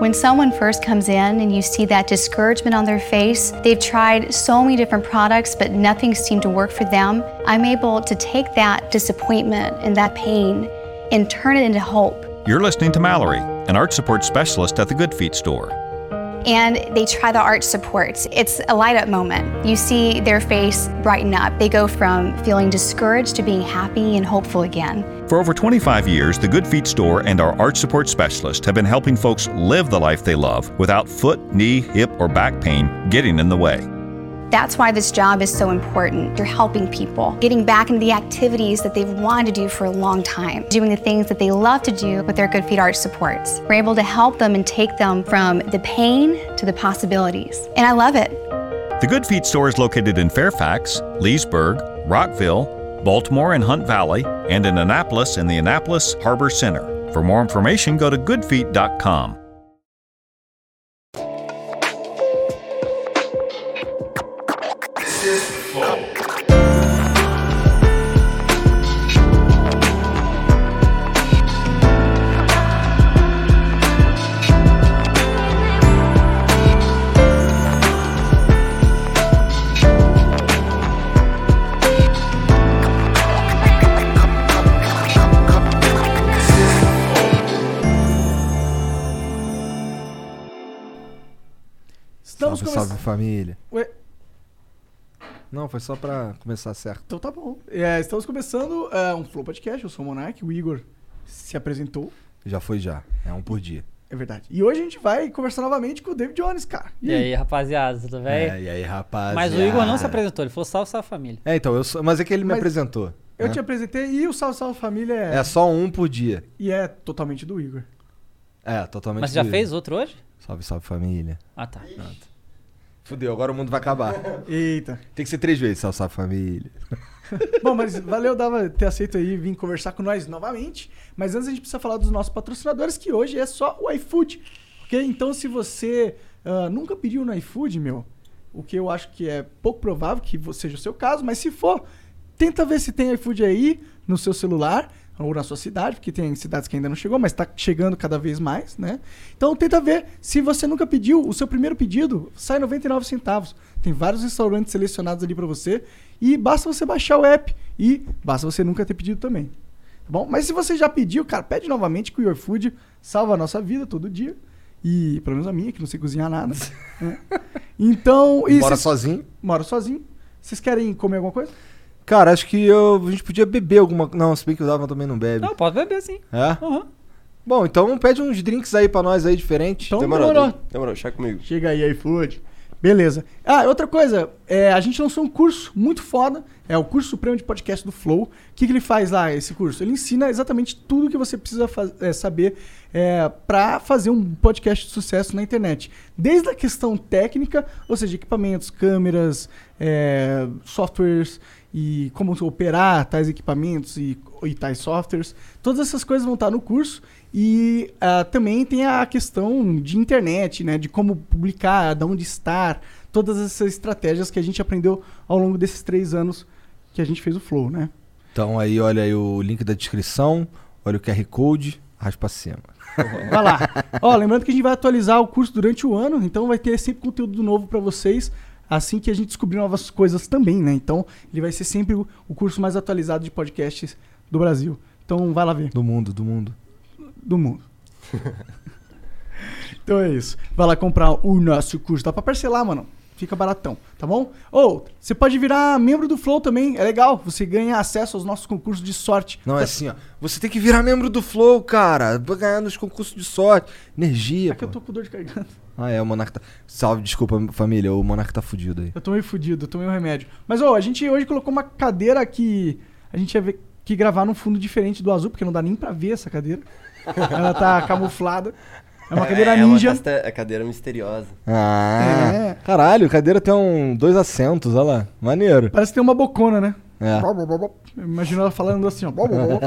When someone first comes in and you see that discouragement on their face, they've tried so many different products, but nothing seemed to work for them. I'm able to take that disappointment and that pain and turn it into hope. You're listening to Mallory, an art support specialist at the Good Feet store. And they try the arch supports. It's a light up moment. You see their face brighten up. They go from feeling discouraged to being happy and hopeful again. For over 25 years, the Good Feet store and our arch support specialist have been helping folks live the life they love without foot, knee, hip, or back pain getting in the way. That's why this job is so important. You're helping people, getting back into the activities that they've wanted to do for a long time, doing the things that they love to do with their Good Feet Arch supports. We're able to help them and take them from the pain to the possibilities. And I love it. The Good Feet store is located in Fairfax, Leesburg, Rockville, Baltimore and Hunt Valley, and in Annapolis in the Annapolis Harbor Center. For more information, go to goodfeet.com. Estamos salve, começando. salve família. Ué, Não, foi só pra começar certo. então tá bom. É, estamos começando é, um Flow Podcast. Eu sou o Monark, o Igor se apresentou. Já foi já. É um por dia. É verdade. E hoje a gente vai conversar novamente com o David Jones, cara. E aí, rapaziada, tudo bem? É, e aí, rapaz. Mas o Igor não se apresentou, ele falou salve, salve família. É, então, eu sou- mas é que ele me Mas apresentou. Eu né? te apresentei e o Salve Salve Família é, É só um por dia. e é totalmente do Igor. É, totalmente. Mas você já doido. fez outro hoje? Salve, salve família. Ah, tá. Fudeu, agora o mundo vai acabar. Eita. Tem que ser três vezes, salve, salve família. Bom, mas valeu Dava ter aceito aí vir conversar com nós novamente. Mas antes a gente precisa falar dos nossos patrocinadores, que hoje é só o iFood. Ok? Então, se você ah, nunca pediu no iFood, meu, o que eu acho que é pouco provável que seja o seu caso, mas se for, tenta ver se tem iFood aí no seu celular ou na sua cidade, porque tem cidades que ainda não chegou, mas está chegando cada vez mais, né? Então tenta ver se você nunca pediu, o seu primeiro pedido sai 99 centavos. Tem vários restaurantes selecionados ali para você e basta você baixar o app e basta você nunca ter pedido também, tá bom? Mas se você já pediu, cara, pede novamente que o iFood salva a nossa vida todo dia. E pelo menos a minha, que não sei cozinhar nada. né? Então, e Bora se- sozinho. moro sozinho. Vocês querem comer alguma coisa? Cara, acho que eu- a gente podia beber alguma Não, se bem que o Dava também não bebe. Não, pode beber sim. É? Uhum. Bom, então pede uns drinks aí pra nós aí diferentes. Então Demorou, demorou. demorou. demorou, chá comigo. Chega aí, iFood. Beleza. Ah, outra coisa, é, a gente lançou um curso muito foda, é o curso supremo de podcast do Flow. O que, que ele faz lá, esse curso? Ele ensina exatamente tudo que você precisa faz- é, saber é, para fazer um podcast de sucesso na internet. Desde a questão técnica, ou seja, equipamentos, câmeras, é, softwares e como operar tais equipamentos e, e tais softwares. Todas essas coisas vão estar no curso e ah, também tem a questão de internet, né? De como publicar, de onde estar, todas essas estratégias que a gente aprendeu ao longo desses três anos que a gente fez o Flow, né? Então aí, olha aí o link da descrição, olha o QR Code, raspa cima. Vai lá. Ó, lembrando que a gente vai atualizar o curso durante o ano, então vai ter sempre conteúdo novo para vocês, assim que a gente descobrir novas coisas também, né? Então, ele vai ser sempre o o curso mais atualizado de podcasts do Brasil. Então, vai lá ver. Do mundo, do mundo. do mundo. então é isso. Vai lá comprar o nosso curso. Dá pra parcelar, mano. Fica baratão, tá bom? Ou, você pode virar membro do Flow também. É legal. Você ganha acesso aos nossos concursos de sorte. Tá, Não, é assim, ó. Você tem que virar membro do Flow, cara. Pra ganhar nos concursos de sorte. Energia, É que eu tô pô. com dor de garganta. Ah, é, o Monarca tá... Salve, desculpa, família. O Monarca tá fudido aí. Eu tô meio fudido, eu tomei um remédio. Mas, ô, a gente hoje colocou uma cadeira que a gente ia ver que gravar num fundo diferente do azul, porque não dá nem pra ver essa cadeira. Ela tá camuflada. É uma cadeira é, ninja. É uma casta- a cadeira misteriosa. Ah, É. caralho, cadeira tem um, dois assentos, olha lá. Maneiro. Parece que tem uma bocona, né? É. Imagina ela falando assim, ó. blá, blá, blá.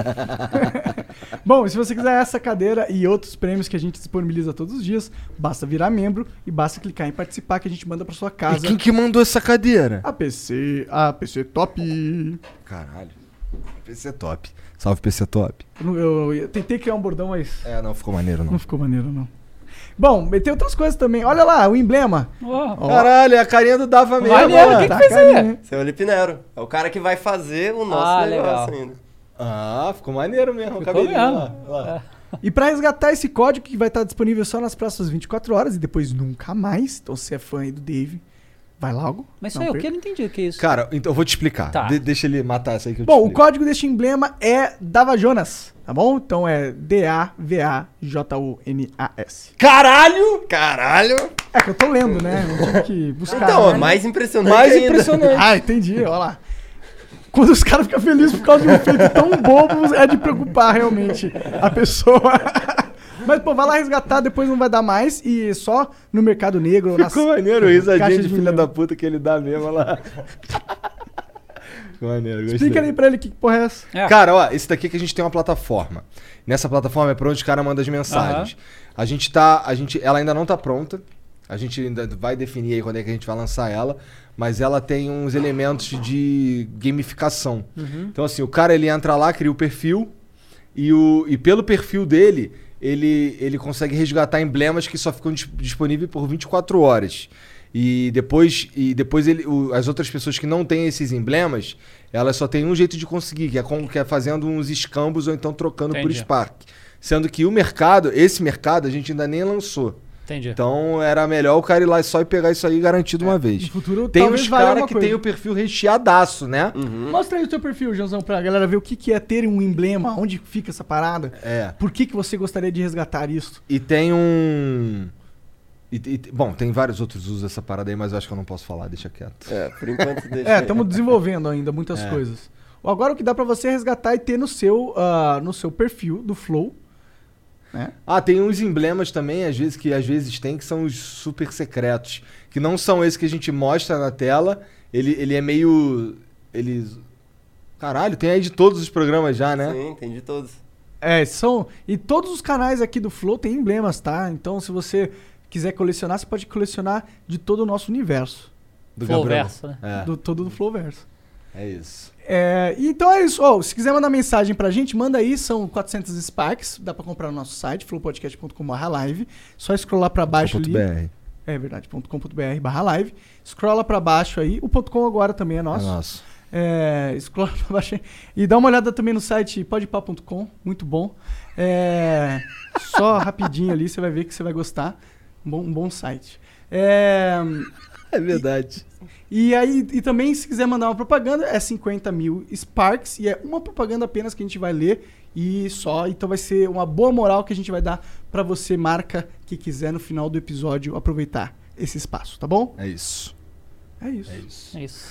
Bom, e se você quiser essa cadeira e outros prêmios que a gente disponibiliza todos os dias, basta virar membro e basta clicar em participar que a gente manda pra sua E casa. quem que mandou essa cadeira? APC, APC top. Eu, Caralho. PC Top. Salve, PC Top. não- eu- eu tentei criar um bordão, mas É, não, ficou maneiro, não. não ficou maneiro, não. Bom, tem outras coisas também. Olha lá, o emblema. Ó, Caralho, é a carinha do Dava mesmo. Maneiro, ó. o que é? que fez né? aí? Seu Olipinero. É o cara que vai fazer o nosso Ah, negócio legal. ainda. Ah, ficou maneiro mesmo. o Ficou cabelinho, mesmo. ó, ó. E pra resgatar esse código que vai estar disponível só nas próximas 24 horas e depois nunca mais. Então, se você é fã aí do Dave, vai logo. Mas isso Não aí, o perca. que? Eu não entendi o que é isso. Cara, então eu vou te explicar. Tá. De- deixa ele matar isso aí que eu te Bom, o explico. código deste emblema é Dava Jonas, tá bom? Então é D-A-V-A-J-O-N-A-S. Caralho! Caralho! É que eu tô lendo, né? Eu tive que buscar. Então, ó, né? mais impressionante Mais ainda. impressionante. Ah, entendi, ó lá. Quando os caras ficam felizes por causa de um feito tão bobo, é de preocupar realmente a pessoa. Mas, pô, vai lá resgatar, depois não vai dar mais. E só no mercado negro, nas Ficou maneiro o risadinha Caixa de de filha milhão. da puta que ele dá mesmo olha lá. Ficou maneiro, gostei. Explica ali pra ele que porra é essa. É. Cara, ó, esse daqui é que a gente tem uma plataforma. Nessa plataforma é pra onde os caras mandam as mensagens. A gente tá. A gente, ela ainda não tá pronta. A gente ainda vai definir aí quando é que a gente vai lançar ela. Mas ela tem uns elementos de gamificação. Então, assim, o cara ele entra lá, cria o perfil. E, o, e pelo perfil dele, ele, ele consegue resgatar emblemas que só ficam dis- disponíveis por 24 horas. E depois, e depois ele, o- as outras pessoas que não têm esses emblemas, elas só têm um jeito de conseguir, que é, com- que é fazendo uns escambos ou então trocando por Entendi. Spark. Sendo que o mercado, esse mercado, a gente ainda nem lançou. Entendi. Então era melhor o cara ir lá só e pegar isso aí garantido uma vez. No futuro, Tem talvez uns valha caras uma que coisa. tem o perfil recheadaço, né? Uhum. Mostra aí o teu perfil, Joãozão, pra galera ver o que, que é ter um emblema, onde fica essa parada. É. Por que, que você gostaria de resgatar isso? E tem um. e- e- bom, tem vários outros usos dessa parada aí, mas eu acho que eu não posso falar, deixa quieto. É, por enquanto deixa. É, aí. estamos desenvolvendo ainda muitas coisas. Agora o que dá pra você é resgatar e ter no seu, ah, no seu perfil do Flow. Ah, tem uns emblemas também, às vezes, que às vezes tem, que são os super secretos. Que não são esses que a gente mostra na tela. Ele, ele é meio. Ele. Caralho, tem aí de todos os programas já, né? Sim, entendi todos. É, são. E todos os canais aqui do Flow têm emblemas, tá? Então se você quiser colecionar, você pode colecionar de todo o nosso universo. Do Flow Gabriel. Verso, né? É, Do todo do Flowverso. é isso. É, e então é isso. Ó, se quiser mandar mensagem pra gente, manda aí. São 400 Sparks. Dá pra comprar no nosso site, flowpodcast.com.br live. Só scrollar pra baixo Ponto ali. BR. É verdade, .com.br barra live. Scrolla pra baixo aí. O .com agora também é É nosso. nosso. É, scrolla pra baixo aí. E dá uma olhada também no site podpah.com, muito bom. É, só rapidinho ali, você vai ver que você vai gostar. Um bom, um bom site. É, É verdade. e aí, e também, se quiser mandar uma propaganda, é 50 mil Sparks. E é uma propaganda apenas que a gente vai ler e só. Então vai ser uma boa moral que a gente vai dar pra você, marca que quiser, no final do episódio, aproveitar esse espaço, tá bom? É isso. É isso. Então. É isso.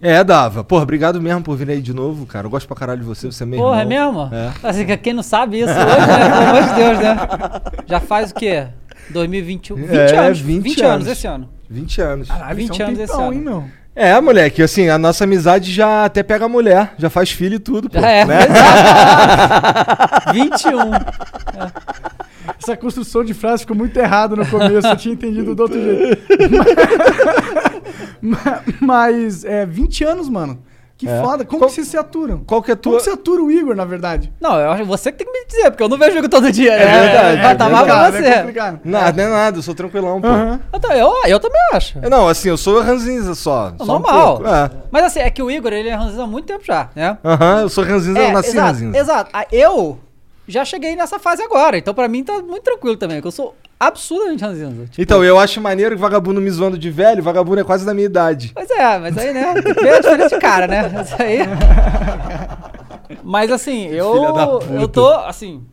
É, Dava. Porra, obrigado mesmo por vir aí de novo, cara. Eu gosto pra caralho de você, você é meu Porra, é irmão. mesmo? É. Assim, que quem não sabe isso hoje, né? Pelo amor de Deus, né? Já faz o quê? 2021. 20 É, um, anos. 20 20, anos. anos. esse ano. 20 anos. Caralho, isso 20 anos é um esse tempão, ano. hein, meu? É, moleque, assim, a nossa amizade já até pega a mulher, já faz filho e tudo, pô. Já é. um. né? exato. 21. Essa construção de frase ficou muito errada no começo, eu tinha entendido do outro jeito. Ma- Mas, é, 20 anos, mano. Que É. foda. Como Qual- que vocês se aturam? Qual que é a Como tua. que você atura o Igor, na verdade? Não, eu acho você que tem que me dizer, porque eu não vejo o jogo todo dia, né? verdade, Vai é tomar pra Complicado, é você. complicado. Nada, não é nada, eu sou tranquilão, pô. Aham. Então, eu, eu também acho. É, Não, assim, eu sou ranzinza só. só um normal. pouco, é. Mas assim, é que o Igor, ele é ranzinza há muito tempo já, né? Aham, eu sou ranzinza, É, eu nasci exato, ranzinza. Exato. Ah, Eu já cheguei nessa fase agora, então pra mim tá muito tranquilo também, porque eu sou absurdamente ranzinza. Tipo, Então, eu acho maneiro que vagabundo me zoando de velho, vagabundo é quase da minha idade. Pois é, mas aí, né? tem que ver a diferença de cara, né? Mas aí. Mas assim, Filha da eu. puta. Eu tô, assim.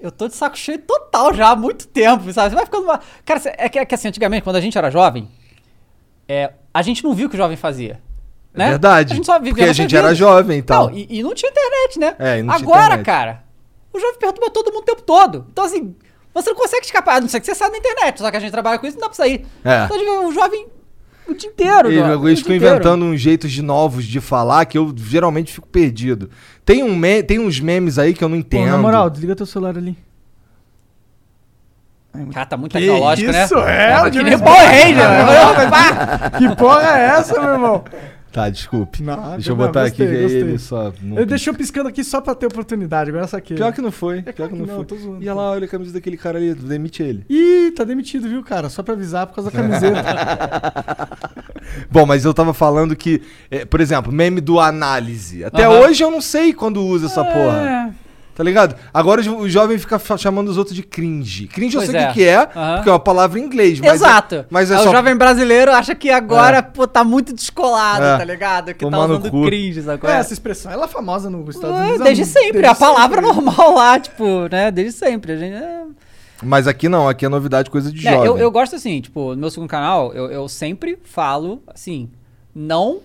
Eu tô de saco cheio total já há muito tempo, sabe? Você vai ficando. Uma... Cara, cê- é que, é que assim, antigamente, quando a gente era jovem, é, a gente não viu o que o jovem fazia. Né? É verdade. A gente só vivia porque a nossa gente vida. era jovem e tal. Não, e, e não tinha internet, né? É, e não tinha Agora, internet. cara, o jovem perturba todo mundo o tempo todo. Então, assim, você não consegue escapar, a não ser que você saia da internet, só que a gente trabalha com isso, não dá pra sair. É. Então, tipo, o jovem o dia inteiro, E jovem, o dia eles ficam inteiro. inventando uns jeitos de novos de falar que eu geralmente fico perdido. Tem, um me- tem uns memes aí que eu não Pô, entendo. na moral, desliga teu celular ali. Cara, tá muito tecnológico, né? isso? É, Tá o que James nem Power Ranger, né? Pá! Que porra é essa, meu irmão? Tá, desculpe. Nada, Deixa eu não, botar gostei, aqui que aí gostei. ele só. não- Ele deixou piscando aqui só pra ter oportunidade, agora é saquei. Pior que não foi. pior claro que que não, não, foi. tô zoando, e olha pô. lá, olha a camisa daquele cara ali, demite ele. Ih, tá demitido, viu, cara? Só pra avisar por causa da camiseta. Bom, mas eu tava falando que, é, por exemplo, meme do análise. Até Aham. hoje eu não sei quando É. usa essa porra. Tá ligado? Agora o jo- o jovem fica fa- chamando os outros de cringe. Cringe Pois eu sei o é. que que é, Aham. porque é uma palavra em inglês. Mas Exato. É, mas é Aí só... O jovem brasileiro acha que agora, É. pô, tá muito descolado, É. tá ligado? Que Tomar tá no usando cu. cringe, sacou? Qual é essa expressão? Ela é famosa nos Estados Ah, um Unidos. Desde há- sempre, desde a palavra sempre. normal lá, tipo, né? Desde sempre. A gente, é, Mas aqui não, aqui é novidade, coisa de É, jovem. eu, eu gosto assim, tipo, no meu segundo canal, eu, eu sempre falo assim, não.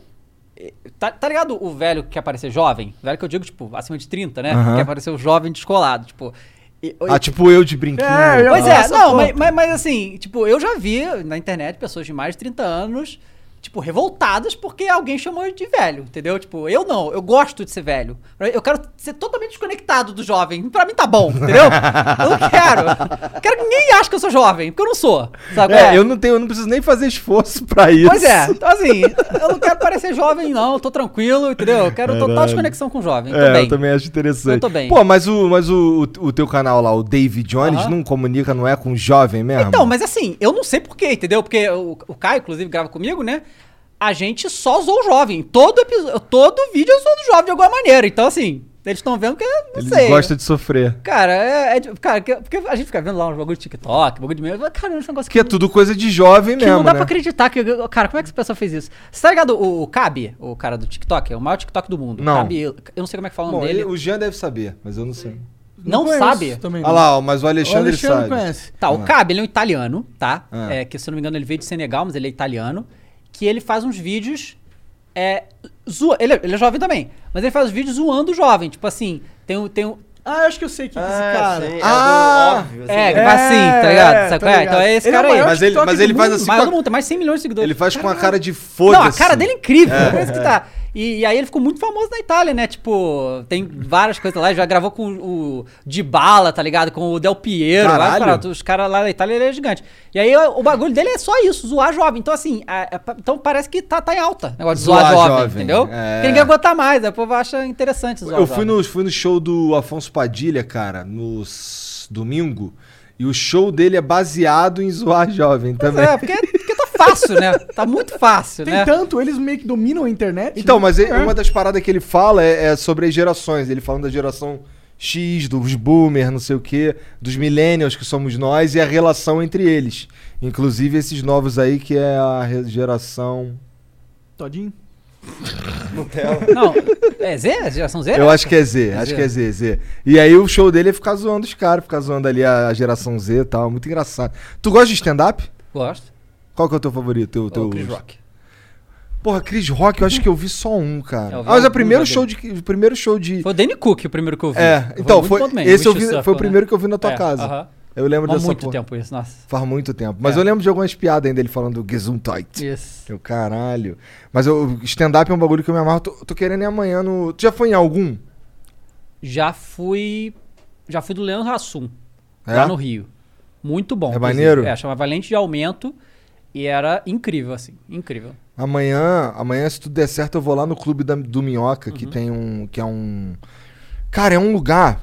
Tá, tá ligado o velho que quer parecer jovem? O velho que eu digo, tipo, acima de 30, né? Aham. Que quer parecer o jovem descolado, tipo. e- Ah, tipo eu de brinquinho. É, eu- Pois é, Nossa, não, pô. mas, mas, mas assim, tipo, eu já vi na internet pessoas de mais de 30 anos, tipo, revoltadas porque alguém chamou de velho, entendeu? Tipo, eu não, eu gosto de ser velho. Eu quero ser totalmente desconectado do jovem. Pra mim tá bom, entendeu? eu não quero. Eu quero que ninguém ache que eu sou jovem, porque eu não sou. Sabe? qual É, eu não tenho, eu não preciso nem fazer esforço pra isso. Pois é, então assim, eu não quero parecer jovem, não, eu tô tranquilo, entendeu? Eu quero total Caralho. desconexão com o jovem. tô É, bem. eu também acho interessante. Eu tô bem. Pô, mas o, mas o, o, o teu canal lá, o Dave Jones, Aham. não comunica, não é com jovem mesmo? Então, mas assim, eu não sei porquê, entendeu? Porque o, o Caio, inclusive, grava comigo, né? A gente só zoou o jovem. Todo, episódio, todo vídeo eu sou do jovem de alguma maneira. Então, assim, eles estão vendo que eu não Ele sei. gosta de sofrer. Cara, é, é de- cara, que- porque a gente fica vendo lá uns bagulho de TikTok, bagulho de meio. Cara, esse negócio Que é tudo coisa de jovem Que mesmo, não dá né? pra acreditar que. Cara, como é que essa pessoa fez isso? Você tá ligado? O, o Cabe, o cara do TikTok, é o maior TikTok do mundo. Não. Cabe, eu não sei como é que fala o Bom, nome dele. ele- o Jean deve saber, mas eu não sei. Não, conheço sabe? Também, Olha lá, ó, mas o o Alexandre, Alexandre sabe. conhece. Tá, o Cabe, ele é um italiano, tá? Ah. É, que se eu não me engano ele veio de Senegal, mas ele é italiano. Que ele faz uns vídeos. É, zoa, ele, é- ele é jovem também, mas ele faz os vídeos zoando o jovem. Tipo assim, tem um. Tem um Ah, eu acho que eu sei quem é esse Ah, cara. sim, é Ah! do óbvio, assim. é, né? tipo assim, tá ligado? Sabe qual é? Então é esse Ele cara o aí. maior Mas ele- TikTok mas ele do faz mundo. assim- Maior qual- do mundo, tem mais de 100 milhões de seguidores. Ele faz com uma cara de Não, foda-se. a cara dele é incrível. É. isso que tá. E, e aí ele ficou muito famoso na Itália, né? Tipo, tem várias coisas lá. ele Já gravou com o Dybala, tá ligado? Com o Del Piero. lá, Caralho. cara, os caras lá da Itália, ele é gigante. E aí o, o bagulho dele é só isso, zoar jovem. Então assim, a- a- pa- então parece que tá, tá em alta o negócio de zoar, Zoar jovem, jovem, entendeu? é. Porque ninguém aguenta mais, né? O povo acha interessante zoar Eu fui jovem. no, fui no show do Afonso Padilha, cara, no s- domingo. E o show dele é baseado em zoar jovem também. É, porque, porque tá fácil, né? Tá muito fácil, Tem né? tanto, eles meio que dominam a internet. Então, né? mas ele- É. uma das paradas que ele fala é, é sobre as gerações. Ele falando da geração X, dos boomer, não sei o quê, dos millennials que somos nós e a relação entre eles. Inclusive esses novos aí que é a re- geração. Todinho. Nutella. Não, é Z? Geração Z? Eu acho que é Z, acho Z. que é Z, Z. E aí o show dele é ficar zoando os caras, ficar zoando ali a, a geração Z e tal. Muito engraçado. Tu gosta de stand-up? Gosto. Qual que é o teu favorito? Teu, Ou teu... Chris Rock. Porra, Chris Rock, eu acho que eu vi só um, cara. É, eu vi Ah, mas é o alguns primeiro ali. show de. o Primeiro show de. Foi o Danny Cook o primeiro que eu vi. É, então, foi, esse eu vi, foi né? o primeiro que eu vi na tua casa. Eu lembro É, Há dessa muito porra. tempo isso, nossa. Faz muito tempo. Mas É. eu lembro de algumas piadas ainda, ele falando do Gesundheit. Isso. Eu, caralho. Mas eu, stand-up é um bagulho que eu me amarro. Tô, tô querendo ir amanhã no... Tu já foi em algum? Já fui. Já fui do Leandro Hassum, É? lá no Rio. Muito bom. É inclusive. maneiro? É, chama Valente de Aumento. E era incrível, assim. Incrível. Amanhã, amanhã, se tudo der certo, eu vou lá no Clube da- do Minhoca, que tem um... Que é um... Cara, é um lugar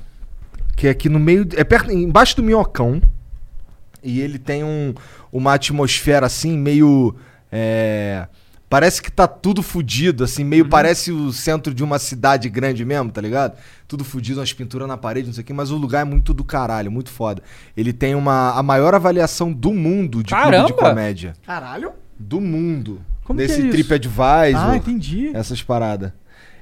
que é aqui no meio... É perto, embaixo do Minhocão. E ele tem um, uma atmosfera, assim, meio... é, Parece que tá tudo fudido, assim, meio parece o centro de uma cidade grande mesmo, tá ligado? Tudo fudido, umas pinturas na parede, não sei o quê, mas o lugar é muito do caralho, muito foda. Ele tem uma, a maior avaliação do mundo de clube de Caramba! comédia Caralho. do mundo. Como nesse que é isso? TripAdvisor, Ah, entendi. essas paradas.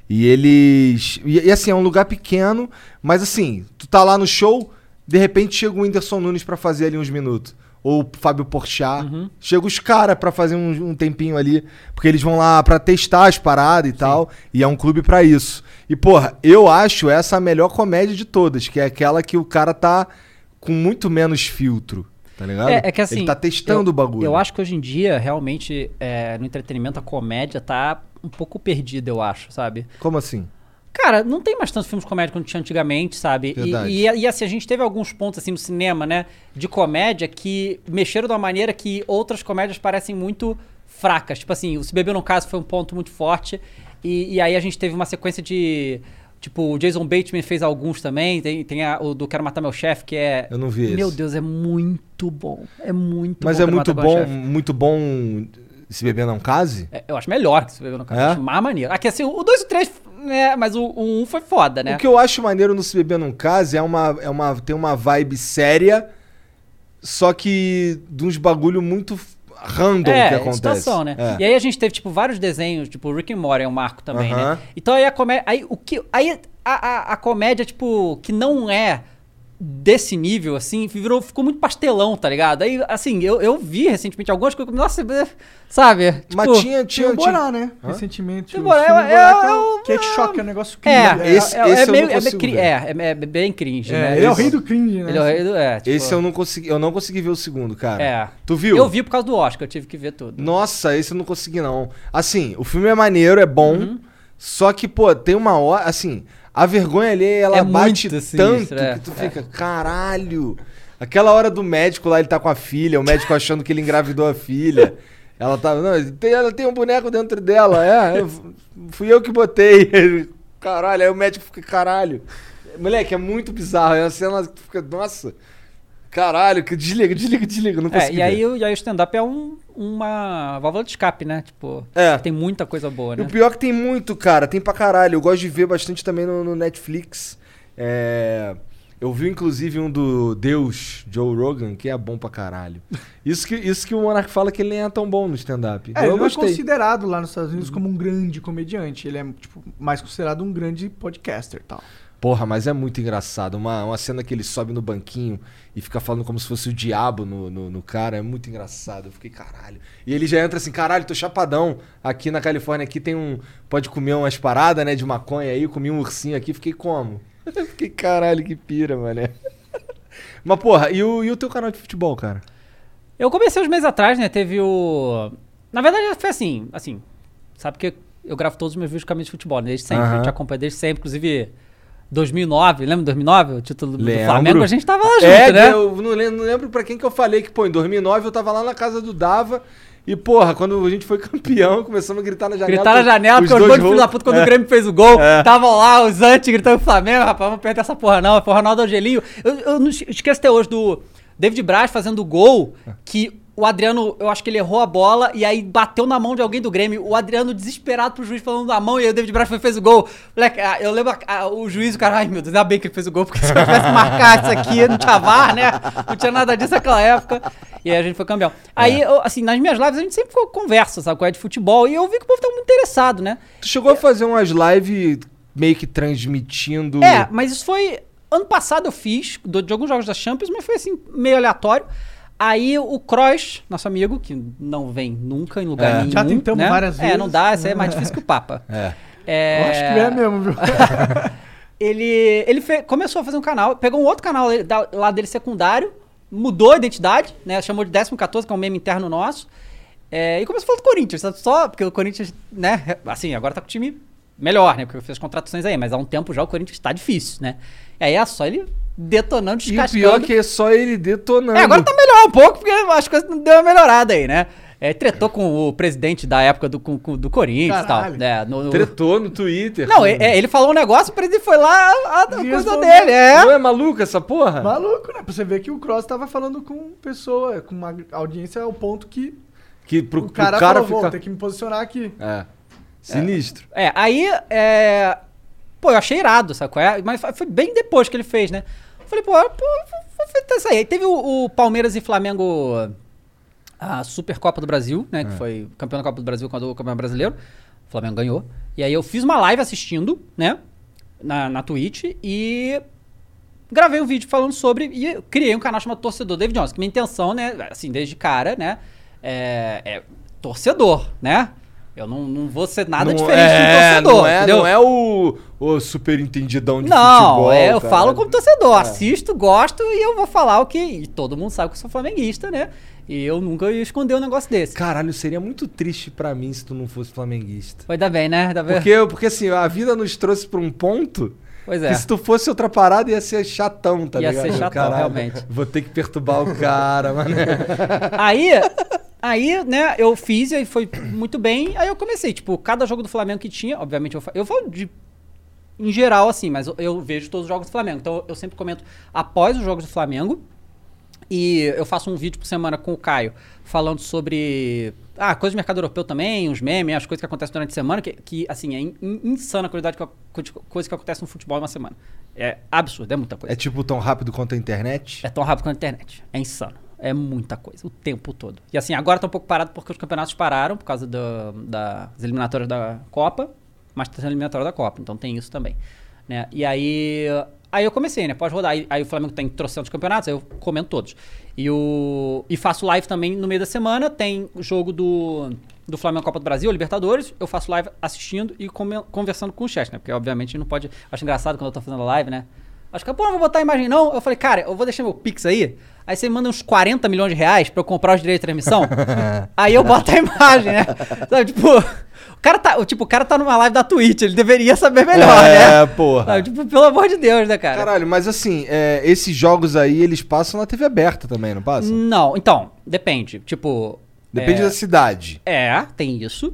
E eles. E, e assim, é um lugar pequeno, mas assim, tu tá lá no show, de repente chega o Whindersson Nunes pra fazer ali uns minutos. Ou o Fábio Porchat. Uhum. Chega os caras pra fazer um, um tempinho ali. Porque eles vão lá pra testar as paradas e tal. E é um clube pra isso. E, porra, eu acho essa a melhor comédia de todas, que é aquela que o cara tá com muito menos filtro. Tá ligado? É, é que assim. Ele tá testando o eu- bagulho. Eu acho que hoje em dia, realmente, é, no entretenimento, a comédia tá um pouco perdida, eu acho, sabe? Como assim? Cara, não tem mais tantos filmes de comédia quanto tinha antigamente, sabe? E, Verdade. e, e, assim, a gente teve alguns pontos assim no cinema, né? De comédia que mexeram de uma maneira que outras comédias parecem muito fracas. Tipo assim, o Se Bebeu Não Caso foi um ponto muito forte. E, e aí a gente teve uma sequência de. Tipo, o Jason Bateman fez alguns também. Tem, tem a- o do Quero Matar Meu Chefe, que é. Eu não vi esse. Meu Deus, é muito bom. É muito Mas bom. é Quero muito Matar Meu bom, Chefe. muito bom se beber não case. É, eu acho melhor que Se Bebeu Não Caso. É? Eu acho mais maneiro. Aqui, assim, o 2 e o 3, né? Mas o 1 um foi foda, né? O que eu acho maneiro no Se Beber Não Case é uma, é uma, tem uma vibe séria, só que de uns bagulho muito f- random que acontece. É, situação, né? É. E aí a gente teve, tipo, vários desenhos, tipo, Rick and Morty é um marco também, Aham. né? Então aí a comédia... Aí, o que, aí a, a, a comédia, tipo, que não é desse nível, assim, virou, ficou muito pastelão, tá ligado? Aí, assim, eu, eu vi recentemente algumas coisas... Nossa, é- sabe? Tipo, Mas tinha, Tinha tinha, o tinha- Borá, né? Hã? Recentemente. Tem o Borá, filme eu- Borá, que eu- é, o Cat Shock é um negócio É, cringe. é, Esse- esse é, é eu não meio, é, meio consigo cri- ver. é, é- é bem cringe, É, né? ele é o Esse- rei do cringe, né? Ele é o rei do... É, tipo, Esse eu não consegui, eu não consegui ver o segundo, cara. É. Tu viu? Eu vi por causa do Oscar, eu tive que ver tudo. Nossa, esse eu não consegui não. Assim, o filme é maneiro, é bom, Uhum. só que pô, tem uma hora, assim, a vergonha ali ela É bate muito sinistra, tanto é, que tu fica, caralho. Aquela hora do médico lá, ele tá com a filha, o médico achando que ele engravidou a filha. Ela tá, não, tem- ela tem um boneco dentro dela, é, eu- fui eu que botei. Caralho, aí o médico fica, caralho. Moleque, é muito bizarro, é uma cena que tu fica, nossa. Caralho, que desliga, desliga, desliga, eu não É, consegui. e aí, ver. o- e aí o stand-up é um, uma válvula de escape, né? Tipo, É. tem muita coisa boa, né? O pior é que tem muito, cara. Tem pra caralho. Eu gosto de ver bastante também no, no Netflix. É, Eu vi, inclusive, um do Deus, Joe Rogan, que é bom pra caralho. Isso que, isso que o Monark fala que ele nem é tão bom no stand-up. É, eu ele não é gostei. considerado lá nos Estados Unidos como um grande comediante. Ele é, tipo, mais considerado um grande podcaster e tal. Porra, mas é muito engraçado. Uma, uma cena que ele sobe no banquinho e fica falando como se fosse o diabo no, no, no cara. É muito engraçado. Eu fiquei, caralho. E ele já entra assim, caralho, tô chapadão. Aqui na Califórnia, aqui tem um... Pode comer umas paradas, né, de maconha aí. Eu Comi um ursinho aqui, fiquei como? fiquei, caralho, que pira, mané. mas, porra, e o, e o teu canal de futebol, cara? Eu comecei uns meses atrás, né? Teve o. Na verdade, foi assim, assim. Sabe que eu gravo todos os meus vídeos com a mídia de futebol, né? Desde sempre. Aham. A gente acompanha desde sempre, inclusive. 2009, lembra 2009? O título do Lembro. Flamengo, a gente tava lá junto, é, né? eu não lembro, não lembro pra quem que eu falei que, pô, em 2009 eu tava lá na casa do Dava. E, porra, quando a gente foi campeão, começamos a gritar na janela. Gritaram na janela, porque os dois dois filhos da gols. puta, quando É. o Grêmio fez o gol, É. estavam lá os antes gritando Flamengo, rapaz, vamos perder essa porra não, foi o Ronaldo Angelinho. Eu, eu não es- esqueço até hoje do David Braz fazendo o gol, que o Adriano, eu acho que ele errou a bola e aí bateu na mão de alguém do Grêmio, o Adriano desesperado pro juiz falando da mão e aí o David Braz foi fez o gol. Moleque, ah, eu lembro ah, o juiz, o cara, ai meu Deus, ainda bem que ele fez o gol, porque se eu tivesse marcado isso aqui, não tinha VAR, né? Não tinha nada disso naquela época. E aí a gente foi campeão. Aí, eu, assim, nas minhas lives a gente sempre conversa, sabe, qual é de futebol, e eu vi que o povo tá muito interessado, né? Tu chegou a fazer umas lives meio que transmitindo. É, mas isso foi. Ano passado eu fiz, do- de alguns jogos da Champions, mas foi assim, meio aleatório. Aí o Kroos, nosso amigo, que não vem nunca em lugar É. nenhum. Já tentamos né? várias É, não vezes. dá, isso aí é mais difícil que o Papa. É. É, Eu acho que é mesmo, viu? Ele, ele fe- começou a fazer um canal, pegou um outro canal dele- da- lá dele secundário, mudou a identidade, né? Chamou de 14, que é um meme interno nosso. é, e começou a falar do Corinthians, sabe? só porque o Corinthians, né? Assim, agora tá com o time melhor, né? Porque fez as contratações aí, mas há um tempo já o Corinthians tá difícil, né? E aí é só ele detonando, E o descascando. pior que é só ele detonando. É, agora tá melhor um pouco, porque as coisas deu uma melhorada aí, né? É, tretou com o presidente da época do, com- com- do Corinthians e tal. Caralho. né? No- no- Tretou no Twitter. Não, é- é, ele falou um negócio, o presidente foi lá, a, a E coisa respondeu. dele, é. Não é maluca essa porra? Maluco, né? Pra você ver que o Cross tava falando com pessoa, com uma audiência ao ponto que Que pro, o cara, pro cara falou, vou ficar. ter que me posicionar aqui. É. Sinistro. É, aí, é... Pô, eu achei irado, sabe qual é? Mas fa- foi bem depois que ele fez, né? Eu Falei, pô, pô vou tentar isso aí. Aí teve o, o Palmeiras e Flamengo, a Supercopa do Brasil, né? É. Que foi campeão da Copa do Brasil quando o campeão brasileiro. O Flamengo ganhou. E aí eu fiz uma live assistindo, né? Na, na Twitch e gravei um vídeo falando sobre e eu criei um canal chamado Torcedor David Johnson. Que minha intenção, né, assim, desde cara, né, é, é torcedor, né? Eu não, não vou ser nada Não diferente é, de um torcedor, Não é, entendeu? não é o, o super entendidão de Não, futebol. é, eu cara. falo como torcedor, É. assisto, gosto e eu vou falar o que... E todo mundo sabe que eu sou flamenguista, né? E eu nunca ia esconder um negócio desse. Caralho, seria muito triste pra mim se tu não fosse flamenguista. Foi da bem, né? Da bem. Porque, eu- porque assim, a vida nos trouxe pra um ponto Pois que é. se tu fosse outra parada ia ser chatão, tá Ia ligado? ser chatão, Caralho, realmente. Vou ter que perturbar o cara, mano. Aí, Aí, né, eu fiz e aí foi muito bem. Aí eu comecei, tipo, cada jogo do Flamengo que tinha, obviamente eu falo, eu falo de em geral assim, mas eu, eu vejo todos os jogos do Flamengo. Então eu sempre comento após os jogos do Flamengo. E eu faço um vídeo por semana com o Caio falando sobre ah, coisas do mercado europeu também, os memes, as coisas que acontecem durante a semana, que, que assim, é in- in- insana a quantidade de co- de coisa que acontece no futebol em uma semana. É absurdo, é muita coisa. É tipo tão rápido quanto a internet? É tão rápido quanto a internet. É insano. É muita coisa, o tempo todo. E assim, agora tá um pouco parado porque os campeonatos pararam por causa do- das eliminatórias da Copa, mas tá sendo eliminatória da Copa, então tem isso também. Né? E aí. Aí eu comecei, né? Pode rodar. Aí, aí o Flamengo tem trocentos campeonatos, aí eu comento todos. E, o, e faço live também no meio da semana. Tem o jogo do, do Flamengo Copa do Brasil, Libertadores. Eu faço live assistindo e come- conversando com o chat, né? Porque obviamente não pode. Acho engraçado quando eu tô fazendo live, né? Acho que, pô, não vou botar a imagem não. Eu falei, cara, eu vou deixar meu Pix aí. Aí você manda uns 40 milhões de reais pra eu comprar os direitos de transmissão. aí eu boto a imagem, né? Sabe, tipo, o cara tá, o- tipo, o cara tá numa live da Twitch, ele deveria saber melhor, É, né? porra. Sabe, tipo, pelo amor de Deus, né, cara? Caralho, mas assim, é, esses jogos aí, eles passam na TV aberta também, não passam? Não, então, depende. Tipo. Depende é, da cidade. É, tem isso.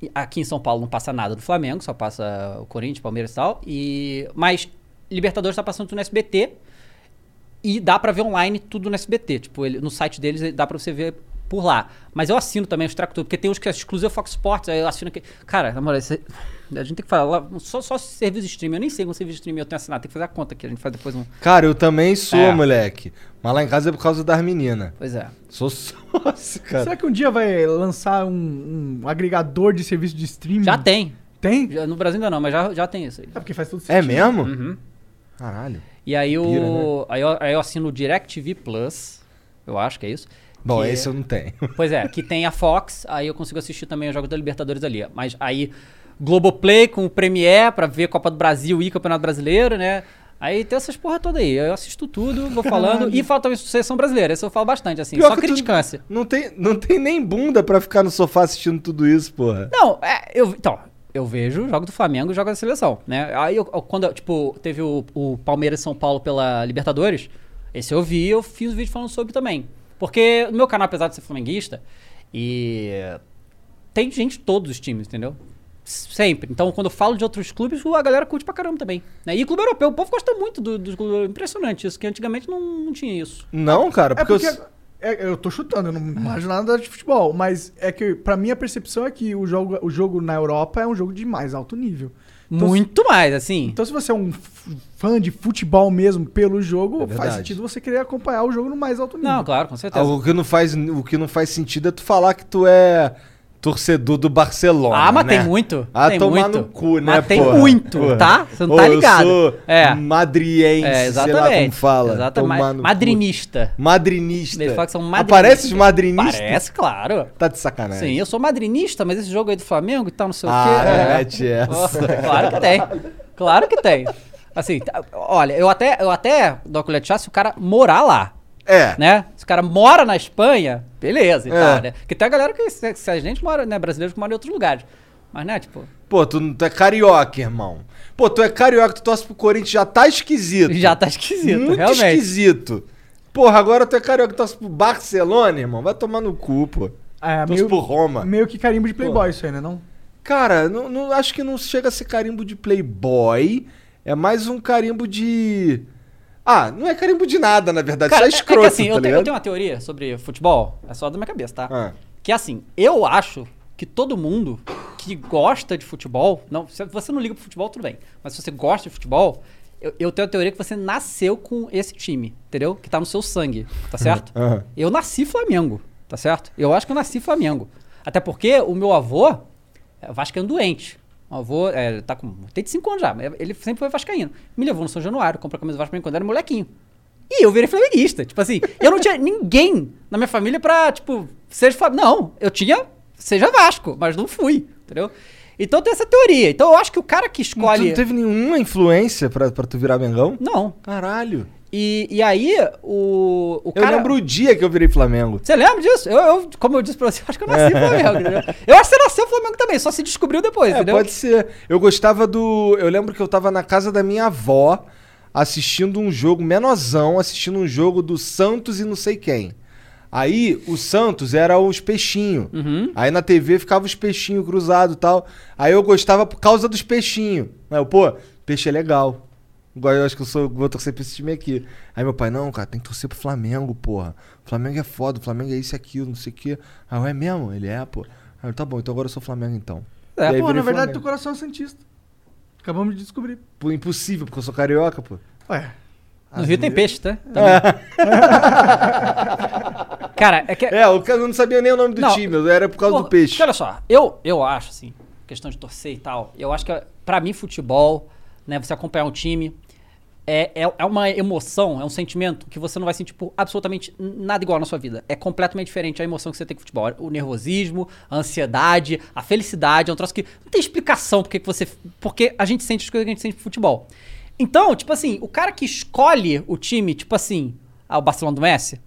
E Aqui em São Paulo não passa nada do Flamengo, só passa o Corinthians, Palmeiras e tal. E... Mas Libertadores tá passando tudo no SBT. E dá pra ver online tudo no SBT. Tipo, ele- no site deles ele- dá pra você ver por lá. Mas eu assino também os tractores, porque tem uns que é exclusivo Fox Sports, aí eu assino que. Cara, na moral, isso é- a gente tem que falar. lá- Só, só serviço de streaming. Eu nem sei qual serviço de streaming eu tenho assinado. Tem que fazer a conta aqui. A gente faz depois um. Cara, eu também sou, É. moleque. Mas lá em casa é por causa das meninas. Pois é. Sou sócio, cara. Será que um dia vai lançar um, um agregador de serviço de streaming? Já tem. Tem? Já- no Brasil ainda não, mas já, já tem isso aí. É porque faz todo sentido. É mesmo? Uhum. Caralho. E aí, eu, Pira, né? aí, eu, aí eu assino o DirecTV Plus, eu acho que é isso. Bom, que, esse eu não tenho. Pois é, que tem a Fox, aí eu consigo assistir também os jogos da Libertadores ali. Mas aí, Globoplay com o Premiere pra ver Copa do Brasil e Campeonato Brasileiro, né? Aí tem essas porra toda aí. Eu assisto tudo, vou falando. e falo também Sucessão Brasileira, esse eu falo bastante, assim. Pior só que tu- criticância. Não tem, não tem nem bunda pra ficar no sofá assistindo tudo isso, porra. Não, é, eu, então, eu vejo o jogo do Flamengo e o jogo da seleção, né? Aí, eu, eu- quando, eu, tipo, teve o, o Palmeiras e São Paulo pela Libertadores, esse eu vi eu fiz um vídeo falando sobre também. Porque no meu canal, apesar de ser flamenguista, e tem gente de todos os times, entendeu? Sempre. Então, quando eu falo de outros clubes, a galera curte pra caramba também. Né? E clube europeu, o povo gosta muito do, do clube. Impressionante isso, que antigamente não, não tinha isso. Não, cara, É porque, porque. eu... é, eu tô chutando, eu não imagino nada de futebol. Mas é que, pra mim, a percepção é que o jogo, o jogo na Europa é um jogo de mais alto nível. Então, Muito mais, assim. Então, se você é um f- fã de futebol mesmo pelo jogo, É faz verdade. sentido você querer acompanhar o jogo no mais alto nível. não, claro, com certeza. Algo que não faz, o que não faz sentido é tu falar que tu é torcedor do Barcelona. Ah, mas né? tem muito. Ah, tem tomar muito. no cu, né, Mas tem porra? muito, Porra. tá? Você não tá Ô, ligado. Eu sou É. madriense, É, sei lá como fala. Exatamente. Tomar no cu. Madrinista. Madrinista. Eles falam que são madrinistas. É. Aparece os madrinistas? Parece, claro. Tá de sacanagem. Sim, eu sou madrinista, mas esse jogo aí do Flamengo e tal, não sei o Ah, quê. é. mete essa. Claro que tem. Claro que tem. Assim, tá- olha, eu até, eu até dou a colher de chá se o cara morar lá. É. Né? Se o cara mora na Espanha, beleza e É. tal, né? Porque tem a galera que, se, se a gente mora, né? Brasileiro que mora em outros lugares. Mas, né, tipo, Pô, tu, não- tu é carioca, irmão. Pô, tu é carioca, tu torce pro Corinthians, já tá esquisito. já tá esquisito, Muito realmente. esquisito. Porra, agora tu é carioca, tu torce pro Barcelona, irmão. Vai tomar no cu, pô. É, Torce pro Roma. meio que carimbo de playboy isso aí, né? Não? Cara, não, não- acho que não chega a ser carimbo de playboy. É mais um carimbo de... Ah, não é carimbo de nada, na verdade. Só Cara, é escroto, que assim, tá eu, tenho, eu ligado? tenho uma teoria sobre futebol, é só da minha cabeça, tá? Ah. Que assim, eu acho que todo mundo que gosta de futebol, não, se você não liga pro futebol, tudo bem, mas se você gosta de futebol, eu, eu tenho a teoria que você nasceu com esse time, entendeu? Que tá no seu sangue, tá certo? Aham. Eu nasci Flamengo, tá certo? Eu acho que eu nasci Flamengo. Até porque o meu avô é vascaíno doente. Meu avô é, tá com 85 anos já, mas ele sempre foi vascaíno. Me levou no São Januário, comprou a camisa do Vasco pra mim quando eu era molequinho. E eu virei flamenguista. Tipo assim, eu não tinha ninguém na minha família pra, tipo, seja Flamengo. Não, eu tinha seja Vasco, mas não fui, entendeu? Então tem essa teoria. Então eu acho que o cara que Tu escolhe... não teve nenhuma influência pra, pra tu virar Mengão? Não. Caralho. E, e aí, o, o Eu cara... lembro o dia que eu virei Flamengo. Você lembra disso? Eu, eu- como eu disse pra você, eu acho que eu nasci Flamengo, entendeu? Eu acho que você nasceu Flamengo também, só se descobriu depois, É, entendeu? pode ser. Eu gostava do. Eu lembro que eu tava na casa da minha avó assistindo um jogo, menorzão, assistindo um jogo do Santos e não sei quem. Aí o Santos era os peixinhos. Aí na TV ficava os peixinhos cruzados e tal. Aí eu gostava por causa dos peixinhos. Aí eu, pô, peixe é legal. Agora eu acho que eu sou, vou torcer pra esse time aqui. Aí meu pai, não, cara, tem que torcer pro Flamengo, porra. Flamengo é foda, Flamengo é isso e aquilo, não sei o quê. Aí eu, é mesmo? Ele é, pô. Aí eu, tá bom, então agora eu sou Flamengo então. É, E aí Pô, na virei verdade, teu Flamengo. coração é Santista. Acabamos de descobrir. Pô, impossível, porque eu sou carioca, pô. Ué, No Ah, Rio tem peixe, tá? Também. cara, é que. É, eu eu não sabia nem o nome do Não. time, eu- era por causa Porra, do peixe. que Olha só, eu, eu acho, assim, questão de torcer e tal, eu acho que pra mim futebol, né, você acompanhar um time, é, é, é uma emoção, é um sentimento que você não vai sentir por absolutamente nada igual na sua vida. É completamente diferente a emoção que você tem com futebol. O nervosismo, a ansiedade, a felicidade, é um troço que não tem explicação porque que você... Porque a gente sente as coisas que a gente sente pro futebol. Então, tipo assim, o cara que escolhe o time, tipo assim, ah, o Barcelona do Messi,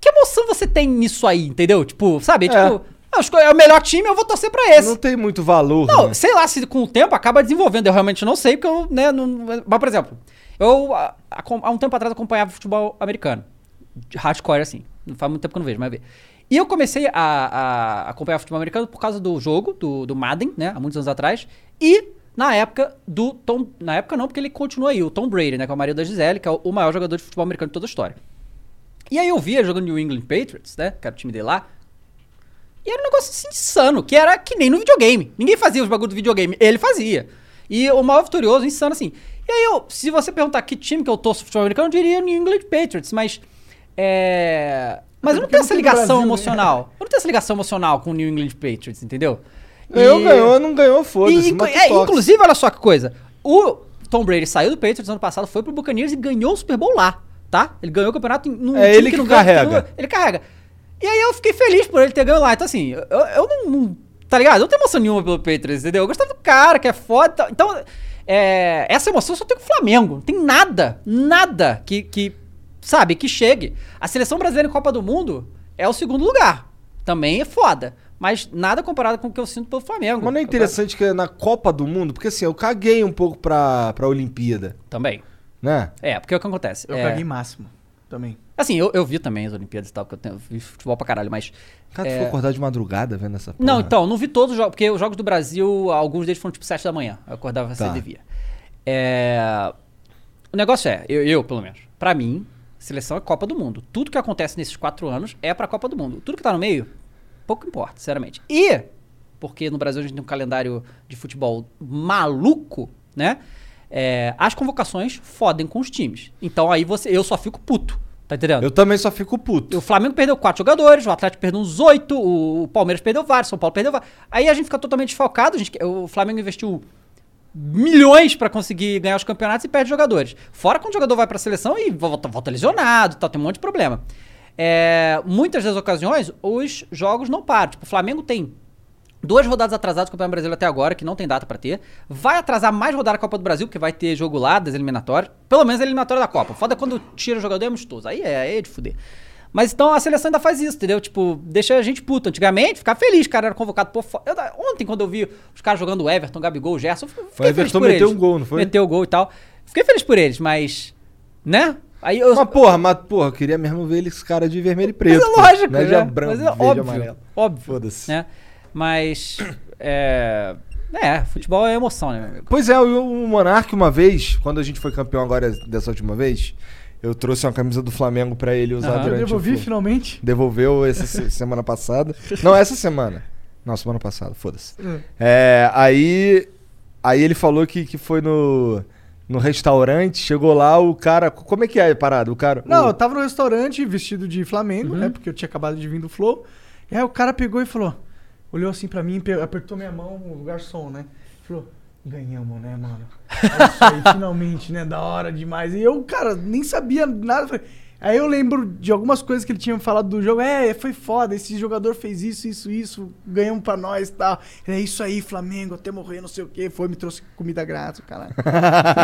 que emoção você tem nisso aí, entendeu? Tipo, sabe? É Tipo, ah, eu escolho- é o melhor time, eu vou torcer pra esse. Não tem muito valor. Não, né? sei lá se com o tempo acaba desenvolvendo. Eu realmente não sei, porque eu, né, não... Mas, por exemplo, eu a- a- há um tempo atrás acompanhava futebol americano. de Hardcore, assim. Não faz muito tempo que eu não vejo, mas vê. E eu comecei a, a acompanhar futebol americano por causa do jogo, do, do Madden, né? Há muitos anos atrás. E na época do Tom... Na época não, porque ele continua aí. O Tom Brady, né? Que é o marido da Gisele, que é o- o maior jogador de futebol americano de toda a história. E aí eu via jogando New England Patriots, né? Que era o time dele lá. E era um negócio assim, insano, que era que nem no videogame. Ninguém fazia os bagulho do videogame, ele fazia. E o maior vitorioso, insano assim. E aí, eu, se você perguntar que time que eu torço no futebol americano, eu diria New England Patriots, mas. É. Mas eu não porque não tenho essa tem no ligação Brasil, né? emocional. Eu não tenho essa ligação emocional com o New England Patriots, entendeu? Ganhou, E- ganhou, não ganhou, e, foda-se. inclu- mas tu é, toca. inclusive, olha só que coisa. O Tom Brady saiu do Patriots ano passado, foi pro Buccaneers e ganhou o Super Bowl lá, tá? Ele ganhou o campeonato em- num É ele que ganha- carrega. não- ele carrega. E aí eu fiquei feliz por ele ter ganho lá. Então, assim, eu, eu não, não- Tá ligado? Eu não tenho emoção nenhuma pelo Patriots, entendeu? Eu gostava do cara, que é foda. e tal. Então, é, essa emoção eu só tem com o Flamengo. Não tem nada, nada que, que, sabe, que chegue. A seleção brasileira em Copa do Mundo é o segundo lugar. Também é foda. Mas nada comparado com o que eu sinto pelo Flamengo. Mas não é Agora- interessante que é na Copa do Mundo, porque assim, eu caguei um pouco pra, pra Olimpíada, Também. né? É, porque é o que acontece. eu é, caguei máximo também. Assim, eu, eu vi também as Olimpíadas e tal, porque eu, tenho, eu vi futebol pra caralho, mas. Cara, tu é, foi acordar de madrugada vendo essa porra. Não, então, não vi todos os jogos, porque os jogos do Brasil, alguns deles foram tipo 7 da manhã. Eu acordava cedo Tá. e via. É, O negócio é, eu, eu, pelo menos, pra mim, seleção é Copa do Mundo. Tudo que acontece nesses quatro anos é pra Copa do Mundo. Tudo que tá no meio, pouco importa, sinceramente. E, porque no Brasil a gente tem um calendário de futebol maluco, né? É, as convocações fodem com os times. Então aí você, eu só fico puto, tá entendendo? Eu também só fico puto. O Flamengo perdeu quatro jogadores, o Atlético perdeu uns oito, o o Palmeiras perdeu vários, o São Paulo perdeu vários. Aí a gente fica totalmente desfalcado. a gente- o Flamengo investiu milhões pra conseguir ganhar os campeonatos e perde jogadores. Fora quando o jogador vai pra seleção e volta, volta lesionado, e tal, tem um monte de problema. É, muitas das ocasiões, os jogos não param. Tipo, o Flamengo tem Duas rodadas atrasadas do Campeonato Brasileiro até agora, que não tem data pra ter. Vai atrasar mais rodada a Copa do Brasil, porque vai ter jogo lá das eliminatórias. Pelo menos a eliminatória da Copa. Foda quando tira o jogador é amistoso. Aí é, aí é de fuder. Mas então a seleção ainda faz isso, entendeu? Tipo, deixa a gente puto. Antigamente, ficava feliz, cara, era convocado por fora. Eu da- Ontem, quando eu vi os caras jogando o Everton, Gabigol, Gerson, eu fiquei Foi, feliz Everton por meteu eles. um gol, não foi? Meteu o gol e tal. Fiquei feliz por eles, mas. Né? Aí eu. Mas porra, mas porra, eu queria mesmo ver esse cara de vermelho e preto. Mas é pô. lógico, Não é de né? branco, Mas é verde e óbvio, amarelo. óbvio. Foda-se. né? Mas. É, é, futebol é emoção, né? meu amigo? Pois é, eu- o Monark uma vez, quando a gente foi campeão agora dessa última vez, eu trouxe uma camisa do Flamengo pra ele usar Aham. Eu durante devolvi o... fu- finalmente. Devolveu essa se- semana passada. Não, essa semana. Não, semana passada, foda-se. Hum. É, aí. Aí ele falou que, que foi no. No restaurante, chegou lá, o cara. Como é que é a parada? O cara. Não, o- eu tava no restaurante vestido de Flamengo, né? Porque eu tinha acabado de vir do Flow. E aí o cara pegou e falou, olhou assim pra mim, pe- apertou minha mão, o garçom, né? Falou, ganhamos, né, mano? É isso aí, finalmente, né? Da hora demais. E eu, cara, nem sabia nada. Falei, Aí eu lembro de algumas coisas que ele tinha falado do jogo. É, foi foda, esse jogador fez isso, isso, isso, ganhamos pra nós e tal. É isso aí, Flamengo, até morrer, não sei o quê. Foi, me trouxe comida grátis, caralho.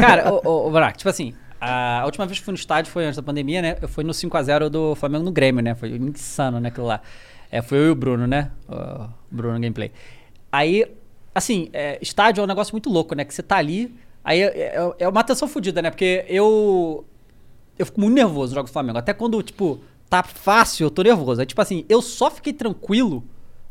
Cara, ô, ô, ô, Brack, tipo assim, a última vez que fui no estádio foi antes da pandemia, né? Eu fui no 5x0 do Flamengo no Grêmio, né? Foi insano, né, aquilo lá. É, foi eu e o Bruno, né? O Bruno Gameplay. Aí, assim, é, estádio é um negócio muito louco, né? Que você tá ali, aí é, é- é uma atenção fodida, né? Porque eu... Eu fico muito nervoso no jogo do Flamengo. Até quando, tipo, tá fácil, eu tô nervoso. É tipo assim, eu só fiquei tranquilo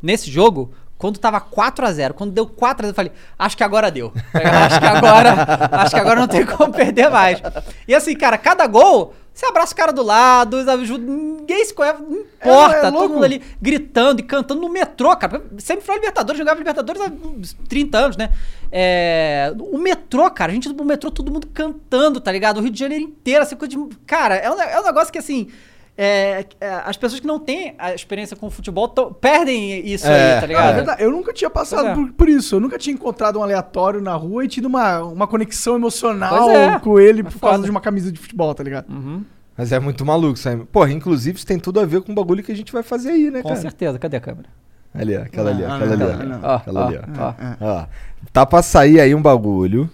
nesse jogo quando tava 4 a 0 Quando deu 4 a 0 eu falei, acho que agora deu. Acho que agora, acho que agora não tem como perder mais. E assim, cara, cada gol, você abraça o cara do lado, ajuda, ninguém se conhece, não importa. é todo louco. mundo ali gritando e cantando no metrô, cara. Semifinal Libertadores, jogava Libertadores há uns 30 anos, né? É, o metrô, cara, a gente no metrô, todo mundo cantando, tá ligado? O Rio de Janeiro inteiro, essa coisa de. Cara, é um, ne- é um negócio que assim. é, é, as pessoas que não têm a experiência com o futebol tão- perdem isso É, aí, tá Ah, é ligado? verdade, eu nunca tinha passado Pois é. por, por isso. Eu nunca tinha encontrado um aleatório na rua e tido uma, uma conexão emocional Pois é. com ele É por causa foda. de uma camisa de futebol, tá ligado? Mas é muito maluco, Simon. Porra, inclusive isso tem tudo a ver com o bagulho que a gente vai fazer aí, né, Com cara? certeza, cadê a câmera? Ali, ó, aquela ali, ó, Ah, Não, aquela ali. Ah, não, ó. não, não. Ah, Aquela ali, ó. ó. Ó, tá pra sair aí um bagulho.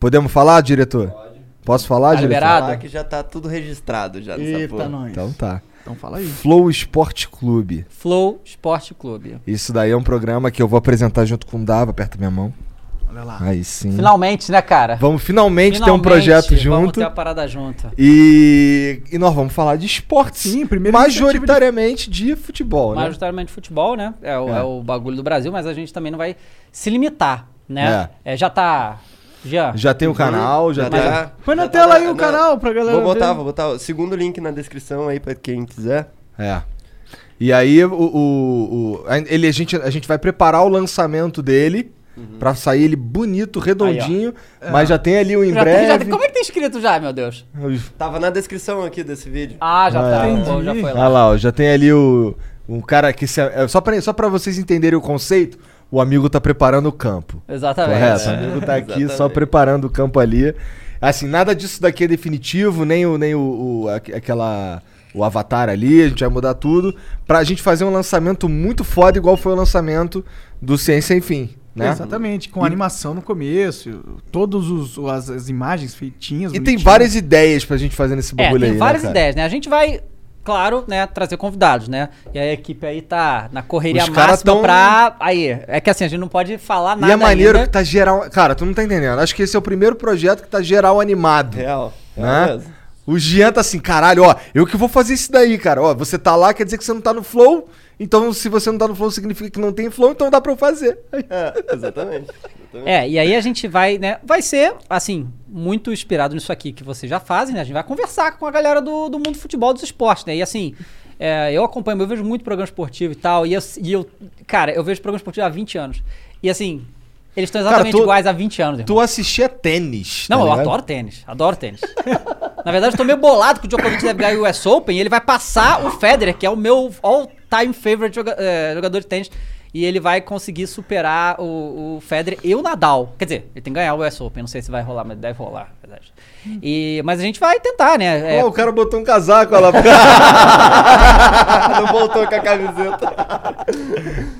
Podemos falar, diretor? Pode. Posso falar, Tá diretor? liberado? Falar que já tá tudo registrado já nessa porra. nós. Então tá. Então fala aí. Flow Esporte Clube. Flow Esporte Clube. Isso daí é um programa que eu vou apresentar junto com o Dava, aperta minha mão. Olha lá. Aí sim. Finalmente, né, cara? Vamos finalmente, ter um Finalmente, projeto Vamos junto. ter a parada junto. E... e nós vamos falar de esportes. Sim, primeiro majoritariamente de... futebol, né? Majoritariamente futebol, né? É o, É. é o bagulho do Brasil, mas a gente também não vai se limitar, né? É, já tá. Já. Já tem o canal, já, Já tem. tá. Põe na já tela aí o canal pra galera Vou botar, ver. vou botar. o Segundo link na descrição aí pra quem quiser. É. E aí o, o- o- a- ele, a, gente, a gente vai preparar o lançamento dele Uhum. pra sair ele bonito, redondinho, mas já tem ali o em É. Já tem- breve. já tem- como é que tá escrito já, meu Deus? Tava na descrição aqui desse vídeo. Ah, já Ah, tá. entendi. Bom, já foi Olha lá. lá, ó, já tem ali o um cara que se, é, só para só para vocês entenderem o conceito, o amigo tá preparando o campo. Exatamente. É, Correto, o amigo tá aqui só Exatamente. preparando o campo ali. Assim, nada disso daqui é definitivo, nem o nem o, o- aque- aquela o avatar ali, a gente vai mudar tudo pra gente fazer um lançamento muito foda igual foi o lançamento do Ciência Sem Fim, né? Exatamente, com animação no começo, todas as, as imagens feitinhas. E tem bonitinhas. várias ideias pra gente fazer nesse É, bagulho tem aí, várias né, cara? ideias, né? A gente vai, claro, né, trazer convidados, né? E aí a equipe aí tá na correria Os caras máxima tão- pra. Aí, é que assim, a gente não pode falar nada. E é maneiro ainda. que tá geral. Cara, tu não tá entendendo. Acho que esse é o primeiro projeto que tá geral animado. Real. É né? mesmo. O Jean tá assim, caralho, ó, eu que vou fazer isso daí, cara. Ó, você tá lá, quer dizer que você não tá no flow. Então, se você não tá no flow, significa que não tem flow, então dá pra eu fazer. É, exatamente. exatamente. É, e aí a gente vai, né? Vai ser, assim, muito inspirado nisso aqui que vocês já fazem, né? A gente vai conversar com a galera do, do mundo do futebol dos esportes, né? E assim, é, eu acompanho, eu vejo muito programa esportivo e tal. E eu, e eu- cara, eu vejo programa esportivo há 20 anos. E assim, eles estão exatamente tu- iguais há 20 anos. irmão. Tu assistia tênis. Não, tá eu ligado? adoro tênis. Adoro tênis. Na verdade, eu tô meio bolado que o Djokovic deve ganhar o US Open e ele vai passar o Federer, que é o meu all-time favorite joga- eh, jogador de tênis. E ele vai conseguir superar o, o Federer e o Nadal. Quer dizer, ele tem que ganhar o US Open. Não sei se vai rolar, mas deve rolar, na verdade. E, mas a gente vai tentar, né? É, Ó, o cara botou um casaco olha lá. Ah, Não voltou com a camiseta.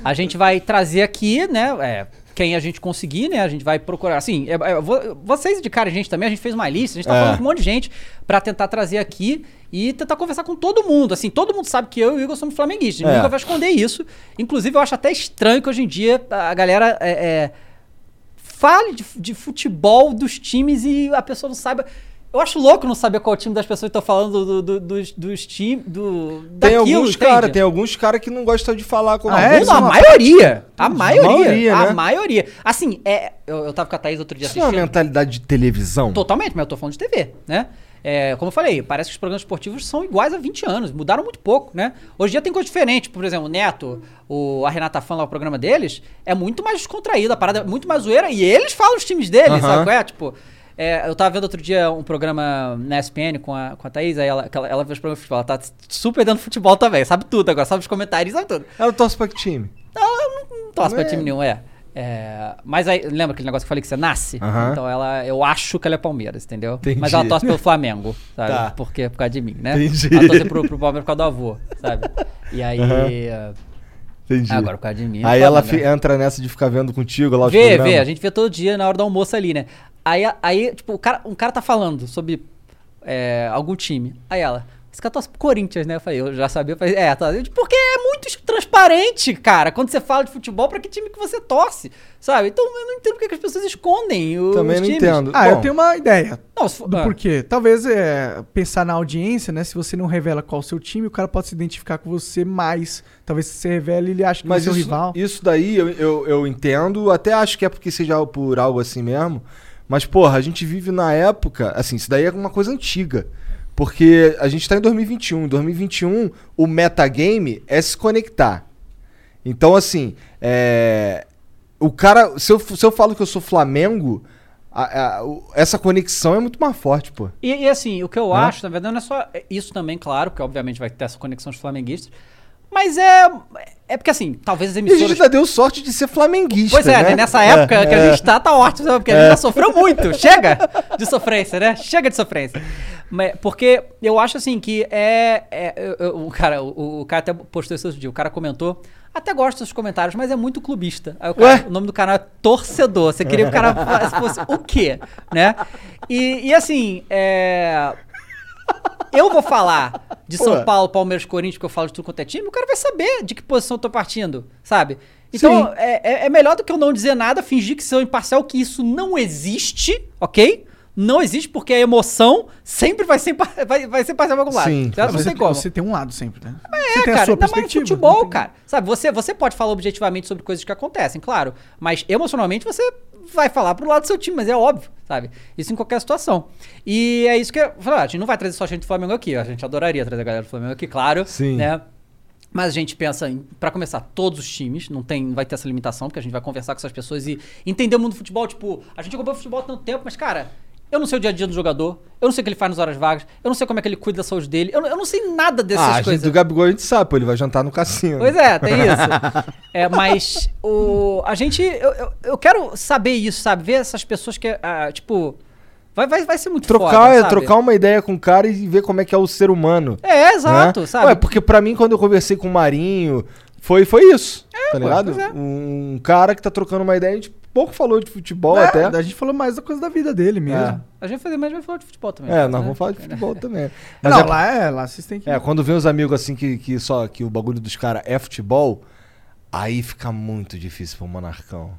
A gente vai trazer aqui, né? é, quem a gente conseguir, né? A gente vai procurar. Assim, é, é, vo- vocês indicaram a gente também, a gente fez uma lista, a gente tá É. falando com um monte de gente pra tentar trazer aqui e tentar conversar com todo mundo. Assim, todo mundo sabe que eu e o Igor somos flamenguistas. É. ninguém vai esconder isso. Inclusive, eu acho até estranho que hoje em dia a galera é, é, fale de, de futebol dos times e a pessoa não saiba. Eu acho louco não saber qual time das pessoas estão falando do- do- dos, dos times. Do, tem daquilo, alguns Tá entende? caras, tem alguns caras que não gostam de falar com Não, Ah, é? alguns- Isso a é uma- maioria. A maioria. maioria, a né? maioria. Assim, é, eu, eu tava com a Thaís outro dia Isso não é uma assistindo. mentalidade de televisão. Totalmente, mas eu tô falando de TV, né? É, como eu falei, parece que os programas esportivos são iguais há 20 anos, mudaram muito pouco, né? Hoje em dia tem coisa diferente, por exemplo, o Neto, o, a Renata Fã lá, o programa deles, é muito mais descontraído, a parada é muito mais zoeira, e eles falam os times deles, Aham. sabe qual é? Tipo, é, eu tava vendo outro dia um programa na SPN com a, com a Thaís, aí ela, que ela, ela vê os programas de futebol, ela tá super dando futebol também, sabe tudo agora, sabe os comentários, sabe tudo. Ela torce pra que time? Ela Então, não, não torce Não pra é- time nenhum, é. É, Mas aí, lembra aquele negócio que eu falei que você nasce? Aham. Então ela, eu acho que ela é Palmeiras, entendeu? Entendi. Mas ela torce pelo Flamengo, sabe? Tá. Porque por causa de mim, né? Entendi. Ela torce pro, pro Palmeiras por causa do avô, sabe? E aí. é, Entendi. Agora por causa de mim. Aí tá, ela né? fi- entra nessa de ficar vendo contigo lá os Vê, programas. vê, a gente vê todo dia na hora do almoço ali, né? Aí, aí tipo, o cara, um cara tá falando sobre é, algum time. Aí ela, esse cara torce pro Corinthians, né? Eu falei, eu já sabia. Eu falei, é, tá. Eu, tipo, Porque é muito muito transparente, cara, quando você fala de futebol, pra que time que você torce, sabe? Então eu não entendo porque que as pessoas escondem o, Também os não times. entendo. Ah, Bom, eu tenho uma ideia Não, se for- do ah, porquê. Talvez é, pensar na audiência, né? Se você não revela qual o seu time, o cara pode se identificar com você mais. Talvez se você revele, ele acha que Mas você é isso, o rival. isso daí eu, eu, eu entendo, até acho que é porque seja por algo assim mesmo. Mas, porra, a gente vive na época. Assim, isso daí é uma coisa antiga. Porque a gente tá em 2021. Em 2021, o metagame é se conectar. Então, assim, é. O cara. Se eu, se eu falo que eu sou Flamengo, a- a- o- essa conexão é muito mais forte, pô. E, e, assim, o que eu Né? acho, na verdade, não é só isso também, claro, porque obviamente vai ter essa conexão de flamenguistas, mas é é porque assim, talvez as E a gente emissoras ainda deu sorte de ser flamenguista. Pois é, né? né? nessa época que a gente tá, tá ótimo, sabe? porque a gente já sofreu muito. Chega de sofrência, né? Chega de sofrência. Mas- Porque eu acho assim que é. é- eu- eu- o, cara, o, o cara até postou isso outro dia, o cara comentou. Até gosto dos comentários, mas é muito clubista. Aí o, cara- Ué? o nome do canal é Torcedor. Você queria que o cara fa- fosse o quê? Né? E, e assim, é. Eu vou falar de São Ué. Paulo, Palmeiras, Corinthians, porque eu falo de tudo quanto é time, o cara vai saber de que posição eu tô partindo, sabe? Então, Sim. é, é- é melhor do que eu não dizer nada, fingir que sou imparcial, que isso não existe, ok? Não existe, porque a emoção sempre vai ser, impa- vai, vai ser parcial pra algum lado. Sim, Tá? não você, tem como. você tem um lado sempre, né? É, você tem a sua cara, ainda mais no perspectiva. não futebol, tem- cara. Sabe, você, você pode falar objetivamente sobre coisas que acontecem, claro. Mas emocionalmente você vai falar pro lado do seu time, mas é óbvio, sabe? Isso em qualquer situação. E é isso que eu falar, a gente não vai trazer só gente do Flamengo aqui. A gente adoraria trazer a galera do Flamengo aqui, claro. Sim. Né? Mas a gente pensa, em- pra começar, todos os times, não tem, não vai ter essa limitação, porque a gente vai conversar com essas pessoas e entender o mundo do futebol. Tipo, a gente acompanha o futebol há tanto tempo, mas, cara, eu não sei o dia a dia do jogador, eu não sei o que ele faz nas horas vagas, eu não sei como é que ele cuida da saúde dele, eu, não- eu não sei nada dessas Ah, a gente, coisas. do Gabigol a gente sabe, pô, ele vai jantar no cassino. Pois é, tem isso. É, mas o, a gente. Eu, eu, eu quero saber isso, sabe? Ver essas pessoas que. ah, tipo. Vai, vai, vai ser muito Trocar, foda, é sabe? trocar uma ideia com o cara e ver como é que é o ser humano. É, exato, né? sabe? Ué, porque pra mim, quando eu conversei com o Marinho, foi, foi isso. tá ligado? pois é. Um cara que tá trocando uma ideia, a gente pouco falou de futebol É, até. A gente falou mais da coisa da vida dele mesmo. É. A gente vai fazer mais, vai falar de futebol também. É, né? nós vamos falar de futebol também. Mas Não, é, lá é, lá vocês têm que. é, quando vem os amigos assim que, que só que o bagulho dos caras é futebol, aí fica muito difícil pro Monarcão.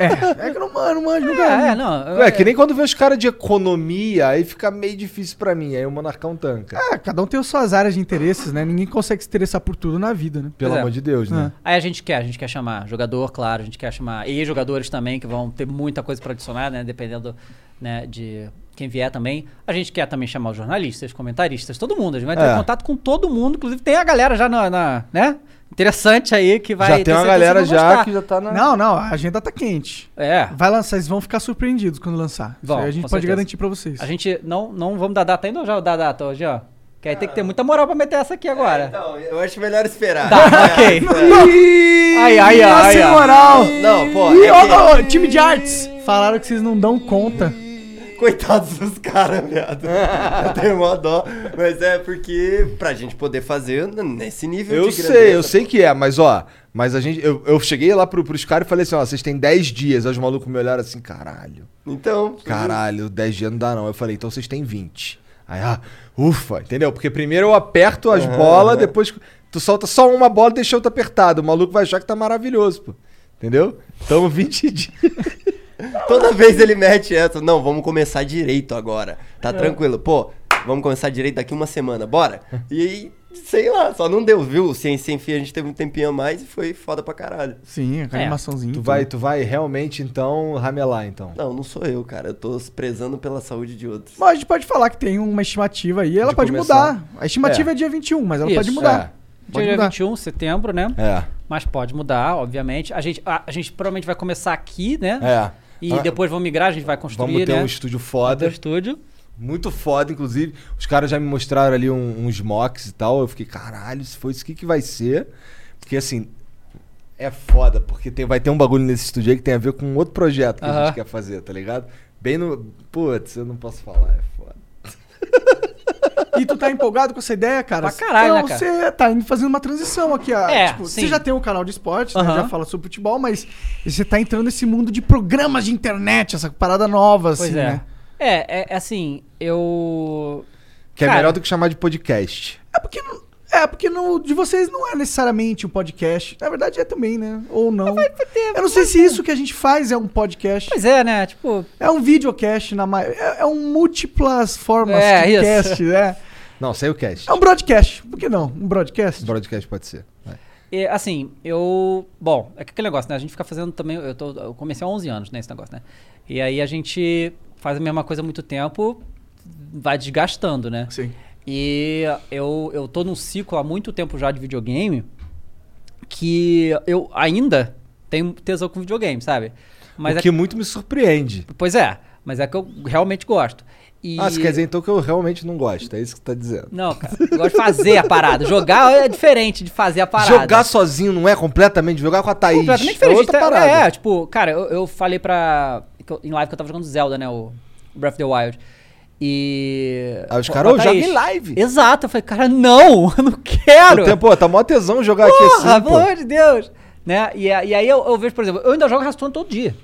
É, é que eu não mano, mano, nunca. É, é, não. Ué, que nem quando vem os caras de economia, aí fica meio difícil pra mim. Aí o Monarcão tanca. Ah, cada um tem as suas áreas de interesses, né? Ninguém consegue se interessar por tudo na vida, né? Pelo Pois é. amor de Deus, né? Aí a gente quer, a gente quer chamar jogador, claro, a gente quer chamar ex-jogadores também, que vão ter muita coisa pra adicionar, né? Dependendo né, de quem vier também. A gente quer também chamar os jornalistas, comentaristas, todo mundo. A gente vai ter É. contato com todo mundo, inclusive tem a galera já na. na- né? Interessante aí que vai. já tem tenho uma certeza galera que vão já gostar. que já tá na. Não, não, a agenda tá quente. É. Vai lançar, vocês vão ficar surpreendidos quando lançar. Isso Vão, aí a com gente pode certeza. garantir pra vocês. A gente não, não vamos dar data ainda ou já dá data hoje, ó? Que aí tem que ter muita moral pra meter essa aqui É, agora. Então, eu acho melhor esperar. Tá, ok. Ai, ai, ai, Nossa, ai, sem ai. moral! Não, pô. Ih, é ó, que- ó, ó, time de artes! Falaram que vocês não dão conta. Coitados dos caras, viado. Eu tenho mó dó. Mas é porque, pra gente poder fazer n- nesse nível Eu de sei, grandeza, eu sei que é, mas ó, mas a gente. Eu, eu cheguei lá pro, pros caras e falei assim, ó, vocês têm 10 dias. Aí os malucos me olharam assim, caralho, Então, caralho, 10 dias não dá não. Eu falei, então vocês têm 20. Aí, ah, ufa, entendeu? Porque primeiro eu aperto as bolas, depois tu solta só uma bola e deixa outra apertada. O maluco vai achar que tá maravilhoso, pô. Entendeu? Então 20 dias. toda vez ele mete essa. Não, vamos começar direito agora. Tá tranquilo. Pô, vamos começar direito daqui uma semana, bora? E aí, sei lá, só não deu, viu? Ciência Sem Fim, a gente teve um tempinho a mais e foi foda pra caralho. Sim, a É. animaçãozinha. Tu vai, tu vai realmente então ramelar então. Não, não sou eu, cara. Eu tô se prezando pela saúde de outros. Mas a gente pode falar que tem uma estimativa aí, ela De pode começar. mudar. A estimativa é. dia 21, mas ela Isso, é. pode mudar. Pode Dia mudar. 21 de setembro, né? É. Mas pode mudar, obviamente. A gente, a, a gente provavelmente vai começar aqui, né? É. E Ah, depois vamos migrar, a gente vai construir, Vamos ter né? um estúdio Vai ter um foda. estúdio. Muito foda, inclusive. Os caras já me mostraram ali um- uns mocks e tal. Eu fiquei, caralho, se for isso, o que, que vai ser? Porque assim, é foda, porque tem, vai ter um bagulho nesse estúdio aí que tem a ver com outro projeto que a Aham. gente quer fazer, tá ligado? Bem no. Putz, eu não posso falar, é foda. E tu tá empolgado com essa ideia, cara? Pra caralho, então, né, cara? você tá indo fazendo uma transição aqui. ó. É, Tipo, sim. Você já tem um canal de esporte, né, Aham. já fala sobre futebol, mas você tá entrando nesse mundo de programas de internet, essa parada nova, assim, Pois é. né? é. É, é assim, eu. Que é Cara. melhor do que chamar de podcast. É porque não- É, porque no, de vocês não é necessariamente um podcast. Na verdade é também, né? Ou não. ter, Eu não sei se isso que a gente faz é um podcast. Pois é, né? Tipo, É um videocast na ma- é, é um múltiplas formas É, de isso. cast, né? Não, sem o cast. É um broadcast. Por que não? Um broadcast? Broadcast pode ser. Vai. E, assim, eu. Bom, é que aquele negócio, né? A gente fica fazendo também. Eu, tô, eu comecei há 11 anos, né? Esse negócio, né? E aí a gente faz a mesma coisa há muito tempo, vai desgastando, né? Sim. E eu, eu tô num ciclo há muito tempo já de videogame que eu ainda tenho tesão com videogame, sabe? Mas o é que muito me surpreende. Pois é, mas é que eu realmente gosto. E... Ah, você quer dizer então que eu realmente não gosto, é isso que você tá dizendo. Não, cara, eu gosto de fazer a parada. Jogar é diferente de fazer a parada. Jogar sozinho não é completamente jogar com a Thaís. completamente é diferente. outra Tá- parada. É, tipo, cara, eu, eu falei pra. que eu- Em live que eu tava jogando Zelda, né? O Breath of the Wild. E. Aí Ah, os Pô, caras, ô, Thaís. joga em live. Exato. Eu falei, cara, não, eu não quero. O tempo, pô, tá mó tesão jogar Porra, aqui assim, pelo pô. amor de Deus. Né? E, a- e aí eu, eu vejo, por exemplo, eu ainda jogo Rastone todo dia.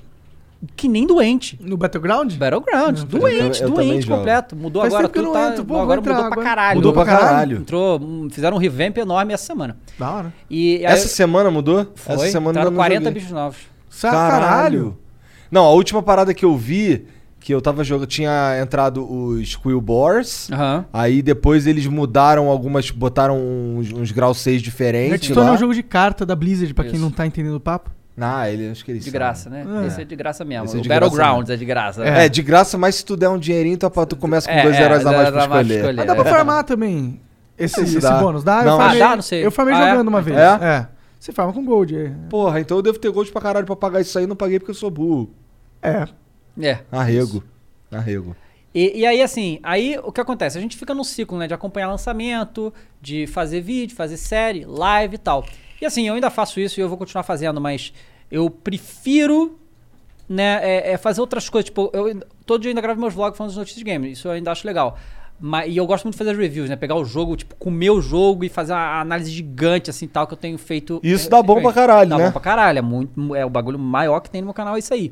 Que nem doente. No Battleground? Battlegrounds, doente, eu também doente jogo. completo. Mudou Faz agora, tempo que eu tudo não tá, entro, pô, agora vou entrar mudou pra agora. caralho. Mudou pra caralho. Entrou, hum, fizeram um revamp enorme essa semana. Da hora. E aí Essa semana mudou? foi, Essa semana entraram ainda não 40 joguei. bichos novos. Sa- Caralho. Não, a última parada que eu vi, que eu tava jogando, tinha entrado os Quill Bores. Aham. Aí depois eles mudaram algumas, botaram uns, uns graus 6 diferentes Redstone é lá. um jogo de carta da Blizzard, pra quem Isso. É. não tá entendendo o papo. Ah, ele, acho que eles De são. graça, né? É. Esse é de graça mesmo. Esse é o de graça Battlegrounds é de graça. É. de graça, mas se tu der um dinheirinho, tu, apa- tu começa É, com dois heróis a mais pra escolher. Mas dá pra farmar também esse, Isso esse dá. bônus. Dá? Não, eu acho- farmei, Ah, dá? Não sei. Eu farmei Ah, é? jogando uma vez. É? É. Você farma com gold. É. Porra, então eu devo ter gold pra caralho pra pagar isso aí, não paguei porque eu sou burro. é. É. Arrego. Arrego. E, e aí, assim, aí o que acontece? A gente fica num ciclo, né? De acompanhar lançamento, de fazer vídeo, fazer série, live e tal. E assim, eu ainda faço isso e eu vou continuar fazendo, mas eu prefiro, né, é, é fazer outras coisas. Tipo, eu ainda- todo dia eu ainda gravo meus vlogs falando das notícias de games. Isso eu ainda acho legal. Mas, e eu gosto muito de fazer reviews, né? Pegar o jogo, tipo, comer o jogo e fazer uma análise gigante, assim, tal, que eu tenho feito. é, Isso dá bom pra caralho, dá né? Bom pra caralho, é, muito, é o bagulho maior que tem no meu canal, é isso aí.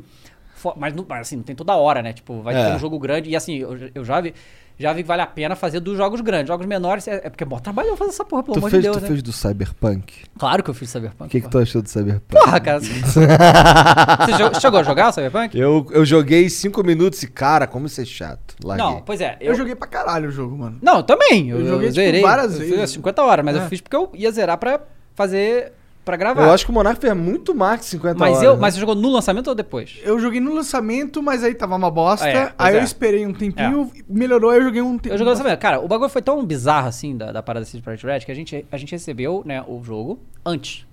Fo- Mas, não- mas, assim, não tem toda hora, né? Tipo, vai É. ter um jogo grande. E assim, eu, eu já vi. Já vi que vale a pena fazer dos jogos grandes. Jogos menores é, é porque é bom trabalho fazer essa porra, pelo Tu, amor fez, de Deus, tu né? fez do Cyberpunk? Claro que eu fiz Cyberpunk. O que, que tu porra. achou do Cyberpunk? Porra, cara. assim, Você jo- chegou a jogar o Cyberpunk? Eu, eu joguei cinco minutos e, cara, como isso é chato. Larguei. Não, pois é. Eu... joguei pra caralho o jogo, mano. Não, eu também. Eu, Eu joguei, eu tipo, zerei. várias eu fiz vezes. 50 horas, mas É. eu fiz porque eu ia zerar pra fazer. pra gravar. Eu acho que o Monark fez muito mais que 50 mas horas. eu, né? mas você jogou no lançamento ou depois? Eu joguei no lançamento, mas aí tava uma bosta. Ah, é, pois aí eu é. esperei um tempinho, melhorou, aí eu joguei um tempo. Eu joguei no lançamento. Cara, o bagulho foi tão bizarro assim da, da parada City Project Red que a gente, a gente recebeu, né, o jogo antes.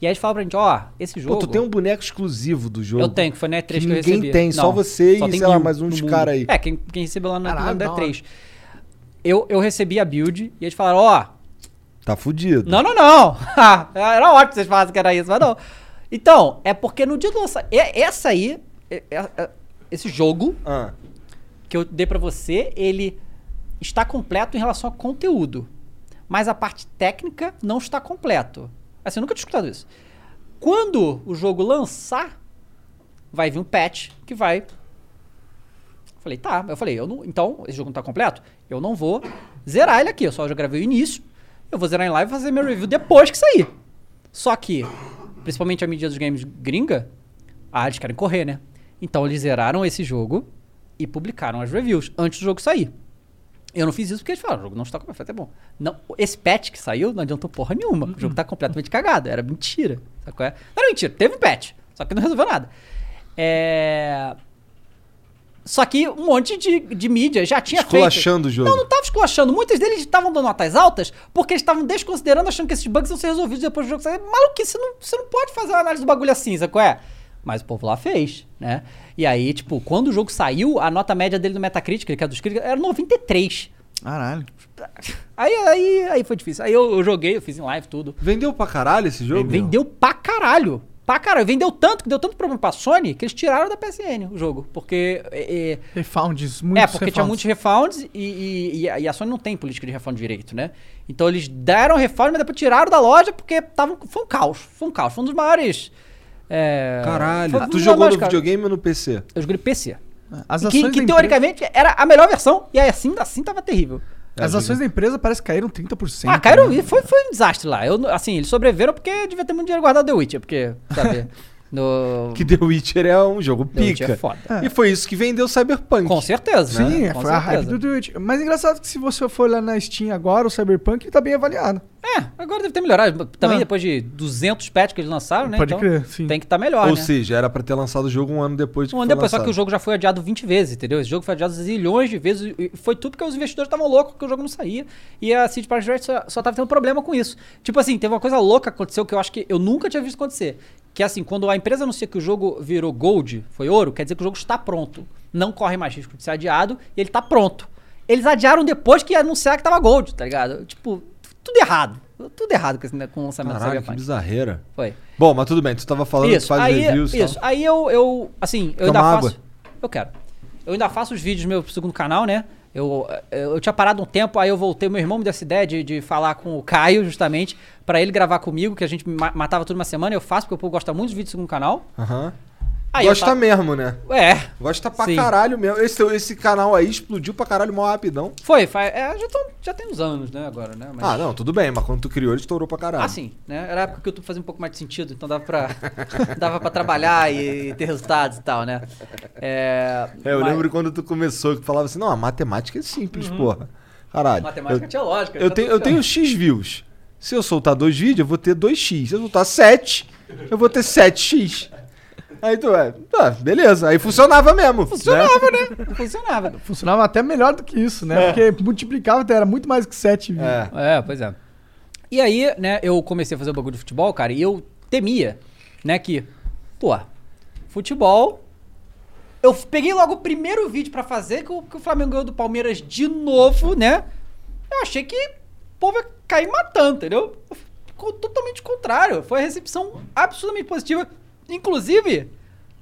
E aí eles falaram pra gente, ó, esse jogo. Pô, tu tem um boneco exclusivo do jogo. Eu tenho, que foi na E3 que, Que eu ninguém recebi. tem, só você e, tem sei lá, mil mais uns no mundo. cara aí. É, quem, quem recebeu lá na, Caralho, na da E3. Eu, eu recebi a build e eles falaram, ó, Tá fudido. não, não, não. Ah, era ótimo que vocês falassem que era isso, mas não. Então, é porque no dia do lançamento... Essa aí, é- é- é- esse jogo Ah, que eu dei pra você, ele está completo em relação ao conteúdo. Mas a parte técnica não está completo. Assim, eu nunca tinha escutado isso. Quando o jogo lançar, vai vir um patch que vai. Falei, tá. Eu falei, eu não. Então, esse jogo não tá completo? Eu não vou zerar ele aqui. Eu só já gravei o início. Eu vou zerar em live e fazer meu review depois que sair. Só que, principalmente a mídia dos games gringa, ah, eles querem correr, né? Então eles zeraram esse jogo e publicaram as reviews antes do jogo sair. Eu não fiz isso porque eles falaram, o jogo não está completo, é bom. Não, esse patch que saiu não adiantou porra nenhuma. O jogo tá completamente cagado, era mentira. Sabe qual é? Não era mentira, teve um patch, só que não resolveu nada. É... Só que um monte de, de mídia já tinha feito... Esculachando o jogo. Não, não tava esculachando. Muitos deles estavam dando notas altas porque eles estavam desconsiderando, achando que esses bugs iam ser resolvidos depois do jogo sair. Maluquice, você não, você não pode fazer uma análise do bagulho assim, sabe qual é? Mas o povo lá fez, né? E aí, tipo, quando o jogo saiu, a nota média dele no Metacritic, que é dos críticos, era 93. Caralho. Aí, aí, aí foi difícil. Aí eu, eu joguei, eu fiz em live tudo. Vendeu pra caralho esse jogo? Vendeu pra caralho. Pra caralho. Vendeu tanto, que deu tanto problema pra Sony, que eles tiraram da PSN o jogo. Porque... é, é, Refounds, muitos é, porque tinha refounds. muitos refunds e, e, e a- e a Sony não tem política de refund direito, né? Então eles deram refund, mas depois tiraram da loja porque tava, foi um caos. Foi um caos. Foi um dos maiores. é, Caralho. foi um tu dos jogou maiores, no cara. videogame ou no PC? Eu joguei no PC. As que ações que da teoricamente era a melhor versão e aí assim, assim tava terrível. As ações da empresa parece que caíram 30%. Ah, caíram. né? Foi, foi um desastre lá. Eu, assim, eles sobreviveram porque devia ter muito dinheiro guardado The Witcher, porque, sabe? no... Que The Witcher é um jogo The Witcher pica. é foda. E foi isso que vendeu Cyberpunk. Com certeza. Sim, né? é, Com foi a hype certeza. do Duty. Mas é engraçado que se você for lá na Steam agora, o Cyberpunk, ele tá bem avaliado. É, agora deve ter melhorado. Também Ah. depois de 200 patches que eles lançaram, né? Pode então crer, sim. tem que estar melhor, Ou né? seja, era pra ter lançado o jogo um ano depois do Um ano foi depois, só lançado. que o jogo já foi adiado 20 vezes, entendeu? Esse jogo foi adiado zilhões de vezes. e Foi tudo porque os investidores estavam loucos, porque o jogo não saía. E a City Project Red só, só tava tendo problema com isso. Tipo assim, teve uma coisa louca que aconteceu que eu acho que eu nunca tinha visto acontecer. Que assim, quando a empresa anuncia que o jogo virou gold, foi ouro, quer dizer que o jogo está pronto. Não corre mais risco de ser adiado e ele tá pronto. Eles adiaram depois que ia anunciar que tava gold, tá ligado? Tipo, t- tudo errado. Tudo errado com, esse, com o lançamento do Caralho, que é Cyberpunk. bizarreira. Foi. Bom, mas tudo bem, tu tava falando que Isso, faz aí, é reviews e tal. isso. aí eu, eu assim, eu Toma ainda água. faço. Eu quero. Eu ainda faço os vídeos do meu segundo canal, né? Eu, eu tinha parado um tempo, aí eu voltei. Meu irmão me deu essa ideia de, de falar com o Caio, justamente, pra ele gravar comigo, que a gente ma- matava tudo uma semana. Eu faço, porque o povo gosta muito dos vídeos do segundo canal. Aham. Aí eu Gosta fa- mesmo, né? É, Gosta pra Sim. caralho mesmo. Esse, esse canal aí explodiu pra caralho mó rapidão. foi. fa- é, já, tão- já tem uns anos, né? Agora, né? Mas- Ah, tá. não, tudo bem, mas quando tu criou, ele estourou pra caralho. Ah, sim, né? Era a época que o YouTube fazia um pouco mais de sentido, então dava pra, dava pra trabalhar e ter resultados e tal, né? É, É, eu mas- Uhum. lembro quando tu começou, que tu falava assim, não, a matemática é simples, porra. Caralho. Matemática eu, tinha lógica. eu tá tenho, tudo eu tenho X views. Se eu soltar dois vídeos, eu vou ter 2x. Se eu soltar 7, eu vou ter 7x. Aí tu é, ah, beleza. Aí funcionava mesmo. Funcionava, né? certo. Funcionava. Funcionava até melhor do que isso, né? Porque multiplicava, até era muito mais que 7. viu? É. É, pois é. E aí, né, eu comecei a fazer o bagulho de futebol, cara, e eu temia, né, que, pô, futebol. Eu f- peguei logo o primeiro vídeo pra fazer, que o, que o Flamengo ganhou do Palmeiras de novo, né? Eu achei que o povo ia cair matando, entendeu? Ficou totalmente contrário. Foi a recepção absolutamente positiva. Inclusive,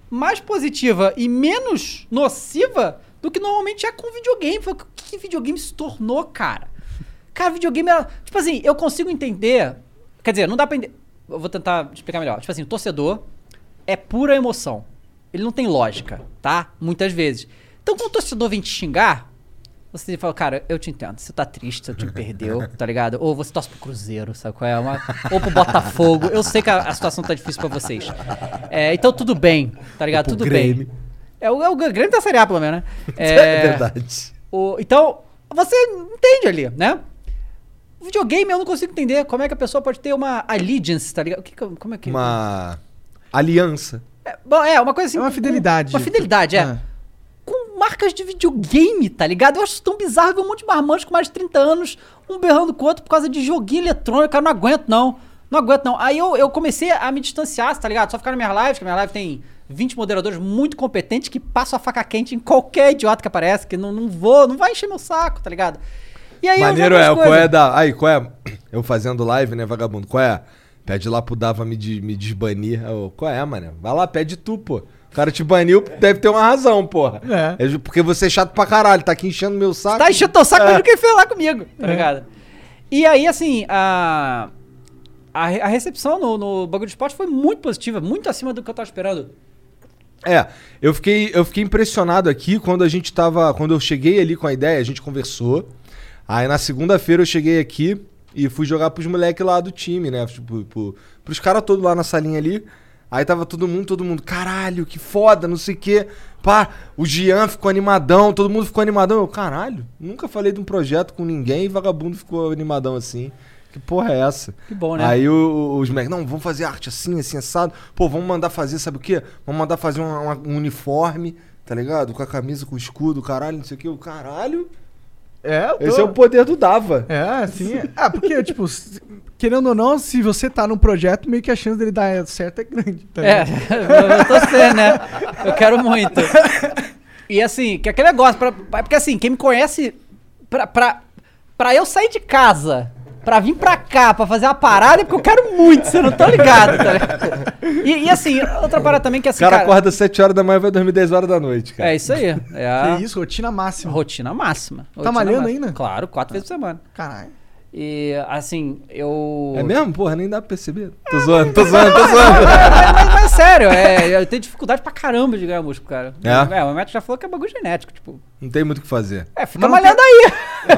mais positiva e menos nociva do que normalmente é com videogame. Foi o que, que videogame se tornou, cara. Cara, videogame era. Tipo assim, eu consigo entender. Quer dizer, não dá pra entender. Eu vou tentar explicar melhor. Tipo assim, o torcedor é pura emoção. Ele não tem lógica, tá? Muitas vezes. Então, quando o torcedor vem te xingar, você fala, cara, eu te entendo. Você tá triste, você te perdeu, tá ligado? Ou você torce pro Cruzeiro, sabe qual é? Uma- Ou pro Botafogo. Eu sei que a, a situação tá difícil pra vocês. É, então, tudo bem, tá ligado? Ou pro Tudo Grêmio. bem. É o, é o Grêmio da Série A, pelo menos, né? É, verdade. O- então, você entende ali, né? O videogame eu não consigo entender como é que a pessoa pode ter uma allegiance, tá ligado? O que que eu- como é que. Uma aliança. É, bom, é, uma coisa assim. É uma com- fidelidade. Uma fidelidade, é. Ah. Com marcas de videogame, tá ligado? Eu acho isso tão bizarro ver um monte de marmanjos com mais de 30 anos, um berrando com o outro por causa de joguinho eletrônico. Cara, não aguento não. Não aguento não. Aí eu, eu comecei a me distanciar, tá ligado? Só ficar na minha live, que a minha live tem 20 moderadores muito competentes que passam a faca quente em qualquer idiota que aparece, que não, não vou, não vai encher meu saco, tá ligado? E aí eu Maneiro jogo é, as qual é coisas. da. Aí, qual é? Eu fazendo live, né, vagabundo? Qual é? Pede lá pro Dava me, de- me desbanir. Eu, qual é, mano? Vai lá, pede tu, pô. O cara te baniu, deve ter uma razão, porra. É. ju- porque você é chato pra caralho, tá aqui enchendo meu saco. Tá enchendo teu É. saco, mas não quer fez lá comigo, tá ligado? E aí, assim, a, a, re- a recepção no, no bagulho de esporte foi muito positiva, muito acima do que eu tava esperando. É, eu fiquei, eu fiquei impressionado aqui quando a gente tava. Quando eu cheguei ali com a ideia, a gente conversou. Aí na segunda-feira eu cheguei aqui e fui jogar pros moleques lá do time, né? Tipo, pro, pros caras todos lá na salinha ali. Aí tava todo mundo, todo mundo, caralho, que foda, não sei o quê. Pá, o Gian ficou animadão, todo mundo ficou animadão. Eu, caralho, nunca falei de um projeto com ninguém e vagabundo ficou animadão assim. Que porra é essa? Que bom, né? Aí o- o- os moleques, não, vamos fazer arte assim, assim, assado. Pô, vamos mandar fazer, sabe o quê? Vamos mandar fazer uma- uma- um uniforme, tá ligado? Com a camisa, com o escudo, caralho, não sei o quê. O caralho. É, eu tô- Esse é o poder do Dava. É, sim. é. Ah, porque, tipo, s- querendo ou não, se você tá num projeto, meio que a chance dele dar certo é grande. Tá É, ligado? eu tô sendo, né? Eu quero muito. E assim, que é aquele negócio, pra, pra- porque assim, quem me conhece, pra, pra, pra eu sair de casa, pra vir pra cá, pra fazer uma parada, é porque eu quero muito, você não tá ligado, tá ligado? E, e, assim, outra parada também que O assim, cara, acorda 7 horas da manhã e vai dormir 10 horas da noite, cara. É isso aí. É a Que isso, rotina máxima. rotina máxima. rotina malhando máxima. ainda? Ah. Claro, quatro vezes por semana. Caralho. E assim, eu. É mesmo? Porra, nem dá pra perceber. Tô zoando, tô zoando, tô zoando. É, mas, mas- mas sério, é, eu tenho dificuldade pra caramba de ganhar músculo, cara. É? o médico já falou que é bagulho genético, tipo. Não tem muito o que fazer. É, fica Mas não malhando aí,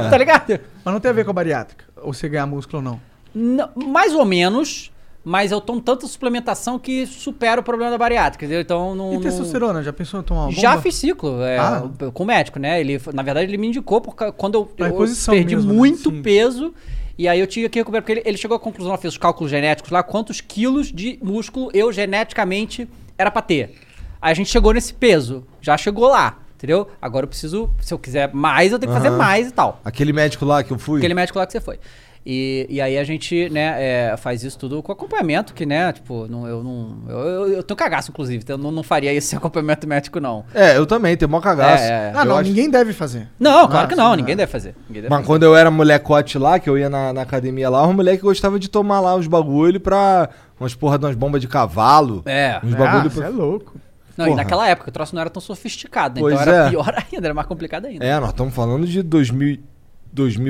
tá ligado? Mas não tem a ver com a bariátrica. Ou você ganhar músculo ou não. Não, mais ou menos, mas eu tomo tanta suplementação que supera o problema da bariátrica, entendeu? Então não. E não- testosterona? Já pensou em tomar uma bomba? Já fiz ciclo, é, Ah. com o médico, né? Ele, na verdade, ele me indicou por ca- quando eu, Pra eu reposição perdi mesmo, né? muito Sim. peso. E aí eu tinha que recuperar, porque ele, ele chegou à conclusão, ela fez os cálculos genéticos lá, quantos quilos de músculo eu geneticamente era pra ter. Aí a gente chegou nesse peso, já chegou lá, entendeu? Agora eu preciso, se eu quiser mais, eu tenho que fazer Aham. mais e tal. Aquele médico lá que eu fui. Aquele médico lá que você foi. E, e aí a gente, né, é, faz isso tudo com acompanhamento, que, né, tipo, não, eu não. Eu, eu, eu tenho cagaço, inclusive, então eu não, não faria isso sem acompanhamento médico, não. É, eu também, tem mó cagaço. É, é, é. Ah, Eu não, acho- ninguém deve fazer. Não, claro que sim, não, é. ninguém deve fazer. Ninguém deve Mas quando eu era molecote lá, que eu ia na, na academia lá, um moleque gostava de tomar lá uns bagulho pra. Umas porra de umas bombas de cavalo. É. Uns Ah, bagulho você pra. é louco. Não, e Porra. naquela época o troço não era tão sofisticado, né? Pois então era é. pior ainda, era mais complicado ainda. É, nós estamos falando de 2000,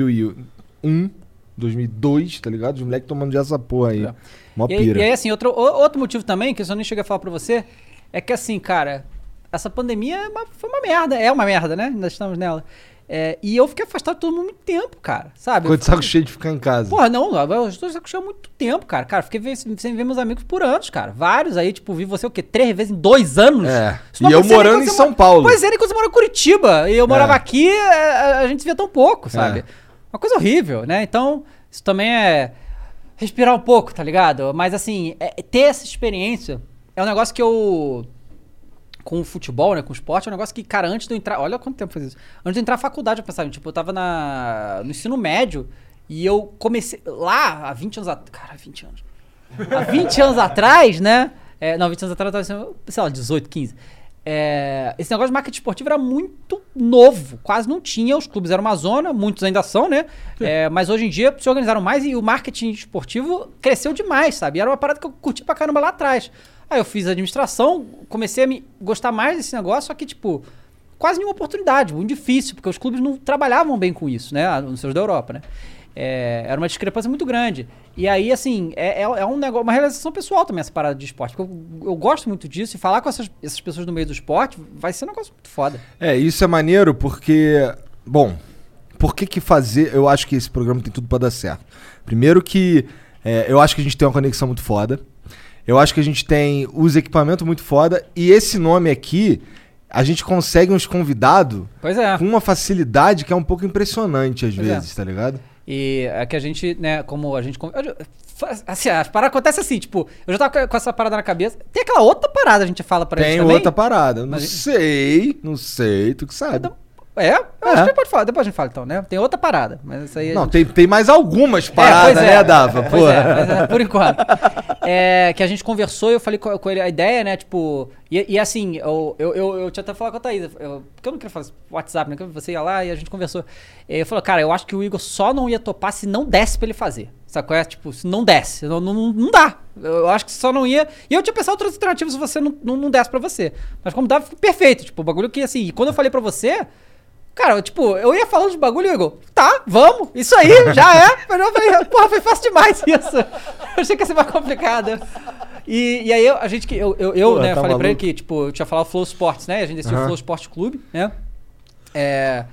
2001, 2002, tá ligado? Os moleques tomando de essa porra aí. É. Mó E, aí- pira. e aí, assim, outro, o- outro motivo também, que eu só nem cheguei a falar pra você, é que assim, cara, essa pandemia é uma- foi uma merda, é uma merda, né? Nós estamos nela. É, e eu fiquei afastado de todo mundo muito tempo, cara, sabe? Ficou Eu de saco cheio de ficar em casa. Porra, não, eu estou de saco cheio há muito tempo, cara. Cara, fiquei ve- sem ver meus amigos por anos, cara. Vários aí, tipo, vi você o quê? Três vezes em dois anos? É. Isso não E eu acontecia nem morando em quando você São mora- Paulo. Pois é, nem quando você mora em Curitiba. E eu morava aqui, é, a, a gente se via tão pouco, sabe? É. Uma coisa horrível, né? Então, isso também é respirar um pouco, tá ligado? Mas assim, é- é ter essa experiência é um negócio que eu com o futebol, né, com o esporte, é um negócio que, cara, antes de eu entrar, olha quanto tempo faz isso. Antes de eu entrar na faculdade, eu pensava, tipo, eu tava na no ensino médio e eu comecei lá há 20 anos atrás, cara, 20 anos. Há 20 anos atrás, né? É, não, 20 anos atrás eu tava, assim, sei lá, 18, 15. É, esse negócio de marketing esportivo era muito novo, quase não tinha. Os clubes eram uma zona, muitos ainda são, né? É, mas hoje em dia se organizaram mais e o marketing esportivo cresceu demais, sabe? E era uma parada que eu curti pra caramba lá atrás. Aí eu fiz administração, comecei a me gostar mais desse negócio, só que, tipo, quase nenhuma oportunidade, muito difícil, porque os clubes não trabalhavam bem com isso, né? Nos seus da Europa, né? É, era uma discrepância muito grande. E aí, assim, é, é- é um negócio, uma realização pessoal também essa parada de esporte. Porque eu, eu gosto muito disso e falar com essas, essas pessoas do meio do esporte vai ser um negócio muito foda. É, isso é maneiro porque, bom, por que que fazer? Eu acho que esse programa tem tudo pra dar certo. Primeiro que é, eu acho que a gente tem uma conexão muito foda. Eu acho que a gente tem os equipamentos muito foda e esse nome aqui a gente consegue uns convidados Pois é. com uma facilidade que é um pouco impressionante às Pois é. vezes, tá ligado? E é que a gente, né, como a gente. con- eu- faz- Assim, as paradas acontecem assim, tipo, eu já tava com- com essa parada na cabeça. Tem aquela outra parada a gente fala pra tem eles também. outra parada, não Mas a gente- sei, não sei, tu que sabe. Então, É, eu acho É. que pode falar, depois a gente fala então, né? Tem outra parada, mas isso aí. a Não, gente- tem, tem mais algumas É, pois paradas, é. né, Dava? Pois Pô. é, mas é, por enquanto. É, que a gente conversou e eu falei co- com ele a ideia, né? Tipo. E, e assim, eu, eu, eu, eu tinha até falado com a Thaís, eu, porque eu não queria falar WhatsApp, né? que Você ia lá e a gente conversou. E eu falei, cara, eu acho que o Igor só não ia topar se não desse pra ele fazer. Sabe qual é? Tipo, se não desse. Não, não, não dá. Eu eu acho que só não ia. E eu tinha pensado outras alternativas se você não, não, não desse pra você. Mas como dava, ficou perfeito. Tipo, o bagulho que assim. E quando eu falei pra você. Cara, eu, tipo, eu ia falando de bagulho, Igor. Tá, vamos, isso aí, já é. Mas eu falei, porra, foi fácil demais isso. Eu achei que ia ser mais complicado. E, e aí eu- a gente que. Eu, eu, eu, Porra, né, tá falei pra ele maluco. que, tipo, eu tinha falado Flow Sports, né? A gente decidiu Aham. Flow Sports Clube, né? É.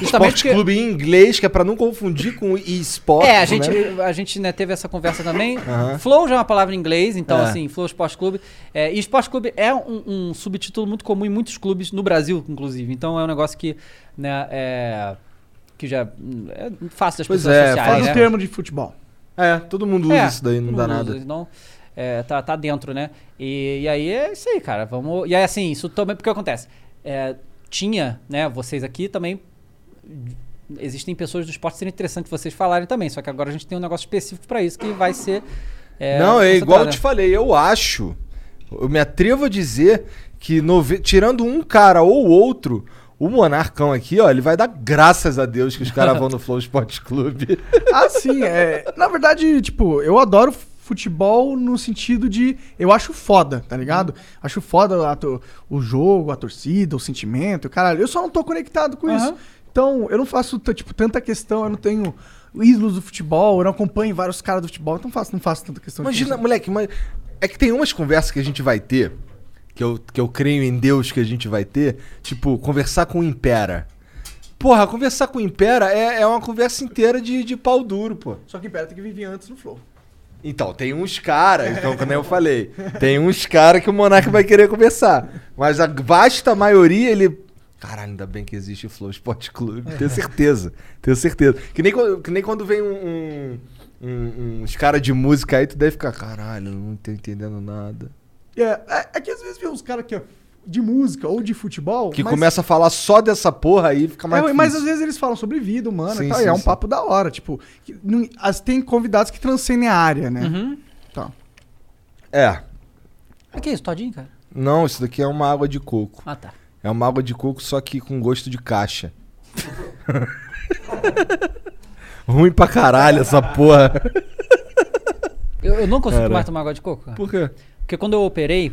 Justamente Esporte porque- Clube em inglês, que é pra não confundir com esporte. é, a gente, né? a gente né, teve essa conversa também. Aham. Flow já é uma palavra em inglês, então, É. assim, Flow Esporte Clube. É, e Esporte Clube é um, um subtítulo muito comum em muitos clubes, no Brasil, inclusive. Então é um negócio que, né, é, que já hum, é fácil das Pois pessoas é, associarem. faz Faz né? um termo de futebol. É, todo mundo usa É, isso daí, não todo dá mundo nada. usa, Então, é, tá, tá dentro, né? E, e aí é isso aí, cara. Vamos. E aí, assim, isso também porque acontece. É, tinha, né, vocês aqui também. Existem pessoas do esporte seria interessante vocês falarem também, só que agora a gente tem um negócio específico pra isso que vai ser. não, é igual eu te de falei, eu acho, eu me atrevo a dizer que nove- tirando um cara ou outro, o Monarcão aqui, ó, ele vai dar graças a Deus que os caras vão no Flow Esporte Clube. Ah, sim. É, na verdade, tipo, eu adoro futebol no sentido de. Eu acho foda, tá ligado? Acho foda a to- o jogo, a torcida, o sentimento, caralho. Eu só não tô conectado com Aham. isso. Então, eu não faço, t- tipo, tanta questão, eu não tenho ídolos do futebol, eu não acompanho vários caras do futebol, então faço, não faço tanta questão Imagina, de moleque, mas é que tem umas conversas que a gente vai ter, que eu, que eu creio em Deus que a gente vai ter, tipo, conversar com o Impera. Porra, conversar com o Impera é, é uma conversa inteira de, de pau duro, pô. Só que pera, tem que viver antes no flow. Então, tem uns caras, então, como eu falei, tem uns caras que o Monark vai querer conversar. Mas a vasta maioria, ele. Caralho, ainda bem que existe o Flow Sport Clube. Tenho certeza. Tenho certeza. Que nem, quando- que nem quando vem um, um- um- uns caras de música aí, tu deve ficar, caralho, não tô entendendo nada. É, é, é que às vezes vê uns caras que ó, de música ou de futebol. Que mas- começa a falar só dessa porra aí, fica mais. É, mas às difícil. vezes eles falam sobre vida humana Sim, e tal, e sim, é um sim. papo da hora. Tipo, que não- as- tem convidados que transcendem a área, né? Uhum. Tá. É. O que é isso, todinho, cara? Não, isso daqui é uma água de coco. Ah, tá. É uma água de coco, só que com gosto de caixa. Ruim pra caralho essa porra. Eu, eu não consigo Cara. mais tomar água de coco, cara. Por quê? Porque quando eu operei,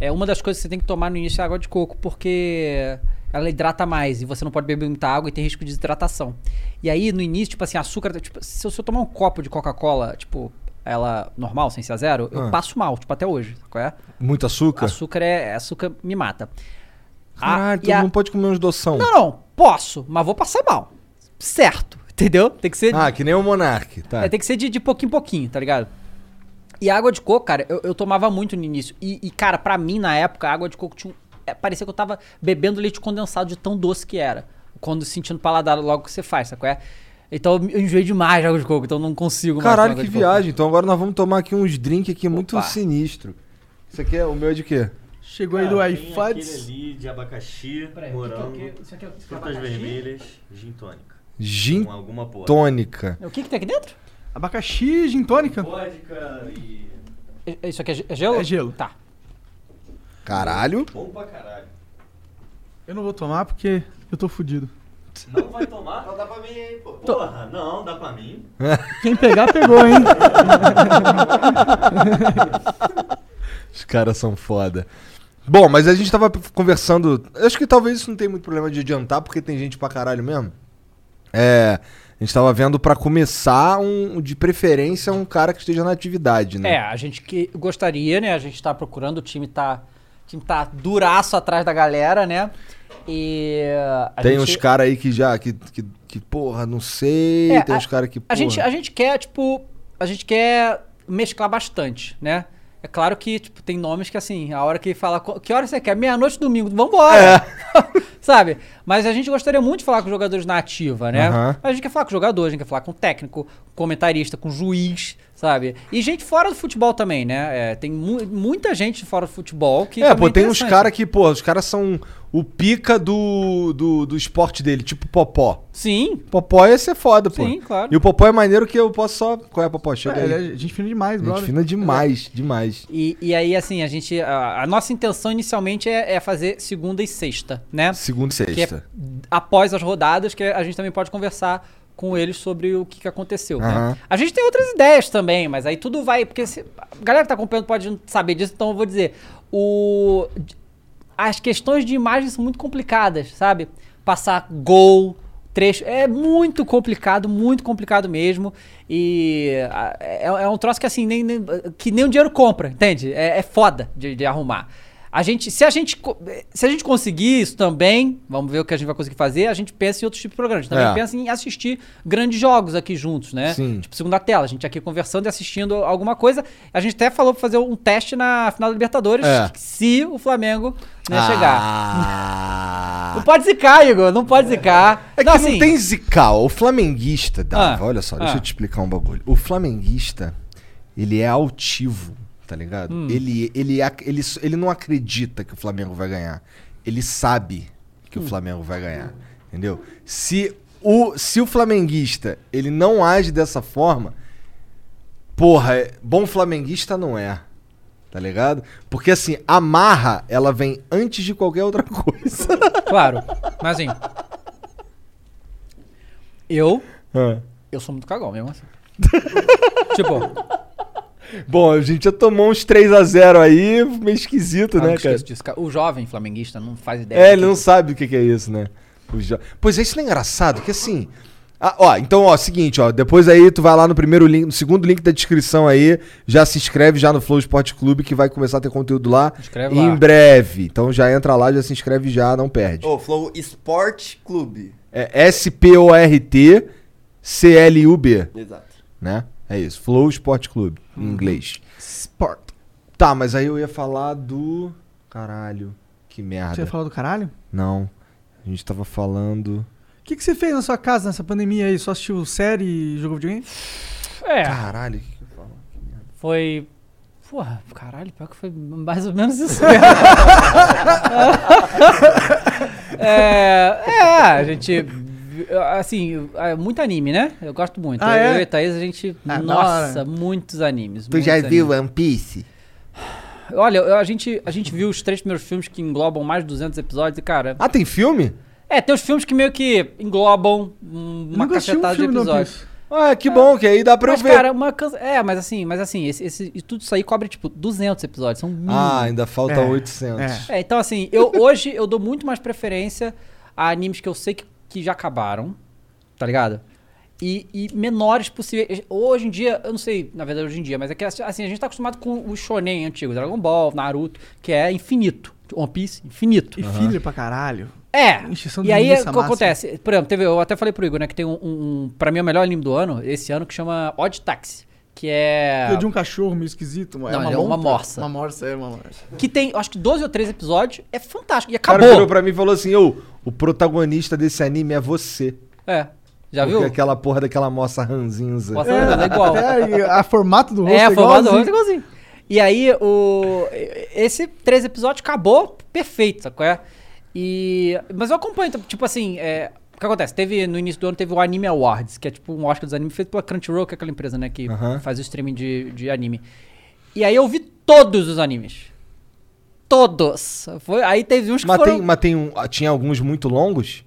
é uma das coisas que você tem que tomar no início é água de coco, porque ela hidrata mais e você não pode beber muita água e tem risco de desidratação. E aí, no início, tipo assim, açúcar. Tipo, se eu, se eu tomar um copo de Coca-Cola, tipo, ela normal, sem ser a zero, eu Ah. passo mal, tipo, até hoje. Qual é? Muito açúcar? Ah, Açúcar é. Açúcar me mata. A- Caralho, e tu a- não pode comer uns doção. Não, não, posso, mas vou passar mal. Certo, entendeu? Tem que ser Ah, que nem o Monark, tá. é, tem que ser de, de pouquinho em pouquinho, tá ligado? E a água de coco, cara, eu, eu tomava muito no início. E, e, cara, pra mim, na época, a água de coco tinha um- é, parecia que eu tava bebendo leite condensado de tão doce que era. Quando sentindo paladar logo que você faz, sabe qual é? Então eu enjoei demais de água de coco, então eu não consigo mais Caralho, tomar água que de coco. viagem. Então agora nós vamos tomar aqui uns drinks aqui muito Opa. sinistro. Isso aqui é o meu é de quê? Chegou aí do iFuds. Ah, ali de abacaxi, Peraí, o morango, que que- isso aqui é o que- frutas abacaxi? vermelhas, gin tônica. Gin Com alguma porra. tônica. O que que tem aqui dentro? Abacaxi, gin tônica. Vodka e... É- é Isso aqui é ge- é gelo? É gelo. Tá. Caralho. Bom pra caralho. Eu não vou tomar porque eu tô fudido. Não vai tomar? Não Então dá pra mim, hein, pô. Porra, não, dá pra mim. Quem pegar, pegou, hein? Os caras são foda. Bom, mas a gente tava conversando. eu Acho que talvez isso não tenha muito problema de adiantar, porque tem gente pra caralho mesmo. É. A gente tava vendo pra começar um. De preferência, um cara que esteja na atividade, né? É, a gente que gostaria, né? A gente tá procurando, o time tá. O time tá duraço atrás da galera, né? E. a Tem gente- uns caras aí que já. Que, que, que, porra, não sei. É, tem uns caras que. Porra, A gente, a gente quer, tipo, a gente quer mesclar bastante, né? É claro que, tipo, tem nomes que, assim, a hora que fala, "Co- que hora você quer? Meia-noite, domingo, vambora! É. Sabe? Mas a gente gostaria muito de falar com os jogadores na ativa, né? Aham. Mas A gente quer falar com o jogador, a gente quer falar com o técnico, com o comentarista, com o juiz, sabe? E gente fora do futebol também, né? É, tem mu- muita gente fora do futebol que. É, também pô, tem uns interessante. caras que, porra, os caras são o pica do, do, do esporte dele, tipo Popó. Sim, Popó ia ser foda, pô. Sim, claro. E o Popó é maneiro que eu posso só. Qual é, Popó? Chega É, aí. ele é gente fina demais, Gente brother. fina demais, demais. E, e aí, assim, a gente. A, a nossa intenção inicialmente é, é fazer segunda e sexta, né? Segunda e Que é sexta. após as rodadas, que a gente também pode conversar com eles sobre o que, que aconteceu. né? Aham. A gente tem outras ideias também, mas aí tudo vai. Porque se, a galera que tá acompanhando pode não saber disso, então eu vou dizer. O, as questões de imagem são muito complicadas, sabe? Passar gol, trecho. É muito complicado, muito complicado mesmo. E a- é, é um troço que assim, nem, nem- que nem o dinheiro compra, entende? É, é foda de, de arrumar. A gente, se, a gente, co- se a gente conseguir isso também, vamos ver o que a gente vai conseguir fazer, a gente pensa em outros tipos de programas. Também É. pensa em assistir grandes jogos aqui juntos, né? Sim. Tipo, segunda tela, a gente aqui conversando e assistindo alguma coisa. A gente até falou pra fazer um teste na final da Libertadores, É. Ah. se o Flamengo né, chegar. Não chegar. pode zicar, Igor, não pode zicar. É que não, não assim, tem zical. O flamenguista, Dava, Ah, olha só, deixa ah. eu te explicar um bagulho. O flamenguista, ele é altivo, tá ligado? Hum. Ele, ele, ac- ele, s- ele não acredita que o Flamengo vai ganhar. Ele sabe que Hum. o Flamengo vai ganhar, entendeu? Se o, se o flamenguista, ele não age dessa forma, porra, é- bom flamenguista não é. Tá ligado? Porque assim, a marra, ela vem antes de qualquer outra coisa. Claro, mas assim. Eu. Eu sou muito cagão mesmo assim. tipo, Bom, a gente já tomou uns 3x0 aí, meio esquisito, eu não né, cara? esqueço disso, cara. O jovem flamenguista não faz ideia. É, do ele que- não sabe o que que é isso, né? O jo- Pois é, isso não é engraçado, porque assim, Ah, ó, então, ó, seguinte, ó. Depois aí tu vai lá no primeiro link, no segundo link da descrição aí, já se inscreve já no Flow Esporte Clube que vai começar a ter conteúdo lá Inscreve em lá. breve. Então já entra lá, já se inscreve já, não perde. Ô, Flow Sport Clube. É S-P-O-R-T C-L-U-B, Exato. né? É isso, Flow Esporte Clube, em Uhum. inglês. Sport. Tá, mas aí eu ia falar do... Caralho, que merda. Você ia falar do caralho? Não, a gente tava falando... O que, que você fez na sua casa nessa pandemia aí? Só assistiu série e jogou videogame? É, Caralho, o que que eu falo? foi. Porra, caralho, pior que foi mais ou menos isso. é, é, a gente. Assim, é muito anime, né? Eu gosto muito. Ah, é? Eu e a Thaís, a gente. Ah, da nossa, hora. muitos animes. Tu já muitos viu animes. One Piece? Olha, eu- a gente, a gente viu os três primeiros filmes que englobam mais de 200 episódios e, cara. Ah, tem filme? É, tem os filmes que meio que englobam hum, uma Nunca assisti um cacetada de filme do One episódios. Piece. Ah, que bom, que aí dá pra É. Mas, eu ver. cara, uma cansa... É, mas assim, mas assim, esse, esse- e tudo isso aí cobre, tipo, 200 episódios, são mil. Ah, ainda falta É, 800. é. É, então assim, eu hoje eu dou muito mais preferência a animes que eu sei que, que já acabaram, tá ligado? E, e menores possíveis. Hoje em dia, eu não sei, na verdade, hoje em dia, mas é que assim, a gente tá acostumado com o shonen antigo, Dragon Ball, Naruto, que é infinito. One Piece, infinito. E filho pra caralho. É. Encheção E de aí, linguiça o que máxima. acontece? Por exemplo, teve, eu até falei pro Igor, né, que tem um, um, um- pra mim, o melhor anime do ano, esse ano, que chama Odd Taxi. Que é. Eu de um cachorro meio esquisito. Não, ele é uma morsa. Uma morsa, é uma morsa. Que tem, acho que 12 ou 13 episódios. É fantástico. E O cara virou acabou. pra mim e falou assim: Ô, o protagonista desse anime é você. É. Já Porque viu? aquela porra daquela moça ranzinza. Nossa, é igual. Até a, a formato do rosto É, é, a formato do igualzinho. rosto é igualzinho. E aí, o, esse 13 episódios acabou perfeito, sacou? É? E, mas eu acompanho, então, tipo assim, é, o que acontece? Teve, no início do ano teve o Anime Awards, que é tipo um Oscar dos animes feito pela Crunchyroll, que é aquela empresa, né, que Aham. faz o streaming de, de anime. E aí eu vi todos os animes. Todos. Foi, aí teve uns que Mas, foram... tem, mas tem um, ah, tinha alguns muito longos?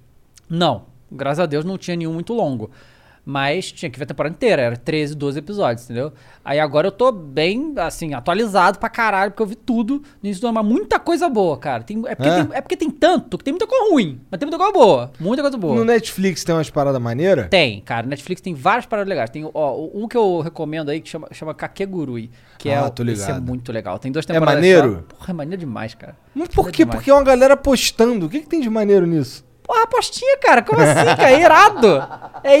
Não, graças a Deus não tinha nenhum muito longo. Mas tinha que ver a temporada inteira, era 13, 12 episódios, entendeu? Aí agora eu tô bem, assim, atualizado pra caralho, porque eu vi tudo no início do ano, mas muita coisa boa, cara. Tem- é, porque É? Tem, é porque tem tanto, que tem muita coisa ruim, mas tem muita coisa boa, muita coisa boa. No Netflix tem umas paradas maneiras? Tem, cara, Netflix tem várias paradas legais. Tem, ó, um que eu recomendo aí que chama, chama Kakegurui, que é, Ah, o- tô esse é ligado. muito legal. Tem duas É temporadas. maneiro? só. Porra, é maneiro demais, cara. Mas por quê? demais. Porque é uma galera postando. O que, que tem de maneiro nisso? Porra, apostinha, cara, como assim, cara? É irado. É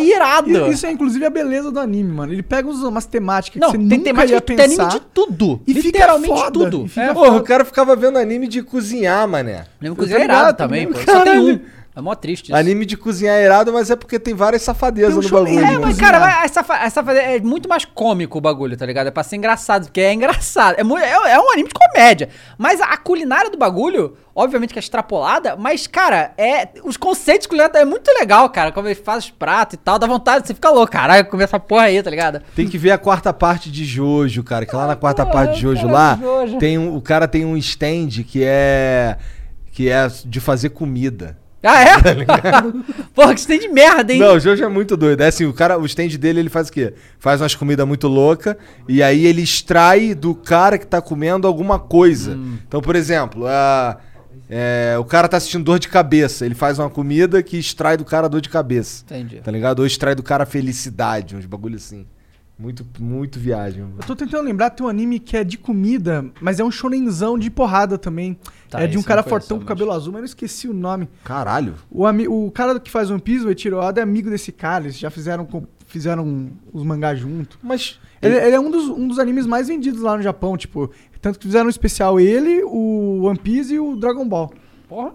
irado. E Isso é inclusive a beleza do anime, mano. Ele pega uns- umas temáticas Não, que você tem nunca temática ia que tem anime pensar. de tudo. E fica literalmente foda, tudo. e fica é. foda. Porra, o cara ficava vendo anime de cozinhar, mané. Lembro Eu que tô é irado ligado, também, pô. lembro, Só tem caralho. um. É mó triste isso. Anime de cozinhar é irado, mas é porque tem várias safadezas Tem um no bagulho. shonen, É, mas cara, né? vai- essa, fa- essa fa- é muito mais cômico o bagulho, tá ligado? É pra ser engraçado, porque é engraçado. É, mu- é- é um anime de comédia. Mas a culinária do bagulho, obviamente que é extrapolada, mas, cara, é, os conceitos culinários é muito legal, cara. Como ele faz os pratos e tal, dá vontade, de você fica louco, caralho, comer essa porra aí, tá ligado? Tem que ver a quarta parte de Jojo, cara. Que lá na quarta porra, parte de Jojo cara, lá, Jojo. tem um, o cara tem um stand que é que é de fazer comida. Ah, é? porra, que isso tem de merda, hein? Tá Não, o Jojo é muito doido. É assim, o cara, o stand dele, ele faz o quê? Faz umas comidas muito louca e aí ele extrai do cara que tá comendo alguma coisa. Hum. Então, por exemplo, a- é, o cara tá assistindo dor de cabeça. Ele faz uma comida que extrai do cara a dor de cabeça. Entendi. Tá ligado? Ou extrai do cara a felicidade, uns bagulho assim. Muito, muito viagem. Eu tô tentando lembrar, tem um anime que é de comida, mas é um shonenzão de porrada também. Tá, é de um esse eu cara não conheço, fortão com mas- cabelo azul, mas eu não esqueci o nome. Caralho. O, ami- o cara que faz One Piece, o Etiroada, é amigo desse cara. Eles já fizeram, com- fizeram os mangás junto. Mas Ele, ele é um dos, um dos animes mais vendidos lá no Japão, tipo. Tanto que fizeram um especial ele, o One Piece e o Dragon Ball. Porra.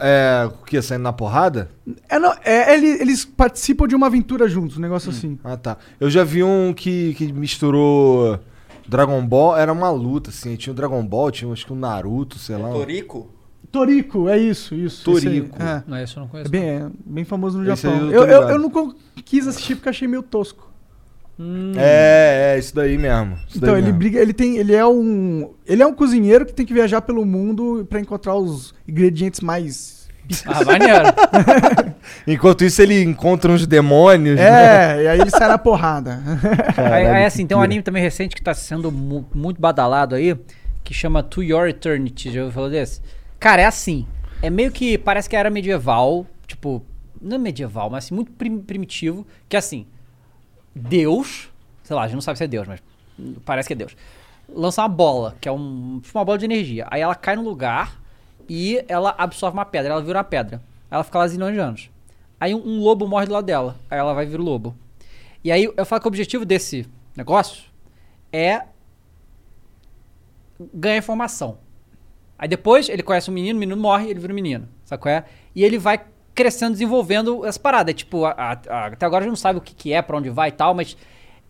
É, o que? Saindo na porrada? É, não, é, ele- eles participam de uma aventura juntos, um negócio assim. Ah, tá. Eu já vi um que, que misturou Dragon Ball, era uma luta, assim. Tinha o Dragon Ball, tinha acho que o Naruto, sei lá. Torico? Torico, é isso, isso. esse aí. Toriko. É. Não, isso eu não É conheço. bem, é bem famoso no Esse aí Japão. eu Eu, tô eu, ligado. eu não co- quis assistir porque achei meio tosco. É, é, isso daí mesmo. isso Então, daí ele mesmo. briga, ele tem, ele é um, ele é um cozinheiro que tem que viajar pelo mundo pra encontrar os ingredientes mais Ah, maneiro. Enquanto isso, ele encontra uns demônios. né? É, e aí ele sai na porrada. Aí, Caralho, aí, que assim, tem um pira. anime também recente que tá sendo mu- muito badalado aí, que chama To Your Eternity. Já ouviu falar desse? Cara, é assim. É meio que. Parece que era é medieval. Tipo, não é medieval, mas assim, muito prim- primitivo, que é assim, Deus, sei lá, a gente não sabe se é Deus, mas hum, parece que é Deus. Lança uma bola, que é um, tipo uma bola de energia. Aí ela cai no lugar e ela absorve uma pedra, ela vira uma pedra. Ela fica lá zilhões de anos. Aí um, um lobo morre do lado dela, aí ela vai vir lobo. E aí eu falo que o objetivo desse negócio é ganha informação. Aí depois ele conhece um menino, o menino morre, ele vira um menino, sabe qual é? E ele vai crescendo, desenvolvendo essa parada. É tipo, a- a- a- até agora a gente não sabe o que, que é, pra onde vai e tal, mas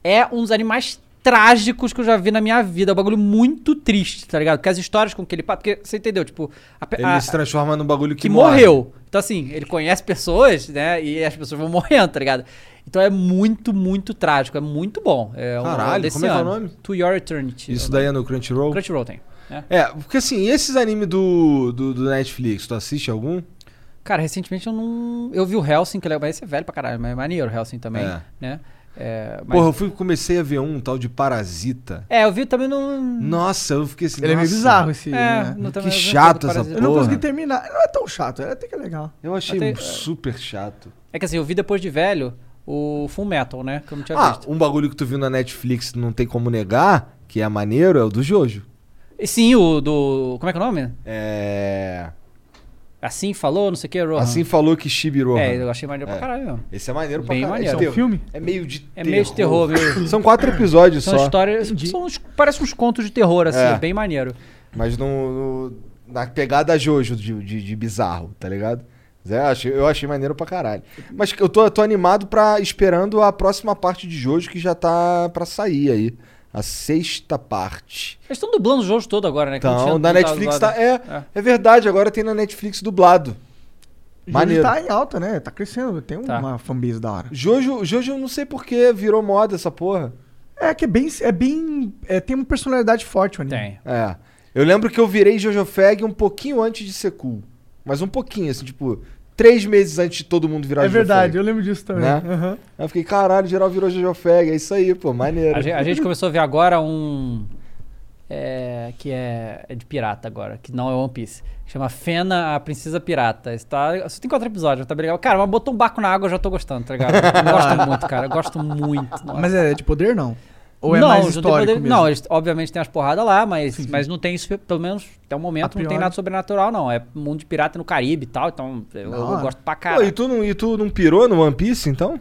é um dos animais trágicos que eu já vi na minha vida. É um bagulho muito triste, tá ligado? Porque as histórias com que ele... pa- Porque, você entendeu, tipo... a pe- Ele Ah. a- se transforma num bagulho que, que morre. morreu. Então, assim, ele conhece pessoas, né? E as pessoas vão morrendo, tá ligado? Então é muito, muito trágico. É muito bom. É um- Caralho, desse como é que é o ano. nome? To Your Eternity. um Isso daí é no Crunchyroll? Crunchyroll tem. né? É, porque assim, esses animes do, do, do Netflix, tu assiste algum? Cara, recentemente eu não. Eu vi o Helsing, que ele é- mas esse é velho pra caralho, mas é maneiro o Helsing também, É. né? É, mas- Porra, eu fui, comecei a ver um tal de Parasita. é, eu vi também no. Nossa, eu fiquei assim. Hum. Ele é meio nossa, bizarro esse. É, né? no, Que também eu vi um chato pouco do essa Parasita. Eu não porra. consegui terminar. Não é tão chato, é até que é legal. Eu achei Até- super chato. É que assim, eu vi depois de velho o Full Metal, né? Que eu não tinha Ah, visto. um bagulho que tu viu na Netflix não tem como negar, que é maneiro, é o do Jojo. E sim, o do. Como é que é o nome? É. Assim falou, não sei o que, Rohan. Assim falou que Shibiru. É, eu achei maneiro É. pra caralho mesmo. Esse é maneiro pra Bem caralho. maneiro. Esse É um filme? É meio de É meio de terror, meio. São quatro episódios São só. histórias. São uns, parece uns contos de terror, assim, É. é bem maneiro. Mas no, no- na pegada Jojo de, de, de bizarro, tá ligado? Mas é, eu achei, eu achei maneiro pra caralho. Mas eu tô, eu tô animado pra esperando a próxima parte de Jojo que já tá pra sair aí. A sexta parte. Eles estão dublando o jogo todo agora, né? que não Então, tinha- na não tava Netflix dublado. tá. É, é. É. verdade, agora tem na Netflix dublado. Jojo Maneiro. tá em alta, né? Tá crescendo, tem Tá. uma fanbase da hora. Jojo, Jojo, eu não sei porque virou moda essa porra. É que é bem. É bem é, tem uma personalidade forte, mano. Tem. É. Eu lembro que eu virei Jojo Fag um pouquinho antes de ser cool. Mas um pouquinho, assim, tipo, três meses antes de todo mundo virar É Jojo verdade, Fag. eu lembro disso também. Né? Aham. Aí eu fiquei, caralho, geral virou Jojo Fag, é isso aí, pô, maneiro. A gen- a gente, começou a ver agora um. é, que é, é de pirata agora, que não é One Piece. Chama Fena, a Princesa Pirata. Isso tá- só tem quatro episódios, tá bem legal. Cara, mas botou um barco na água, eu já tô gostando, tá ligado? Eu gosto muito, cara. Eu gosto muito. nossa. Mas é de poder, não? Ou é não, mais não tem histórico poder- mesmo? Não, é eles, obviamente tem as porradas lá, mas, mas não tem isso, pelo menos até o momento, não tem priori. nada sobrenatural, não. É mundo de pirata no Caribe e tal, então eu, Da eu hora. gosto pra Pô, e, caralho. tu não, e tu não pirou no One Piece, então?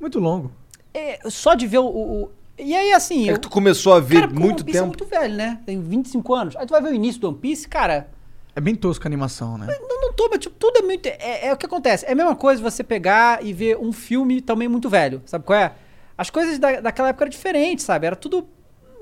Muito longo. É, só de ver o. o- o- e aí, assim. É eu- que tu começou a ver cara, porque o muito One Piece tempo. é muito velho, né? Tem 25 anos. Aí tu vai ver o início do One Piece, cara. É bem tosco a animação, né? Não, não tô, mas tipo, tudo é muito. É, é o que acontece. É a mesma coisa você pegar e ver um filme também muito velho. Sabe qual é? As coisas da, daquela época eram diferentes, sabe? Era tudo.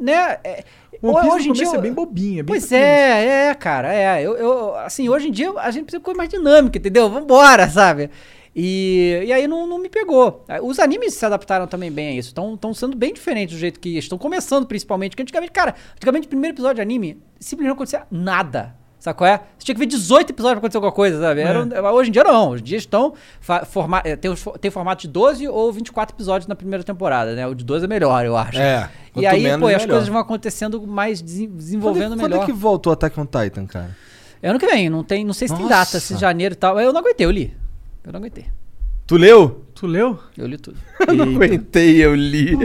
Né? É, O One Piece hoje no em dia. começo é bem bobinho, é bem Pois pequeno. é, é, cara, é. Eu, eu- assim, hoje em dia a gente precisa de coisa mais dinâmica, entendeu? Vambora, sabe? E, e aí não, não me pegou. Os animes se adaptaram também bem a isso. Estão sendo bem diferentes do jeito que estão começando, principalmente. Porque antigamente, cara, antigamente o primeiro episódio de anime simplesmente não acontecia nada. Sabe qual é? Você tinha que ver 18 episódios pra acontecer alguma coisa, sabe? É. Era- um, é, Hoje em dia não. Hoje em dia estão. fa- Forma, eh, tem, os fo- tem formato de 12 ou 24 episódios na primeira temporada, né? O de 12 é melhor, eu acho. É, E quanto aí, menos, pô, as melhor. coisas vão acontecendo mais desen- Quando, desenvolvendo é- melhor. quando é que voltou o Attack on Titan, cara? É ano que vem, não, tem, não sei se tem Nossa. data, se janeiro e tal. Eu não aguentei, eu li. Eu não aguentei. Tu leu? Tu leu? Eu li tudo. Eu não aguentei, eu li.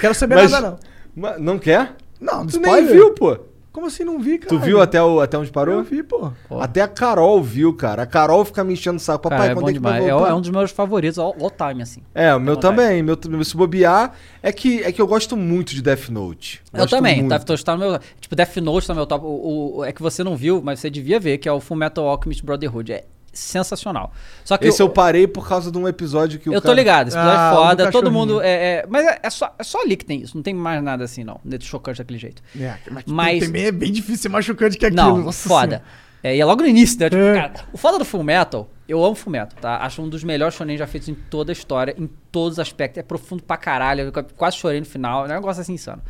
Quero saber Mas- nada, não. Mas não quer? Não, Tu nem spoiler? viu, pô. Como assim não vi, cara? Tu viu até, o, até onde Eu parou? vi, pô. Pô. Até a Carol viu, cara. A Carol fica me enchendo o saco. Cara, Papai, é quando bom é que vai demais. É, o- voltar? é um dos meus favoritos, all, all time, assim. É, o meu vontade. também. Meu, meu- se bobear é que, é que eu gosto muito de Death Note. Eu Gosto também, muito. tá, tô- tá no meu. Tipo, Death Note tá no meu top. O, o- é que você não viu, mas você devia ver, que é o Full Metal Alchemist Brotherhood. É sensacional. Só que Esse eu, eu parei por causa de um episódio que o eu tô cara- ligado, esse episódio Ah, é o do foda, todo cachorrinho. mundo. É, é- mas é, é só, é só ali que tem isso, não tem mais nada assim, não. Chocante daquele jeito. É, mas, Mas- também é bem difícil ser machucante que é aquilo. Não, nossa foda. senhora. É, e é logo no início, né? Tipo, É. cara, o foda do Full Metal, eu amo Full Metal, tá? Acho um dos melhores shonen já feitos em toda a história, em todos os aspectos. É profundo pra caralho, eu quase chorei no final, é um negócio assim insano.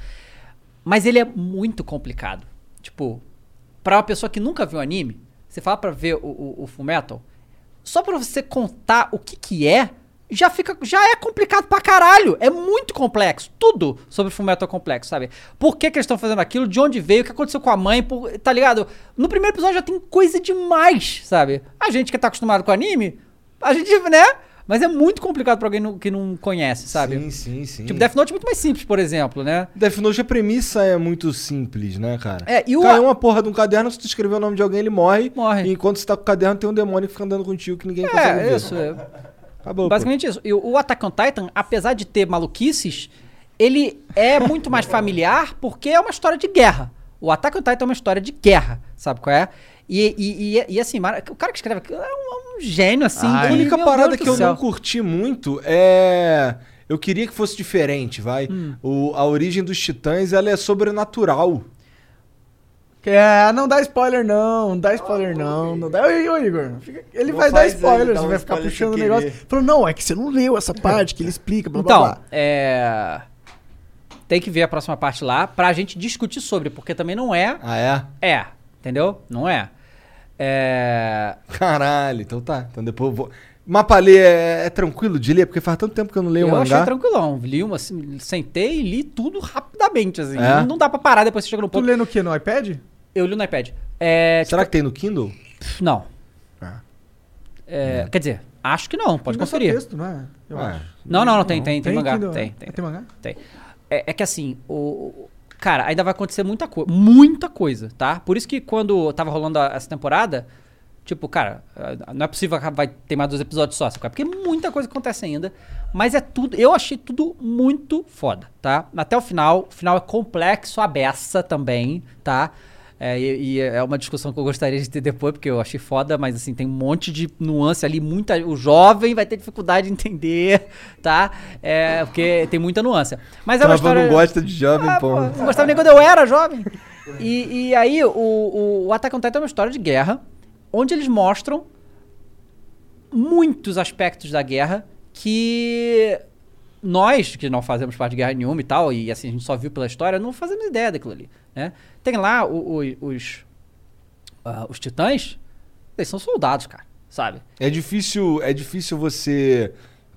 Mas ele é muito complicado. Tipo, pra uma pessoa que nunca viu anime, você fala pra ver o, o, o Full Metal, só pra você contar o que que é, já fica já é complicado pra caralho. É muito complexo. Tudo sobre Fullmetal é complexo, sabe? Por que, que eles estão fazendo aquilo? De onde veio? O que aconteceu com a mãe? por- tá ligado? No primeiro episódio já tem coisa demais, sabe? A gente que tá acostumado com anime, a gente, né? Mas é muito complicado pra alguém não- que não conhece, sabe? Sim, sim, sim. Tipo, Death Note é muito mais simples, por exemplo, né? Death Note, a premissa é muito simples, né, cara? É, e o- Caiu uma porra de um caderno, se tu escrever o nome de alguém, ele morre. Morre. E enquanto você tá com o caderno, tem um demônio que fica andando contigo que ninguém consegue ver. É, isso. é- Acabou. pô. Basicamente isso. E o o Attack on Titan, apesar de ter maluquices, ele é muito mais familiar porque é uma história de guerra. O Attack on Titan é uma história de guerra, sabe qual é? E, e, e- e, assim, mara- o cara que escreve aquilo é um, é um gênio, assim. A que- única meu parada Deus do que eu céu. não curti muito é. Eu queria que fosse diferente, vai. Hum. O, a origem dos titãs, ela é sobrenatural. É, não dá spoiler não, não dá spoiler não, não dá. Ô, ô, Igor, fica- ele Não vai dar faz, spoiler, ele dá você um vai ficar spoiler puxando o sem negócio. querer. Falou, não, é que você não leu essa parte que ele explica, blá, blá, Então, blá. é. Tem que ver a próxima parte lá pra gente discutir sobre, porque também não é. Ah, é? É, entendeu? Não é. É. Caralho, então tá. Então depois eu vou. Mapa ler é, é tranquilo de ler, porque faz tanto tempo que eu não leio Eu o um mangá. achei tranquilão. Li uma, assim, sentei e li tudo rapidamente, assim. É? Não dá pra parar depois que chega no Tu ponto. lê no que, no iPad? Eu li no iPad. É, Será que tem no Kindle? tipo, não. Ah. É, Quer dizer, acho que não. Pode Não é só conferir. texto, não é? Eu Ah, acho. Não, não, não. Tem, tem, tem, mangá. Kindle? Tem, tem, Ah, tem mangá? tem. É, é que assim, o... o- Cara, ainda vai acontecer muita coisa. Muita coisa, tá? Por isso que quando tava rolando a- essa temporada, tipo, cara, ah, não é possível que vai ter mais dois episódios só, sabe? Porque muita coisa acontece ainda. Mas é tudo... Eu achei tudo muito foda, tá? Até o final. O final é complexo, a beça também, tá? É, e, e é uma discussão que eu gostaria de ter depois, porque eu achei foda, mas assim, tem um monte de nuance ali, muita. O jovem vai ter dificuldade de entender, tá? É, porque tem muita nuance. Mas é Trava uma história. não gosta de jovem, Ah, pô. pô, não gostava nem quando eu era jovem. E, e aí, o, o, o Attack on Titan é uma história de guerra, onde eles mostram muitos aspectos da guerra que nós, que não fazemos parte de guerra nenhuma e tal, e assim, a gente só viu pela história, não fazemos ideia daquilo ali, né? Tem lá o- o- os, ah, os titãs, eles são soldados, cara, sabe? É difícil, é difícil você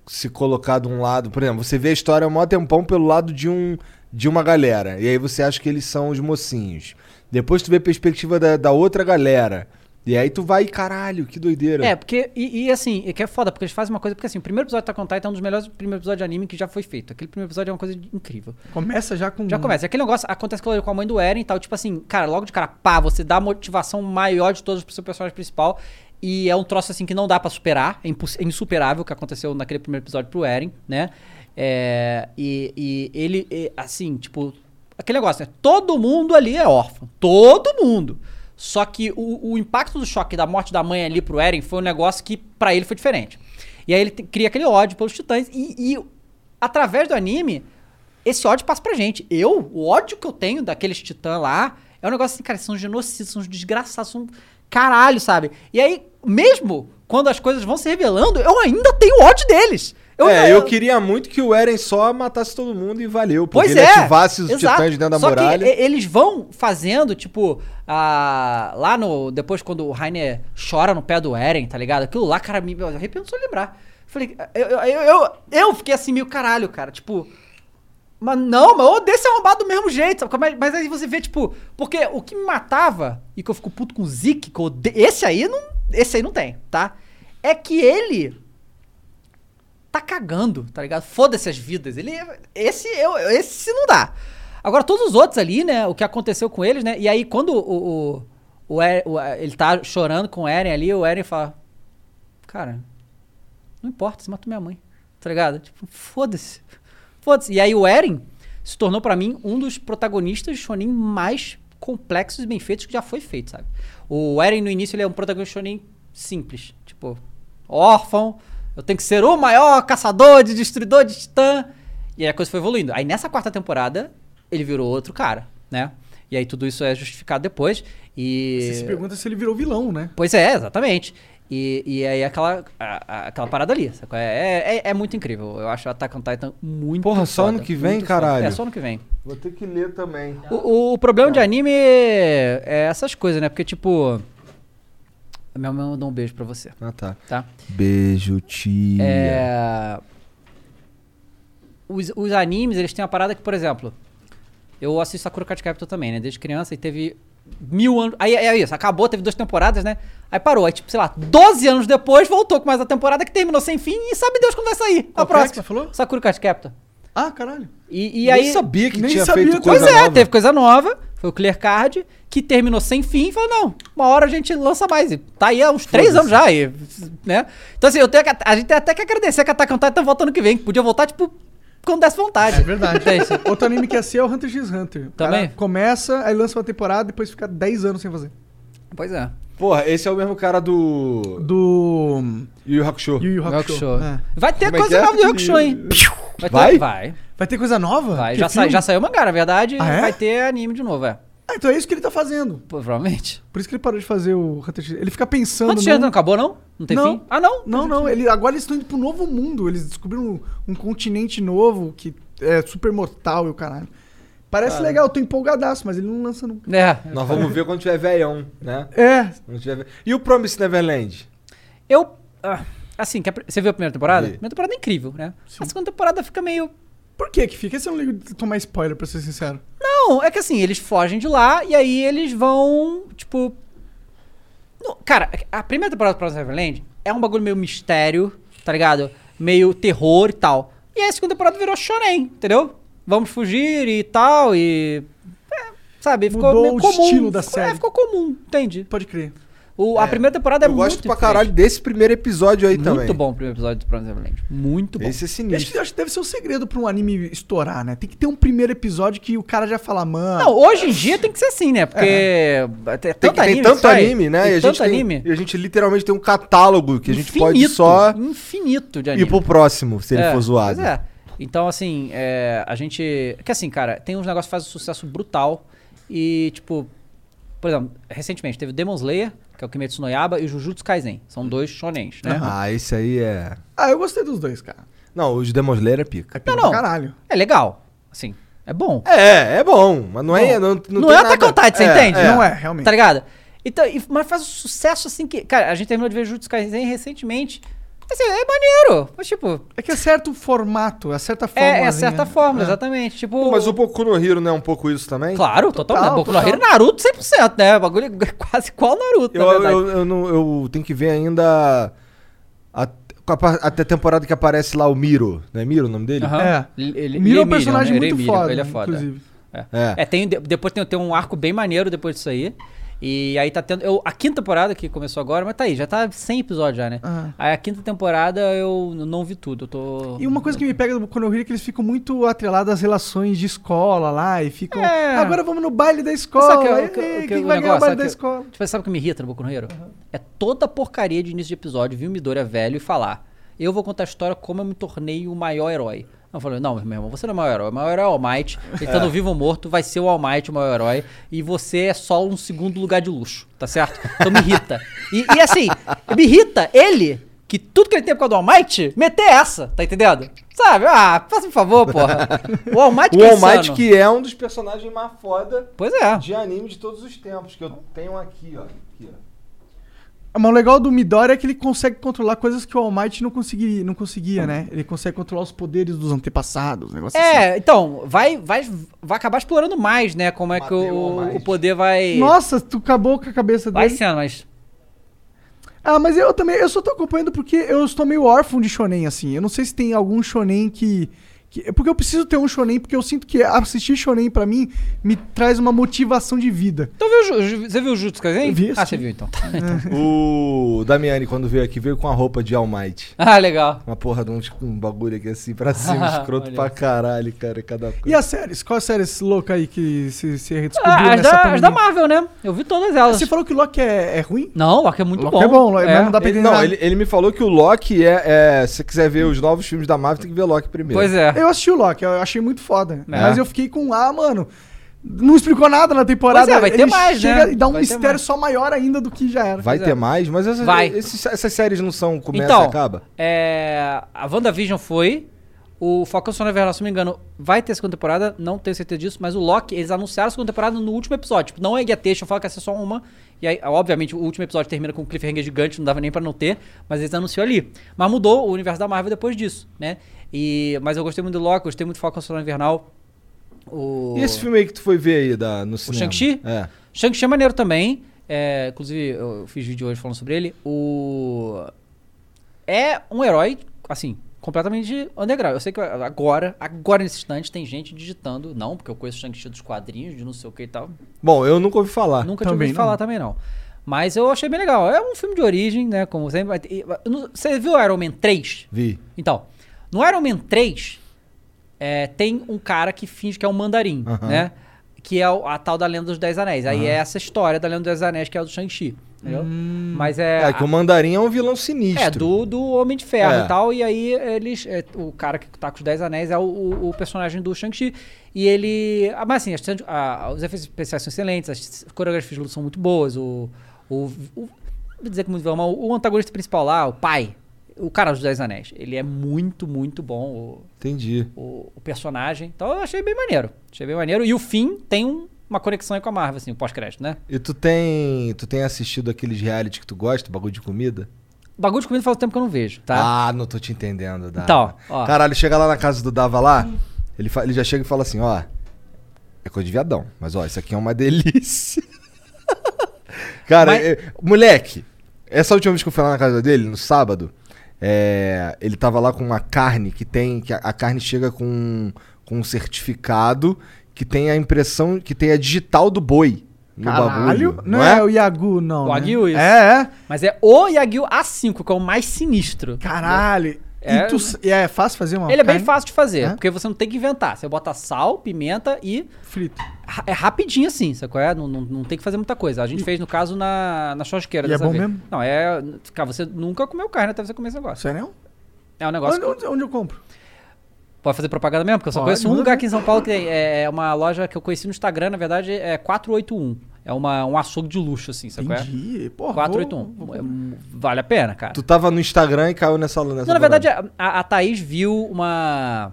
se colocar de um lado. Por exemplo, você vê a história há maior tempão pelo lado de, um, de uma galera. E aí você acha que eles são os mocinhos. Depois tu vê a perspectiva da, da outra galera. E aí tu vai, caralho, que doideira. É, porque, e, e, assim, é que é foda, porque eles fazem uma coisa, porque assim, o primeiro episódio de Attack on Titan é um dos melhores primeiros episódios de anime que já foi feito. Aquele primeiro episódio é uma coisa de- incrível. Começa já com... Já começa. É Aquele negócio acontece com a mãe do Eren e tal. Tipo assim, cara, logo de cara, pá, você dá a motivação maior de todos pro seu personagem principal. E é um troço assim que não dá pra superar. É, imposs- é insuperável o que aconteceu naquele primeiro episódio pro Eren, né? É, e, e ele, e, assim, tipo, aquele negócio, né? Todo mundo ali é órfão. Todo mundo. Só que o, o impacto do choque da morte da mãe ali pro Eren foi um negócio que pra ele foi diferente. E aí ele te- cria aquele ódio pelos titãs. E, e através do anime, esse ódio passa pra gente. Eu, o ódio que eu tenho daqueles titã lá, é um negócio assim, cara, são genocidas, são uns desgraçados, são um caralho, sabe? E aí, mesmo quando as coisas vão se revelando, eu ainda tenho ódio deles. É, eu queria muito que o Eren só matasse todo mundo e valeu. Porque Pois ele é. ativasse os exato. titãs de dentro da Só muralha. Que é- e- eles vão fazendo, tipo, a- lá no. Depois, quando o Rainer chora no pé do Eren, tá ligado? Aquilo lá, cara, me eu arrependo só de lembrar. Falei, eu, eu, eu, eu- eu fiquei assim, meio caralho, cara. Tipo. Mas não, mas eu odeio ser arrombado do mesmo jeito. sabe? Mas, mas aí você vê, tipo, porque o que me matava, e que eu fico puto com o Zeke, que eu odeio, esse aí não. Esse aí não tem, tá? É que ele tá cagando, tá ligado? Foda-se as vidas. Ele, esse, eu, esse não dá. Agora, todos os outros ali, né? O que aconteceu com eles, né? E aí, quando o, o, o Er- o- ele tá chorando com o Eren ali, o Eren fala: Cara, não importa, você matou minha mãe, tá ligado? Tipo, foda-se. Foda-se. E aí, o Eren se tornou pra mim um dos protagonistas shonen mais complexos e bem feitos que já foi feito, sabe? O Eren, no início, ele é um protagonista shonen simples. Tipo, órfão, eu tenho que ser o maior caçador de destruidor de titã. E aí a coisa foi evoluindo. Aí nessa quarta temporada, ele virou outro cara, né? E aí tudo isso é justificado depois. E. Você se pergunta se ele virou vilão, né? Pois é, exatamente. E, e aí aquela, a- a- aquela parada ali, sacou? É, é, é muito incrível. Eu acho Attack on Titan muito Porra, só foda, ano que vem, muito foda. caralho. É, só ano que vem. Vou ter que ler também. O, o- o problema de anime é essas coisas, né? Porque, tipo. A minha mãe mandou um beijo pra você, Ah, tá. tá? Beijo, tia. É... Os, os animes, eles têm uma parada que, por exemplo, eu assisto Sakura Card Captor também, né? Desde criança e teve mil anos... Aí é isso, acabou, teve duas temporadas, né? Aí parou, aí tipo, sei lá, 12 anos depois voltou com mais a temporada que terminou sem fim e sabe Deus quando vai sair Qual a que é que próxima. você falou? Sakura Card Captor. Ah, caralho. E, e Nem aí... sabia que Nem tinha sabia feito Pois coisa é, nova. teve coisa nova. Foi o Clear Card, que terminou sem fim e falou: não, uma hora a gente lança mais. E tá aí há uns três anos já. E, né? Então, assim, eu tenho que, a gente tem até que agradecer que a Attack on Titan tá voltando ano que vem. que Podia voltar, tipo, quando desse vontade. É verdade. Outro anime que ia ser é o Hunter x Hunter. O cara Também? Começa, aí lança uma temporada, depois fica 10 anos sem fazer. pois é. Porra, esse é o mesmo cara do. Do Yu Yu Hakusho. Yu Yu Rock Hakusho. Show. É. Vai ter Como é coisa que é? nova do Rock Show, hein? Vai? Vai? Ter, vai. Vai ter coisa nova? vai. Que Já, sa, filme? já saiu mangá, na verdade. Ah, é? Vai ter anime de novo, é. Ah, então é isso que ele tá fazendo. Provavelmente. Por isso que ele parou de fazer o Hunter x Ele fica pensando... Quantos num- dias não acabou, não? Não tem Não. fim? Ah, não? Não, não, ele, agora eles estão indo pro novo mundo. Eles descobriram um, um continente novo que é super mortal e o caralho. Parece legal, eu tô empolgadaço, mas ele não lança nunca. É. Nós vamos ver quando tiver velhão, né? É, Quando tiver ve- E o Promise Neverland? Eu. ah, assim, que a pri- você viu a primeira temporada? A Vi. primeira temporada é incrível, né? A segunda temporada fica meio. por que que fica? Esse eu não ligo de tomar spoiler, pra ser sincero. Não, é que assim, eles fogem de lá e aí eles vão, tipo. no- Cara, é a primeira temporada do Promised Neverland é um bagulho meio mistério, tá ligado? Meio terror e tal. E aí a segunda temporada virou shonen, entendeu? Vamos fugir e tal, e. é, sabe? Ficou Mudou meio o comum. estilo da Ficou- é, série. ficou comum, entende? Pode crer. O, A primeira temporada é eu muito. gosto pra caralho desse primeiro episódio aí diferente. também. Muito bom o primeiro episódio do Promised Neverland. Muito bom. Esse é Eu Acho, sinistro. que- acho que deve ser o segredo pra um anime estourar, né? Tem que ter um primeiro episódio que o cara já fala, mano... Não, hoje em dia tem que ser assim, né? Porque é. tem, Ah. Tem, tanto tem anime, tanto sai, anime, né? e, Tem a gente tanto tem- anime. e a gente literalmente tem um catálogo que a gente pode só Infinito de anime. ir pro próximo, se ele É, for zoado. Pois é. Então, assim, é, a gente... Que assim, cara, tem uns negócios que fazem sucesso brutal e, tipo... Por exemplo, recentemente teve Demon Slayer, que é o Kimetsu no Yaba, e Jujutsu Kaisen. São dois shonens, né? Ah, esse aí é. Ah, eu gostei dos dois, cara. Não, o de Demon Slayer é pica. Não, Pra não. Caralho. É legal. Assim, é bom. É, é bom, mas não é. Não, Não, não, tem é nada. Attack on Titan, você É, entende? é. Não é, realmente. Tá ligado? Então, e- mas faz um sucesso assim que... Cara, a gente terminou de ver Jujutsu Kaisen recentemente. Assim, é maneiro. Mas, tipo... É que é certo o formato, é certa forma. né? É, é certa fórmula, exatamente. Tipo, Pô, mas o Boku no Hero não é um pouco isso também? Claro, totalmente. Total, Boku no total. Hero Naruto 100%, né? O bagulho é quase igual Naruto, Eu, na verdade. eu, eu não- eu tenho que ver ainda a- com a pa- até a temporada que aparece lá o Miro. Não é Miro o nome dele? Aham. É. Ele, Ele, Mira é um Emílio, personagem né? muito Emílio, foda, Ele é foda. inclusive. É. É. É, tem, de- depois tem, tem um arco bem maneiro depois disso aí. E aí tá tendo. Eu, a quinta temporada que começou agora, mas tá aí, já tá 100 episódios já, né? Aham. Aí a quinta temporada eu não vi tudo. Eu tô. E uma coisa que me pega do quando eu rio é que eles ficam muito atrelados às relações de escola lá e ficam. É. Agora vamos no baile da escola. Sabe que- Ei, que- que- quem o vai ganhar o negócio, baile sabe da que- escola? Tipo, sabe o que me irrita no Boku no Hero? É toda porcaria de início de episódio, viu o Midoriya velho e falar: Eu vou contar a história como eu me tornei o maior herói. Não, eu falei, não, meu irmão, você não é o maior herói. O maior herói é o All Might. Ele estando vivo ou morto, vai ser o All Might o maior herói. E você é só um segundo lugar de luxo, tá certo? Então me irrita. E, e assim, me irrita ele, que tudo que ele tem por causa do All Might, meter essa, tá entendendo? Sabe? Ah, faça um favor, porra. O All Might O é All Might insano. que é um dos personagens mais foda Pois é. de anime de todos os tempos, que eu tenho aqui, ó. Aqui, ó. Mas o legal do Midori é que ele consegue controlar coisas que o All Might não conseguiria, não conseguia, né? Ele consegue controlar os poderes dos antepassados, um negócio assim. É, então, vai, vai, vai acabar explorando mais, né? Como é que Bateu o, mais. o poder vai. assim. Nossa, tu acabou com a cabeça vai dele. sendo, mas. Ah, mas eu também, eu só tô acompanhando porque eu estou meio órfão de shonen, assim. Eu não sei se tem algum shonen que... que- porque eu preciso ter um shonen, porque eu sinto que assistir shonen pra mim me traz uma motivação de vida. Então viu, o Ju- você viu o Jutsu Kaisen? Eu vi, ah, assisti. você viu então. O Damiani, quando veio aqui, veio com a roupa de All Might. ah, legal. Uma porra de um, um bagulho aqui assim pra cima, escroto Olha pra isso. caralho, cara, cada coisa. E as séries? Qual a série louca aí que se, se redescobriu Ah, as, nessa da, as pandemia? Ah, da Marvel, né? Eu vi todas elas. Você falou que Loki é, é ruim? Não, o Loki é muito Loki bom. é bom, mas não dá pra Ele, entender não, nada. ele, ele me falou que o Loki é, é- Se você quiser ver os novos filmes da Marvel, tem que ver Loki primeiro. Pois é. Eu assisti o Loki, eu achei muito foda. Mas eu fiquei com, ah, mano, não explicou nada na temporada. Pois é, vai ter mais, chega né? E dá um Vai ter mistério mais. só maior ainda do que já era. Vai Pois ter é. mais, mas essas, Vai. esses- essas séries não são começa então, e acaba? É, a WandaVision foi. O Falcão Sono Invernal, se não me engano, vai ter segunda temporada, não tenho certeza disso, mas o Loki, eles anunciaram a segunda temporada no último episódio. Tipo, não é guia texto, fala que essa é só uma. E aí, obviamente, o último episódio termina com um cliffhanger gigante, não dava nem pra não ter, mas eles anunciaram ali. Mas mudou o universo da Marvel depois disso, né? E, mas eu gostei muito do Loki, gostei muito do Falcão Sono Invernal. O... E esse filme aí que tu foi ver aí da, no cinema? Shang-Chi? É. Shang-Chi é maneiro também. É, inclusive, eu fiz vídeo hoje falando sobre ele. O. É um herói, assim, completamente underground. Eu sei que agora, agora nesse instante, tem gente digitando. Não, porque eu conheço o Shang-Chi dos quadrinhos, de não sei o que e tal. Bom, eu nunca ouvi falar. Nunca tinha Ah, também ouvido não. falar também, não. Mas eu achei bem legal. É um filme de origem, né? Como sempre. Mas- e- no- Você viu Iron Man 3? Vi. Então, no Iron Man 3, é, tem um cara que finge que é um mandarim, Aham. né? Que é o- a tal da Lenda dos Dez Anéis. Aí é essa história da Lenda dos Dez Anéis, que é o do Shang-Chi. Entendeu? Mas é. É, que o Mandarim é um vilão sinistro. é, do, do Homem de Ferro É. e tal. E aí eles. é, o cara que tá com os Dez Anéis é o, o- o personagem do Shang-Chi. E ele. ah, Mas assim, as cenas- ah, os efeitos especiais são excelentes, as coreografias de luta são muito boas. O. o, o vou dizer que muito bom, mas o antagonista principal lá, o pai, o cara dos Dez Anéis, ele é muito, muito bom. Entendi. O, o- o personagem. Então eu achei bem maneiro. Achei bem maneiro. E o fim tem um- uma conexão aí com a Marvel, assim, o pós-crédito, né? E tu tem, tu tem assistido aqueles reality que tu gosta, bagulho de comida? Bagulho de comida faz tempo que eu não vejo, tá? Ah, não tô te entendendo, Dava. Então, ó. Caralho, chega lá na casa do Dava lá, ele, fa- ele já chega e fala assim, ó. É coisa de viadão, mas ó, isso aqui é uma delícia. Cara, Mas- é- moleque, essa última vez que eu fui lá na casa dele, no sábado, é, ele tava lá com uma carne que tem. que a, a carne chega com, com um certificado que tem a impressão, que tem a digital do boi no Caralho. bagulho. Não, é? o Yagu, não. O né? Wagyu, isso. É, é. Mas é o Yagyu A5, que é o mais sinistro. Caralho. É, e tu, s- e é fácil fazer uma. Ele é bem carne fácil de fazer, É? porque você não tem que inventar. Você bota sal, pimenta e Frito. ra- é rapidinho assim, sabe qual é? Não, não, não tem que fazer muita coisa. A gente fez, no caso, na, na churrasqueira. E é dessa bom vez. mesmo? Não, é... Cara, você nunca comeu carne até você comer esse negócio. Ah, Sério? É um negócio Onde, que onde, onde eu compro? Pode fazer propaganda mesmo, porque eu só Pode, conheço um manda lugar ver. aqui em São Paulo que tem, é é uma loja que eu conheci no Instagram, na verdade, é 481. É uma, um açougue de luxo, assim, sabe qual é? Entendi. Porra. 481. É, um- vale a pena, cara. Tu tava no Instagram e caiu nessa nessa Não, na verdade, parada. a, a Thaís viu uma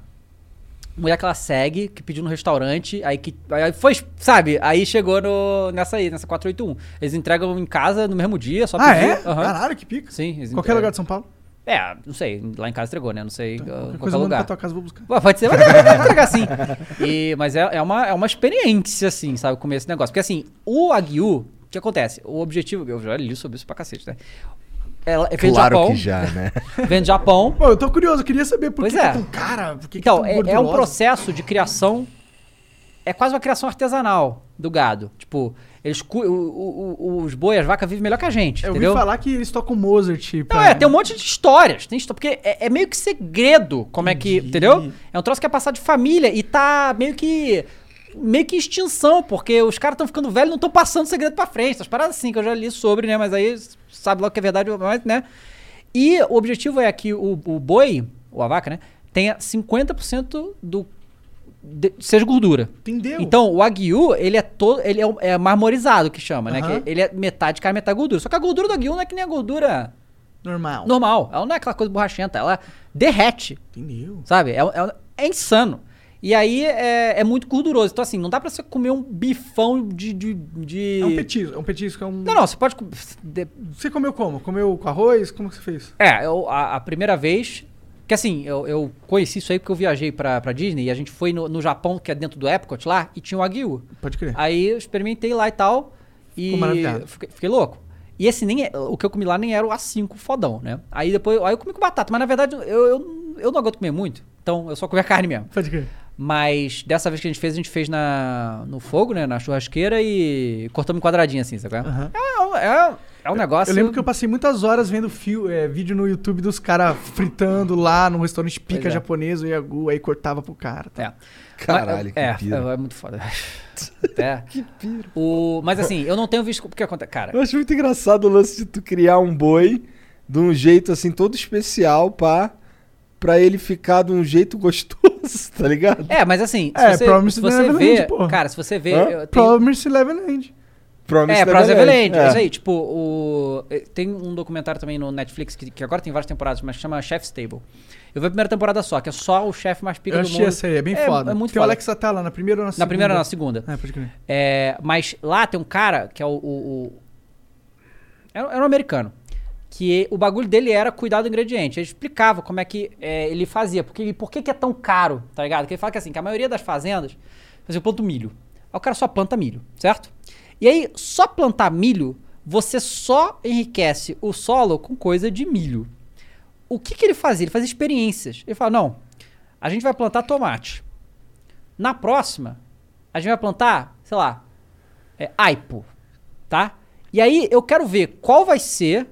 mulher que ela segue, que pediu no restaurante, aí que. Aí foi, sabe? Aí chegou no, nessa aí, nessa 481. Eles entregam em casa no mesmo dia, só Ah, pedir. é? Aham. Caralho, que pica. Sim, eles Qualquer lugar entregam. de São Paulo. É, não sei, lá em casa entregou, né? Não sei. uh, Então, Qualquer qualquer coisa eu mando lugar. pra tua casa, eu vou buscar. Ué, Pode ser, mas deve deve entregar sim. E, mas é, é, uma, é uma experiência, assim, sabe, comer esse negócio. Porque, assim, o Aguiu, o que acontece? O objetivo, eu já li sobre isso pra cacete, né? Ela vem do Claro é Japão, que já, né? vem do Japão. Pô, eu tô curioso, eu queria saber por Pois que é. que tão cara, por que Então, que é, tão é um gordurosa. processo de criação, é quase uma criação artesanal do gado. Tipo, eles, cu- o- o- o- os boi, as vacas vivem melhor que a gente, Eu entendeu? ouvi falar que eles tocam Mozart. Não, é, tem um monte de histórias. Tem história, porque é, é meio que segredo como é que. Entendeu? É um troço que é passar de família e tá meio que. Meio que extinção, porque os caras estão ficando velhos e não estão passando segredo pra frente. Essas paradas assim que eu já li sobre, né? Mas aí sabe logo que é verdade, mas, né? E o objetivo é que o, o boi, ou a vaca, né? Tenha 50% do. de- seja gordura. Entendeu? Então, o Aguiu, ele é todo. Ele é, um- é marmorizado que chama, né? Aham. Que ele é metade carne, metade gordura. Só que a gordura do Aguiu não é que nem a gordura Normal. normal. Ela não é aquela coisa borrachenta, ela derrete, Entendeu? sabe? É, é- é insano. E aí é, é muito gorduroso. Então, assim, não dá pra você comer um bifão de. de, de- É um petisco, é um petisco, é um... Não, não, você pode. com- de- Você comeu como? Comeu com arroz? Como que você fez? É, eu, a, a primeira vez. Que assim, eu, eu conheci isso aí porque eu viajei pra, pra Disney e a gente foi no, no Japão, que é dentro do Epcot lá, e tinha o Aguiu. Pode crer. Aí eu experimentei lá e tal. E Ficou maravilhado. Fiquei, fiquei louco. E esse nem é, o que eu comi lá nem era o A5 fodão, né? Aí depois aí eu comi com batata, mas na verdade eu, eu, eu não aguento comer muito. Então eu só comi a carne mesmo. Pode crer. Mas dessa vez que a gente fez, a gente fez na, no fogo, né? Na churrasqueira e cortamos em quadradinho assim, sabe? qual é? Aham. É, é, é um negócio. Eu lembro que eu passei muitas horas vendo fio, é, vídeo no YouTube dos caras fritando lá num restaurante pica Pois é. japonês, o Yagu, aí cortava pro cara. tá? É. Caralho, Mas, é, que pira. é, é muito foda. Até. que piro. O, mas assim, eu não tenho visto. Porque acontece. Cara, Eu acho muito engraçado o lance de tu criar um boi de um jeito assim todo especial pra, pra ele ficar de um jeito gostoso, tá ligado? É, mas assim, se É, você, Promised se você Neverland, vê, porra. cara, se você vê, Hã? eu tenho- Promise Neverland. Promise é, Promised Neverland, É. é. isso aí, tipo, eh, o tem um documentário também no Netflix que, que agora tem várias temporadas, mas chama Chef's Table. Eu vi a primeira temporada só, que é só o chefe mais pica Eu do mundo. achei a série, é bem foda. É muito Tem o foda. Alex Atala na primeira ou na segunda? Na primeira ou na segunda. É, pode crer. É, mas lá tem um cara que é o. o- o- era, era um americano. Que o bagulho dele era cuidar do ingrediente. Ele explicava como é que é, ele fazia. Porque, e por que, que é tão caro, tá ligado? Porque ele fala que assim, que a maioria das fazendas. Por exemplo, eu planto milho. Aí o cara só planta milho, certo? E aí, só plantar milho, você só enriquece o solo com coisa de milho. O que, que ele fazia? Ele fazia experiências. Ele fala: não, a gente vai plantar tomate. Na próxima, a gente vai plantar, sei lá, é, aipo, tá? E aí eu quero ver qual vai ser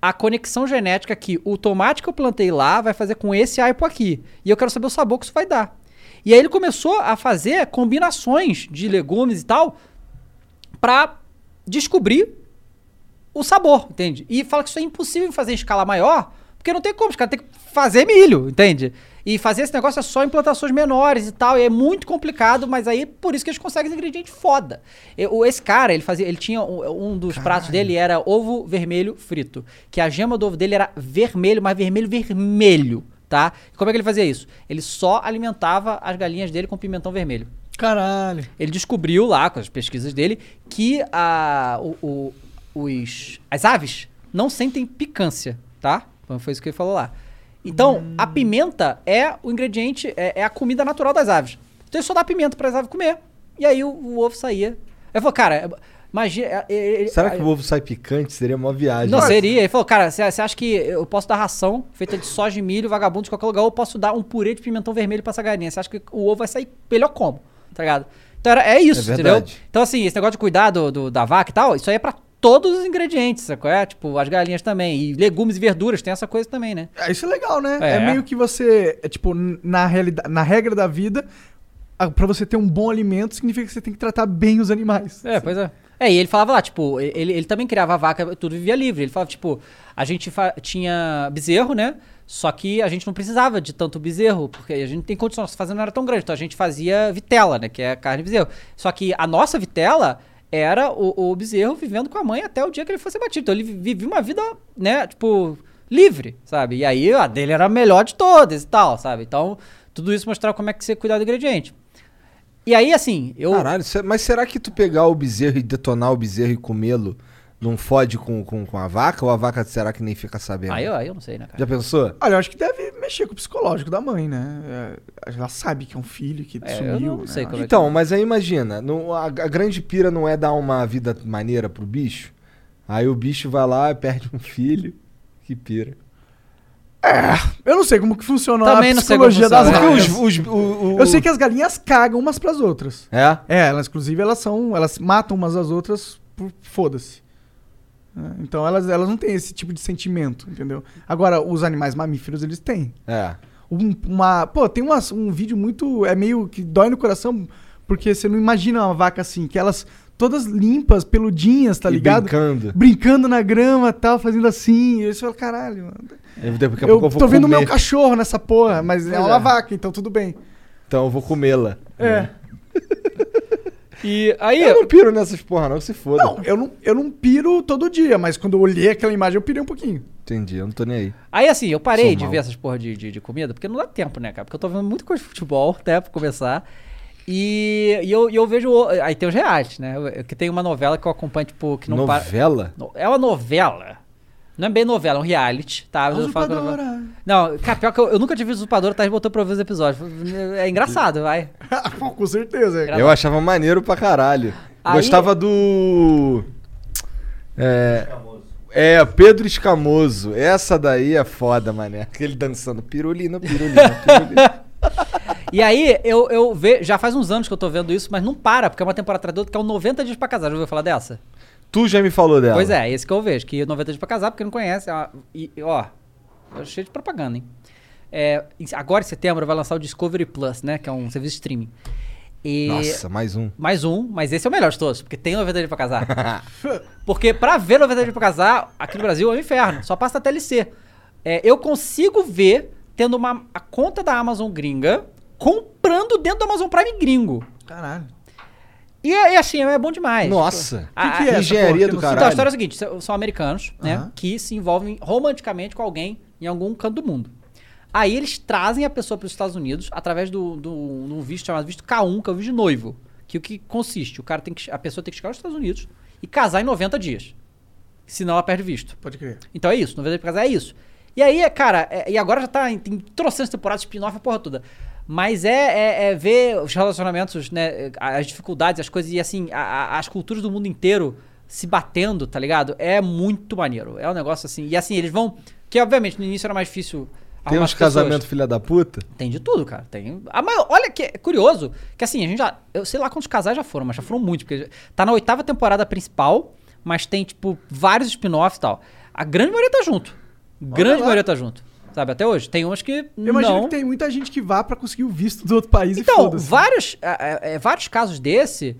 a conexão genética que o tomate que eu plantei lá vai fazer com esse aipo aqui. E eu quero saber o sabor que isso vai dar. E aí ele começou a fazer combinações de legumes e tal pra descobrir o sabor, entende? E fala que isso é impossível fazer em escala maior, porque não tem como, os caras têm que fazer milho, entende? E fazer esse negócio é só em plantações menores e tal, e é muito complicado, mas aí por isso que eles conseguem ingrediente foda. Eu- o- esse cara, ele fazia, ele tinha um, um dos pratos dele era ovo vermelho frito, que a gema do ovo dele era vermelho, mas vermelho vermelho, tá? Como é que ele fazia isso? Ele só alimentava as galinhas dele com pimentão vermelho. Caralho. Ele descobriu lá, com as pesquisas dele, que a, o- o- os, as aves não sentem picância, tá? Então, Foi isso que ele falou lá. Então, a pimenta é o ingrediente, é, é a comida natural das aves. Então, ele só dá pimenta para as aves comer. E aí o, o ovo saía. Ele falou, cara, é, imagina. Será que o ovo sai picante? Seria uma viagem. Não seria. Ele falou, cara, você você acha que eu posso dar ração feita de soja e milho, vagabundo de qualquer lugar, ou eu posso dar um purê de pimentão vermelho pra essa galinha? Você acha que o ovo vai sair melhor como? Tá ligado? Então era, é isso, É entendeu? verdade. Então, assim, esse negócio de cuidar do, do- da vaca e tal, isso aí é pra todos os ingredientes, sacou? É, tipo, as galinhas também. E legumes e verduras, tem essa coisa também, né? Ah, Isso é legal, né? É, É. meio que você, é tipo, n- na, realidade, na regra da vida, a- pra você ter um bom alimento, significa que você tem que tratar bem os animais. É, pois é. É, e ele falava lá, tipo, ele, ele também criava vaca, tudo vivia livre. Ele falava, tipo, a gente fa- tinha bezerro, né? Só que a gente não precisava de tanto bezerro, porque a gente não tem condição, nossa fazenda não era tão grande. Então a gente fazia vitela, né? Que é carne de bezerro. Só que a nossa vitela era o, o bezerro vivendo com a mãe até o dia que ele fosse batido. Então ele vi- vivia uma vida, né? Tipo, livre, sabe? E aí a dele era a melhor de todas e tal, sabe? Então tudo isso mostrava como é que você cuidava do ingrediente. E aí, assim, eu. Caralho, se- mas será que tu pegar o bezerro e detonar o bezerro e comê-lo não fode com, com, com a vaca? Ou a vaca será que nem fica sabendo? Aí, eu, aí eu não sei, né, cara? Já pensou? Olha, eu acho que deve mexer com o psicológico da mãe, né? É, Ela sabe que é um filho que É, eu sumiu. não né? sei como é que- Então, mas aí imagina, não- a, a grande pira não é dar uma vida maneira pro bicho? Aí o bicho vai lá, perde um filho. Que pira. Eu não sei como que funciona Também a não sei como psicologia das funciona, galinhas. né? os, o- o- Tá Eu sei que as galinhas cagam umas pras outras. É? É, elas, inclusive, elas são. Elas matam umas às outras por foda-se. né? Então elas, elas não têm esse tipo de sentimento, entendeu? Agora, os animais mamíferos, eles têm. É. Um- uma, pô, tem umas- um vídeo muito. É meio que dói no coração, porque você não imagina uma vaca assim, que elas todas limpas, peludinhas, tá E ligado? brincando. Brincando na grama tal, fazendo assim. E você fala, caralho, mano. Eu, daqui a eu pouco eu vou tô vendo comer, meu cachorro nessa porra, mas é Pois uma é. vaca, então tudo bem. Então eu vou comê-la. É. E aí, Eu não piro nessas porra, não, se foda. Não, eu não, eu não piro todo dia, mas quando eu olhei aquela imagem, eu pirei um pouquinho. Entendi, eu não tô nem aí. aí assim, eu parei Sou de mal. ver essas porra de, de, de comida, porque não dá tempo, né, cara? Porque eu tô vendo muita coisa de futebol, até pra começar. E, e eu, e eu vejo. o- Aí tem os reais, né? Eu- Que tem uma novela que eu acompanho, tipo, que não para. Novela? No- É uma novela. Não é bem novela, é um reality, tá? Mas eu falo que é uma novela. Não, cara, pior que eu, eu nunca tive usurpadora, tá? A gente botou pra eu ver os episódios. É engraçado, vai. Pô, Com certeza. Gra- Eu achava maneiro pra caralho. Aí- Gostava do. É. É, Pedro Escamoso. Essa daí é foda, mané. Aquele dançando pirulina, pirulina, pirulina. E aí, eu, eu vejo. Já faz uns anos que eu tô vendo isso, mas não para, porque é uma temporada atrás da outra que é o 90 Dias pra Casar. Já ouviu falar dessa? tu já me falou dela. Pois é, esse que eu vejo, que 90 dias pra casar, porque não conhece. é uma- e, e, ó, é cheio de propaganda, hein? É, em- agora em setembro vai lançar o Discovery Plus, né? Que é um serviço de streaming. E Nossa, mais um. mais um, mas esse é o melhor de todos, porque tem 90 dias pra casar. porque pra ver 90 dias pra casar, aqui no Brasil é um inferno, só passa na TLC. É, eu consigo ver tendo uma, a conta da Amazon gringa comprando dentro do Amazon Prime gringo. Caralho. E, e assim, é bom demais. Nossa. A- Que que é essa porra Engenharia do que Então, a caralho. história é a seguinte: são- são americanos, né? Aham. Que se envolvem romanticamente com alguém em algum canto do mundo. Aí eles trazem a pessoa para os Estados Unidos através do, do, de um visto chamado visto K1, que é o visto de noivo. Que o que consiste? O cara tem que, a pessoa tem que chegar aos Estados Unidos e casar em 90 dias. Senão ela perde o visto. Pode crer. Então é isso, 90 dias pra casar é isso. E aí, é, cara, é- e agora já tá em tem trocentas temporadas, spin-off, a porra toda. Mas é, é- é ver os relacionamentos, né, as dificuldades, as coisas, e assim, a- a- as culturas do mundo inteiro se batendo, tá ligado? É muito maneiro. É um negócio assim. E assim, eles vão. Que obviamente no início era mais difícil. Tem arrumar uns as pessoas. casamentos filha da puta? Tem de tudo, cara. Tem. A maior- Olha que é curioso, que assim, a gente já. Eu sei lá quantos casais já foram, mas já foram muitos, porque tá na oitava temporada principal, mas tem, tipo, vários spin-offs e tal. A grande maioria tá junto. Grande lá. maioria tá junto. Sabe, até hoje. Tem uns que. Eu imagino não. que tem muita gente que vá pra conseguir o visto do outro país e Então, foda-se. né? vários, é, é, é, vários casos desse,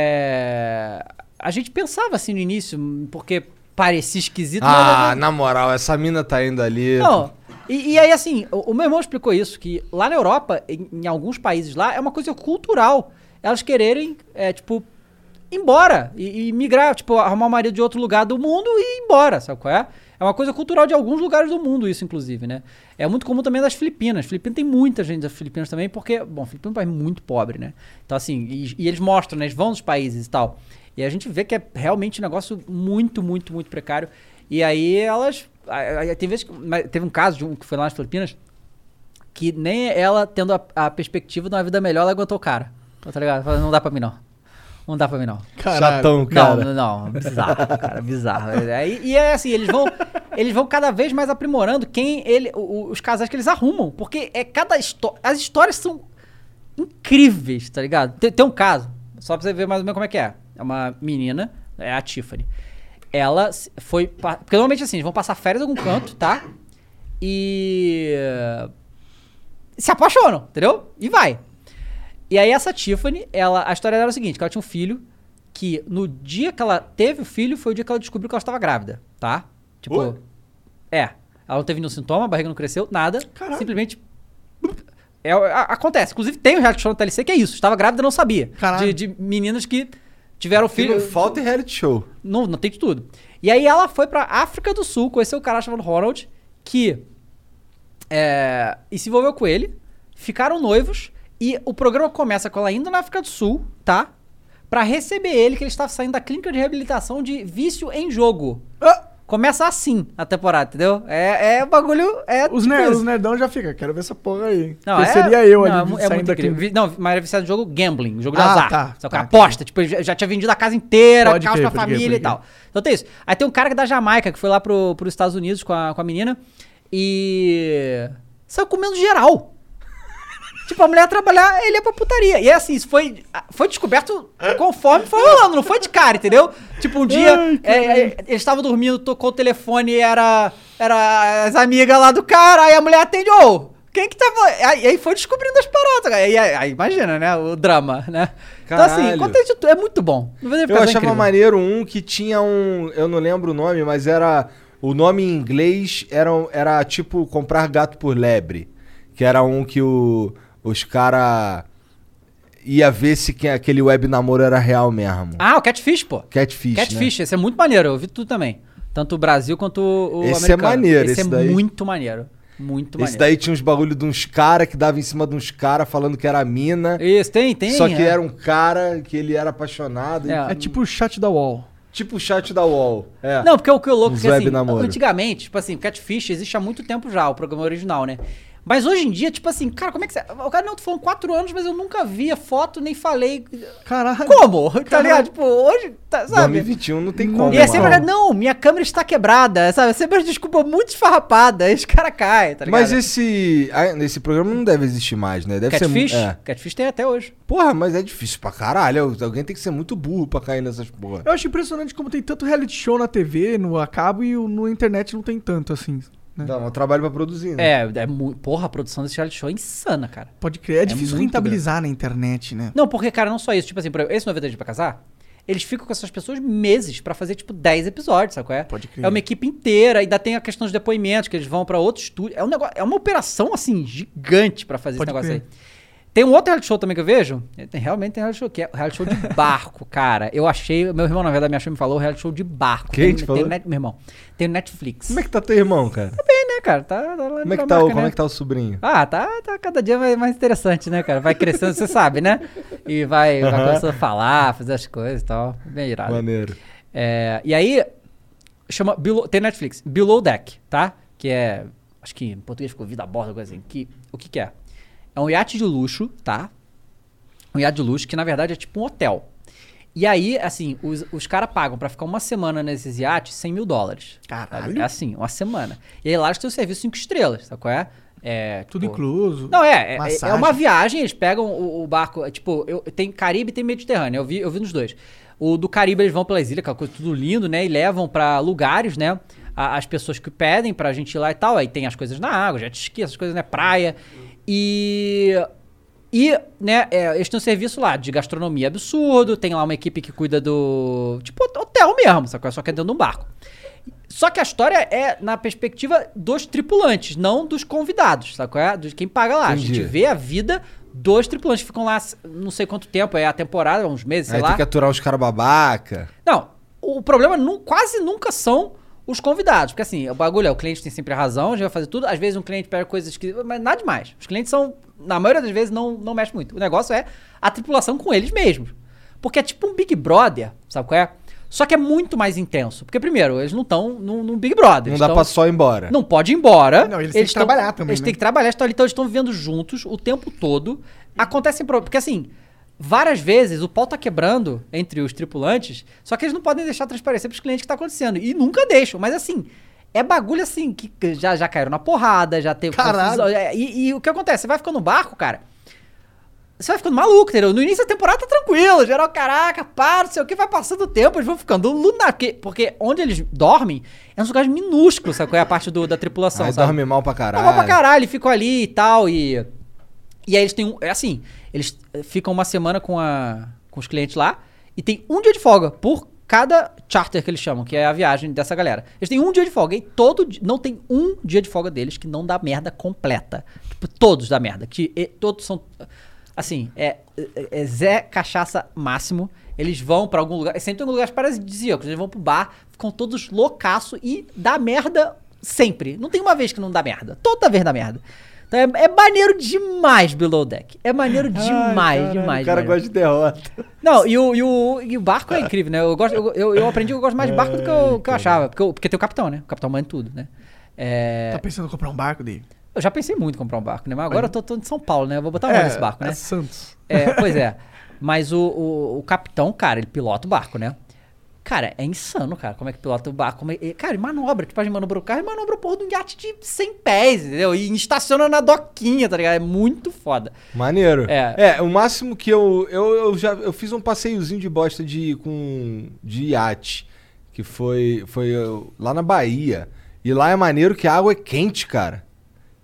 é, a gente pensava assim no início, porque parecia esquisito. mas Ah, na moral, essa mina tá indo ali. né? Não, e, e aí assim, o, o meu irmão explicou isso, que lá na Europa, em, em alguns países lá, é uma coisa cultural. Elas quererem, é, tipo, ir embora e, e migrar, tipo, arrumar o marido de outro lugar do mundo e ir embora, sabe qual é? É uma coisa cultural de alguns lugares do mundo isso, inclusive, né? É muito comum também das Filipinas. Filipinas tem muita gente das Filipinas também, porque, bom, Filipinas é um país muito pobre, né? Então, assim, e, e eles mostram, né? Eles vão nos países e tal. E a gente vê que é realmente um negócio muito, muito, muito precário. E aí elas. aí- aí Tem vezes, que- mas teve um caso de um que foi lá nas Filipinas que nem ela tendo a, a perspectiva de uma vida melhor, ela aguentou o cara. Então, tá ligado? Falou, Não dá pra mim, não. Não dá pra mim, não. Chatão, cara. Não, não, bizarro, cara, bizarro. É, E, e é assim, eles vão, eles vão cada vez mais aprimorando quem ele, o- o- os casais que eles arrumam, porque é cada história, as histórias são incríveis, tá ligado? Tem, tem um caso, só pra você ver mais ou menos como é que é. É uma menina, é a Tiffany. Ela se- foi, pa- porque normalmente assim, eles vão passar férias em algum canto, tá? E eh, se apaixonam, entendeu? E vai. E aí essa Tiffany, ela, a história dela era o seguinte, que ela tinha um filho que no dia que ela teve o filho foi o dia que ela descobriu que ela estava grávida, tá? Tipo, Ui. é, ela não teve nenhum sintoma, a barriga não cresceu, nada, simplesmente é, a- acontece. Inclusive tem um reality show no TLC que é isso, estava grávida e não sabia. Caralho. De, de meninas que tiveram filho, Filho, falta e reality show. não, não tem de tudo. E aí ela foi pra África do Sul, conheceu um cara chamado Ronald, que. É, e se envolveu com ele, ficaram noivos, e o programa começa com ela indo na África do Sul, tá? Pra receber ele, que ele estava saindo da clínica de reabilitação de vício em jogo. Ah, Começa assim a temporada, entendeu? É, é bagulho. É Os, tipo ner isso. os nerdão já fica, quero ver essa porra aí. Não, Porque é- seria eu não, ali é, mu- é saindo muito daqui. incrível. Vi- Não, mas era viciado no jogo gambling, jogo de Ah, azar. tá, Só que tá, aposta, tipo, ele já- já tinha vendido a casa inteira, Pode carros crer, pra pode crer, família pode e tal. Então tem isso. Aí tem um cara que é da Jamaica, que foi lá pro, pros Estados Unidos com a, com a menina e... Saiu comendo geral. tipo, a mulher ia trabalhar, ele ia pra putaria. E é assim, isso foi, foi descoberto conforme foi rolando, não foi de cara, entendeu? Tipo, um dia, é, é, eles estavam dormindo, tocou o telefone e era, era as amigas lá do cara, aí a mulher atende, ô... Quem que tava. Aí, aí foi descobrindo as paradas, cara. Aí, aí- aí imagina, né? O drama, né? Então, assim, Caralho. acontece de tudo. É muito bom. Não vou dizer Eu porque é achava incrível. maneiro um que tinha um. Eu não lembro o nome, mas era. O nome em inglês era, era tipo comprar gato por lebre. Que era um que o, os cara ia ver se que aquele web namoro era real mesmo. Ah, o Catfish, pô. Catfish. né? Catfish. Catfish, esse é muito maneiro. Eu vi tudo também. Tanto o Brasil quanto o o Esse é americano. maneiro, esse, esse é daí. muito maneiro. Muito Esse maneiro. daí tinha uns bagulho de uns cara que dava em cima de uns cara falando que era mina. Isso, tem, tem. só que é. era um cara que ele era apaixonado. É. e- É tipo o chat da wall. Tipo o chat da UOL. É. Não, porque o que é louco Uns é que assim, web namoro. antigamente, tipo assim, o Catfish existe há muito tempo já, o programa original, né? Mas hoje em dia, tipo assim, cara, como é que você. O cara, não, tu falando quatro anos, mas eu nunca vi a foto, nem falei. Caralho. Como? Tá ligado? Tipo, hoje, tá, sabe? 2021 não tem como. E é sempre, mano. não, minha câmera está quebrada, sabe? É Sempre uma desculpa muito esfarrapada, aí os caras caem, tá ligado? Mas esse, ah, esse programa não deve existir mais, né? Deve Catfish? ser. É. Catfish tem até hoje. Porra, mas é difícil pra caralho. Alguém tem que ser muito burro pra cair nessas porra. Eu acho impressionante como tem tanto reality show na TV, no a cabo e o- no internet não tem tanto assim. né? Dá um trabalho pra produzir, né? É, é mu- porra, a produção desse reality show é insana, cara. Pode crer. É, difícil muito rentabilizar na internet, né? Não, porque, cara, não só isso. Tipo assim, por exemplo, esse 90 Dias pra Casar, eles ficam com essas pessoas meses pra fazer, tipo, 10 episódios, sabe qual é? Pode crer. É uma equipe inteira, ainda tem a questão dos depoimentos, que eles vão pra outro estúdio. É um negócio, é uma operação, assim, gigante pra fazer Pode esse crer. negócio aí. Tem um outro reality show também que eu vejo. É, tem- Realmente tem reality show, que é reality show de barco, cara. Eu achei, meu irmão, na verdade, me achou e me falou reality show de barco. Quem Tem- te tem falou? net- meu irmão, tem Netflix. Como é que tá teu irmão, cara? Bem, né, cara? Tá, tá lá Como é que na tá, o, marca, como né? é que tá o sobrinho? Ah, tá, tá cada dia mais, mais interessante, né, cara? Vai crescendo, você sabe, né? E vai, vai começando a falar, fazer as coisas e tal. Bem irado. Maneiro. É, e aí, chama. Below- tem Netflix, Below Deck, tá? Que é. Acho que em português ficou vida a bordo, alguma coisa assim. Que, o que, que é? É um iate de luxo, tá? Um iate de luxo que na verdade é tipo um hotel. E aí, assim, os, os caras pagam pra ficar uma semana nesses iates 100 mil dólares. Caralho. É assim, uma semana. E aí lá eles têm o serviço 5 estrelas, sabe qual é? É, Tudo tipo, incluso. não, é. é- É, Massagem. uma viagem, eles pegam o, o barco. é, Tipo, eu, tem Caribe e tem Mediterrâneo. Eu vi, eu vi nos dois. O do Caribe, eles vão pelas ilhas, aquela coisa tudo lindo, né? E levam pra lugares, né? a- As pessoas que pedem pra gente ir lá e tal. Aí tem as coisas na água, jet ski, essas coisas, né? Praia. E. E, né, é, eles têm um serviço lá de gastronomia absurdo, tem lá uma equipe que cuida do. Tipo, hotel mesmo, sacou? Só que é dentro de um barco. Só que a história é na perspectiva dos tripulantes, não dos convidados, sacou? É de quem paga lá. A Entendi. gente vê a vida dos tripulantes que ficam lá s- não sei quanto tempo, é a temporada, uns meses, sei Aí lá. tem que aturar os caras babaca. Não, o problema nu- quase nunca são os convidados. Porque assim, o bagulho é, o cliente tem sempre a razão, a gente vai fazer tudo. Às vezes um cliente pega coisas que. Mas nada demais. Os clientes são, na maioria das vezes, não, não mexem muito. O negócio é a tripulação com eles mesmos. Porque é tipo um Big Brother, sabe qual é? Só que é muito mais intenso. Porque, primeiro, eles não estão num, num Big Brother. Não eles dá tão- pra só ir embora. não pode ir embora. Não, eles têm que tão- trabalhar também, Eles né? têm que trabalhar, então eles estão vivendo juntos o tempo todo. Acontecem problemas. Porque assim, várias vezes o pau tá quebrando entre os tripulantes, só que eles não podem deixar transparecer pros clientes o que tá acontecendo. E nunca deixam. Mas assim, é bagulho assim, que que já, já caíram na porrada, já teve. Caralho. confusão. É, E, e o que acontece? Você vai ficando no barco, cara. Você vai ficando maluco, entendeu? No início da temporada tá tranquilo, geral, caraca, pá, não sei o que, vai passando o tempo, eles vão ficando lunáticos. Porque, porque onde eles dormem é um lugar minúsculo, sabe qual é a parte do- da tripulação, Aí sabe? dorme mal pra Não, caralho. vão pra caralho, e ficam ali e tal, e... E aí eles têm um... É assim, eles eh, ficam uma semana com, a, com os clientes lá e tem um dia de folga por cada charter que eles chamam, que é a viagem dessa galera. Eles têm um dia de folga e todo... di- Não tem um dia de folga deles que não dá merda completa. Tipo, todos dá merda. Que eh, todos são... Assim, é, é- é Zé Cachaça Máximo. Eles vão pra algum lugar. Sempre tem lugares paradisíacos. Eles vão pro bar, ficam todos loucaço e dá merda sempre. Não tem uma vez que não dá merda. Toda vez dá merda. Então é, é maneiro demais, Below Deck. É maneiro demais, demais. O cara demais. gosta de derrota. Não, e o, e, o, e o barco é incrível, né? Eu, gosto, eu, eu, eu aprendi que eu gosto mais de barco do que eu, que eu achava. Porque, eu- porque tem o capitão, né? O capitão manda tudo, né? É, Tá pensando em comprar um barco dele? eu já pensei muito em comprar um barco, né? Mas agora eu tô, tô de São Paulo, né? Eu vou botar onde nesse barco, né? É Santos. É, pois é. Mas o, o, o capitão, cara, ele pilota o barco, né? Cara, é insano, cara, como é que pilota o barco. Como é- e, cara, ele manobra, tipo, ele manobra o carro, ele manobra o porra de um iate de 100 pés, entendeu? E estaciona na doquinha, tá ligado? É muito foda. Maneiro. É. É, o máximo que eu. Eu, eu já eu fiz um passeiozinho de bosta de, com, de iate. Que foi, foi eu, lá na Bahia. E lá é maneiro que a água é quente, cara.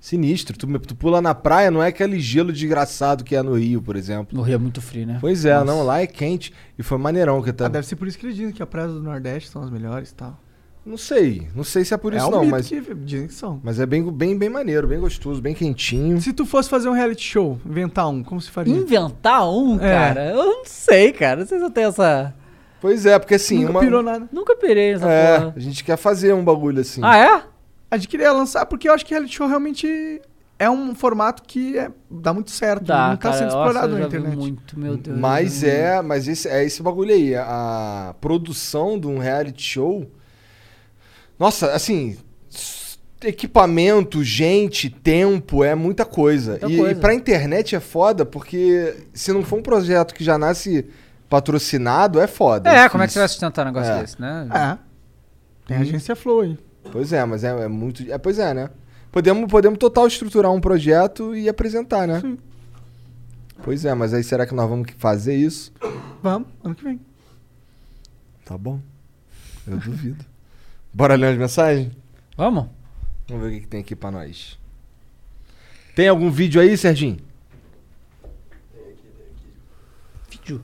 Sinistro. Tu, tu pula na praia, não é aquele gelo desgraçado que é no Rio, por exemplo. No Rio é muito frio, né? Pois é, não, lá é quente. E foi maneirão que tá. Ah, deve ser por isso que eles dizem que a praia do Nordeste são as melhores e tal. Não sei. Não sei se é por é isso, um não, mito mas. que dizem que são. Mas é bem, bem, bem maneiro, bem gostoso, bem quentinho. Se tu fosse fazer um reality show, inventar um, como se é faria? Inventar um, É. cara, eu não sei, cara. Não sei se eu tenho essa. Pois é, porque assim, Nunca uma. pirou nada. Nunca pirei nessa É, porra. a gente quer fazer um bagulho assim. Ah, é? A gente queria lançar porque eu acho que reality show realmente é um formato que é- dá muito certo. Dá, não tá cara. sendo Nossa, explorado eu na já vi internet. Muito, meu Deus. Mas eu já vi é, mas esse, é esse bagulho aí. A produção de um reality show. Nossa, assim. s- Equipamento, gente, tempo, é muita coisa. Muita e, coisa. e pra internet é foda, porque se não for um projeto que já nasce patrocinado, é foda. É, como é que você vai difícil. sustentar um negócio É. desse, né? Hum. É. Tem agência Flow aí. Pois é, mas é, é muito. É, pois é, né? Podemos, podemos total estruturar um projeto e apresentar, né? Pois é, mas aí será que nós vamos fazer isso? Vamos, ano que vem. Tá bom. Eu duvido. Bora ler as mensagens? Vamos? Vamos ver o que, que tem aqui pra nós. Tem algum vídeo aí, Serginho? Vídeo.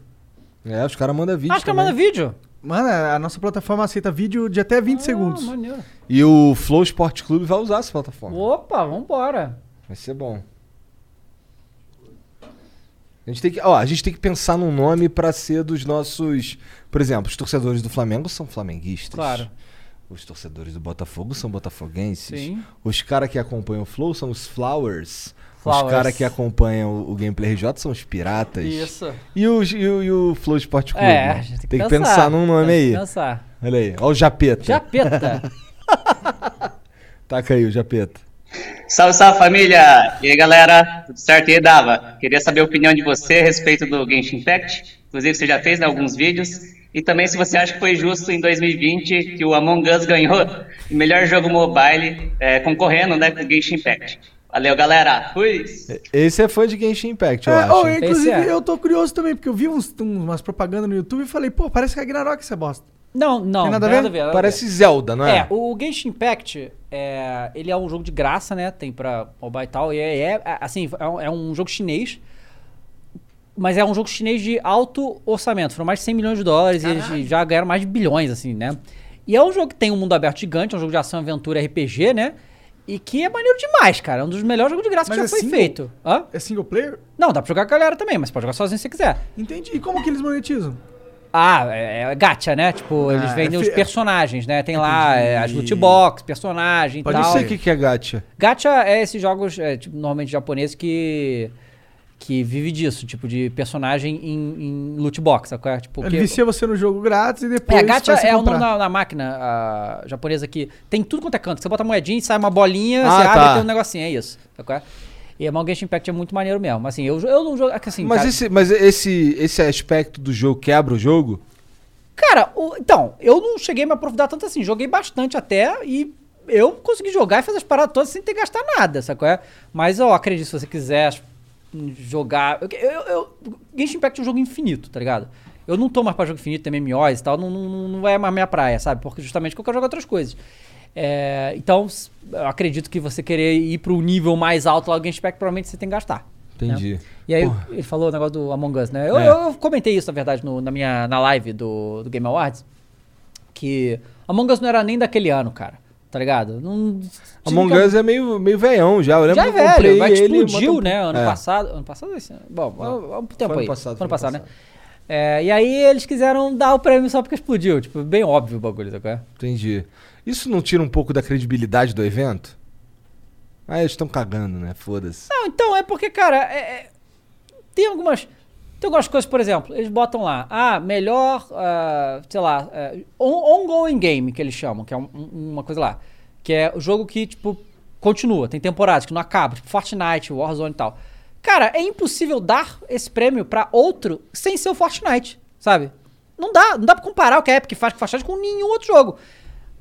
É, os caras mandam vídeo. Acho que também. manda vídeo. Mano, a nossa plataforma aceita vídeo de até 20 Ah, segundos. maneiro. E o Flow Sport Clube vai usar essa plataforma. Opa, vambora. Vai ser bom. A gente, tem que, ó, a gente tem que pensar num nome pra ser dos nossos. Por exemplo, os torcedores do Flamengo são flamenguistas. Claro. Os torcedores do Botafogo são botafoguenses. Sim. Os caras que acompanham o Flow são os Flowers. Os Flowers. caras que acompanham o, o Gameplay RJ são os piratas. Isso. E o, e o, e o Flow Esporte Clube? É, né? a gente tem que pensar num nome tem aí. que Pensar. Olha aí. Olha o Japeta. Japeta. Taca aí o Japeta. Salve, salve família! E aí galera, tudo certo? E aí, Dava? Queria saber a opinião de você a respeito do Genshin Impact. Inclusive, você já fez né, alguns vídeos. E também se você acha que foi justo em 2020 que o Among Us ganhou o melhor jogo mobile eh, concorrendo né, com o Genshin Impact. Valeu, galera! Fui! Esse é fã de Genshin Impact, eu É, acho. oh, inclusive, Esse é. eu tô curioso também, porque eu vi uns, umas propagandas no YouTube e falei, pô, parece que é Ragnarok essa bosta. Não, não. Tem nada a ver? nada Parece Zelda, não é? É, o Genshin Impact, é, ele é um jogo de graça, né? Tem pra mobile e tal. E é, é, assim, é um, é um jogo chinês. Mas é um jogo chinês de alto orçamento. Foram mais de 100 milhões de dólares e eles já ganharam mais de bilhões, assim, né? E é um jogo que tem um mundo aberto gigante, é um jogo de ação, aventura, RPG, né? E que é maneiro demais, cara. É um dos melhores jogos de graça Mas que já é foi single? feito. Hã? É single player? Não, dá pra jogar com a galera também, mas pode jogar sozinho se você quiser. Entendi. E como que eles monetizam? Ah, é, é gacha, né? Tipo, eles Ah, vendem é os fi- personagens, né? Tem lá é, as loot box, personagem e Pode tal. ser que, que é gacha. Gacha é esses jogos, é, tipo, normalmente japoneses, que que vive disso, tipo, de personagem em, em loot box, sabe qual é? Tipo, Ele que- vicia você no jogo grátis e depois é, gacha faz você é o nome comprar. da, da máquina ah, japonesa que tem tudo quanto é canto. Você bota a moedinha e sai uma bolinha, Ah, você abre tá. e tem um negocinho, é isso. Sabe qual é? E a Genshin Impact é muito maneiro mesmo. Assim, eu, eu não jogo... Assim, Mas, cara, esse, mas esse, esse aspecto do jogo quebra o jogo? Cara, o- então, eu não cheguei a me aprofundar tanto assim. Joguei bastante até e eu consegui jogar e fazer as paradas todas sem ter que gastar nada, sabe qual é? Mas eu acredito, se você quiser jogar. Eu, eu, eu- Genshin Impact é um jogo infinito, tá ligado? Eu não tô mais pra jogo infinito, tem MMOs e tal, não, não, não é mais minha praia, sabe? Porque justamente que eu quero jogar outras coisas. É, então, s- eu acredito que você querer ir pro nível mais alto lá do Genshin Impact, provavelmente você tem que gastar. Entendi. E aí ele falou o negócio do Among Us, né? Eu, É. eu- eu comentei isso, na verdade, no- na minha na live do, do Game Awards. Que Among Us não era nem daquele ano, cara. Tá ligado? Não, Among Us é meio, meio veião já. Eu lembro já é que eu comprei velho, vai que ele e explodiu, botei- né? Ano É. passado. Ano passado? Esse, ano? bom, há um tempo ano aí. passado, ano passado, né? É, e aí eles quiseram dar o prêmio só porque explodiu. Tipo, bem óbvio o bagulho, tá ligado? Entendi. Isso não tira um pouco da credibilidade do evento? Ah, eles estão cagando, né? Foda-se. Não, então, é porque, cara, é- é- tem algumas. Tem algumas coisas, por exemplo, eles botam lá, ah, melhor, ah, sei lá, ah, on- ongoing game, que eles chamam, que é um- um- uma coisa lá. Que é o jogo que, tipo, continua, tem temporadas, que não acaba, tipo Fortnite, Warzone e tal. Cara, é impossível dar esse prêmio pra outro sem ser o Fortnite, sabe? Não dá, não dá pra comparar o que a Epic faz com Fortnite com nenhum outro jogo.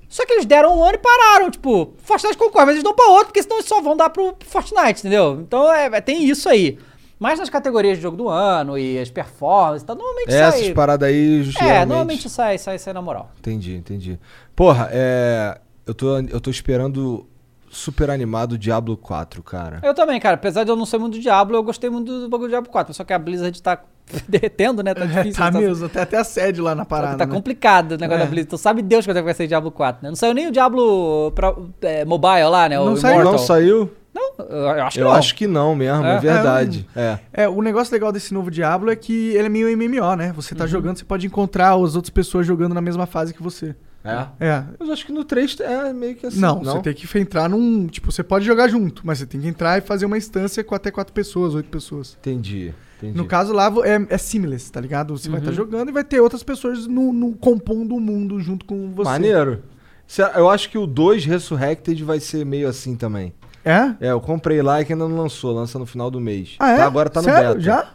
Só que eles deram um ano e pararam, tipo, Fortnite concorre, mas eles dão pra outro, porque senão eles só vão dar pro Fortnite, entendeu? Então é, é- tem isso aí. Mas nas categorias de jogo do ano e as performances, tá, normalmente Essas sai. paradas aí, É, geralmente- normalmente sai, sai, sai na moral. Entendi, entendi. Porra, é... Eu tô, eu tô esperando super animado Diablo 4, cara. Eu também, cara, apesar de eu não ser muito do Diablo, eu gostei muito do bagulho do Diablo 4, só que a Blizzard tá derretendo, né? Tá difícil. Tá tá- mesmo, tem até assédio lá na Só parada. que tá né? complicado o negócio É. da Blizzard. Tu sabe Deus quando é que vai sair Diablo 4, né? Não saiu nem o Diablo pra, é, Mobile lá, né? o Não saiu, Immortal. Não saiu? Não, eu acho que Eu não. acho que não mesmo, é, É? verdade. É. É, o negócio legal desse novo Diablo é que ele é meio MMO, né? Você Uhum. tá jogando, você pode encontrar as outras pessoas jogando na mesma fase que você. É. É. Mas eu acho que no 3 é meio que assim. Não, você tem que entrar num. Tipo, você pode jogar junto, mas você tem que entrar e fazer uma instância com até quatro pessoas, oito pessoas. Entendi, entendi. Uhum. No caso lá vo- é, é seamless, tá ligado? Você vai estar jogando e vai ter outras pessoas no, no- compondo o mundo junto com você. Maneiro. Se- Eu acho que o 2 Resurrected vai ser meio assim também. É? É, eu comprei lá e que ainda não lançou, lança no final do mês. Ah, é? Tá, agora tá no Sério? beta. Já?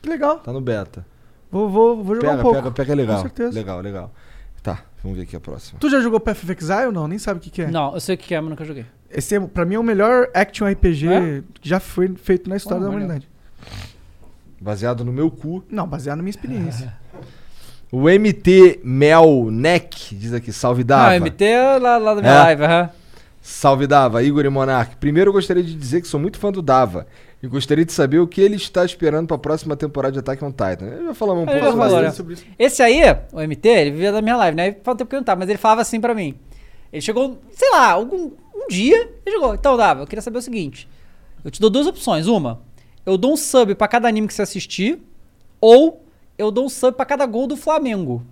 Que legal. Tá no beta. Vou, vou, vou jogar Pega, um pouco. pega, pega, é legal. Com certeza. Legal, legal. Tá, vamos ver aqui a próxima. Tu já jogou Path of Exile? Não, nem sabe o que, que é. Não, eu sei o que é, mas nunca joguei. Esse, é, pra mim, é o melhor action RPG É? que já foi feito na história Oh, da olha. humanidade. Baseado no meu cu. Não, baseado na minha experiência. O MT Mel Neck diz aqui, salve Dava. Ah, MT é lá, lá da minha É? live, aham. Salve Dava, Igor e Monark. Primeiro eu gostaria de dizer que sou muito fã do Dava. E gostaria de saber o que ele está esperando pra próxima temporada de Attack on Titan. Eu já falamos um Eu pouco já sobre falou, né? isso. Esse aí, o MT, ele vivia da minha live, né? Faz um tempo que eu não tava, mas ele falava assim pra mim. Ele chegou, sei lá, algum, um dia, ele chegou. Então, Dava, eu queria saber o seguinte. Eu te dou duas opções. Uma, eu dou um sub pra cada anime que você assistir. Ou, eu dou um sub pra cada gol do Flamengo.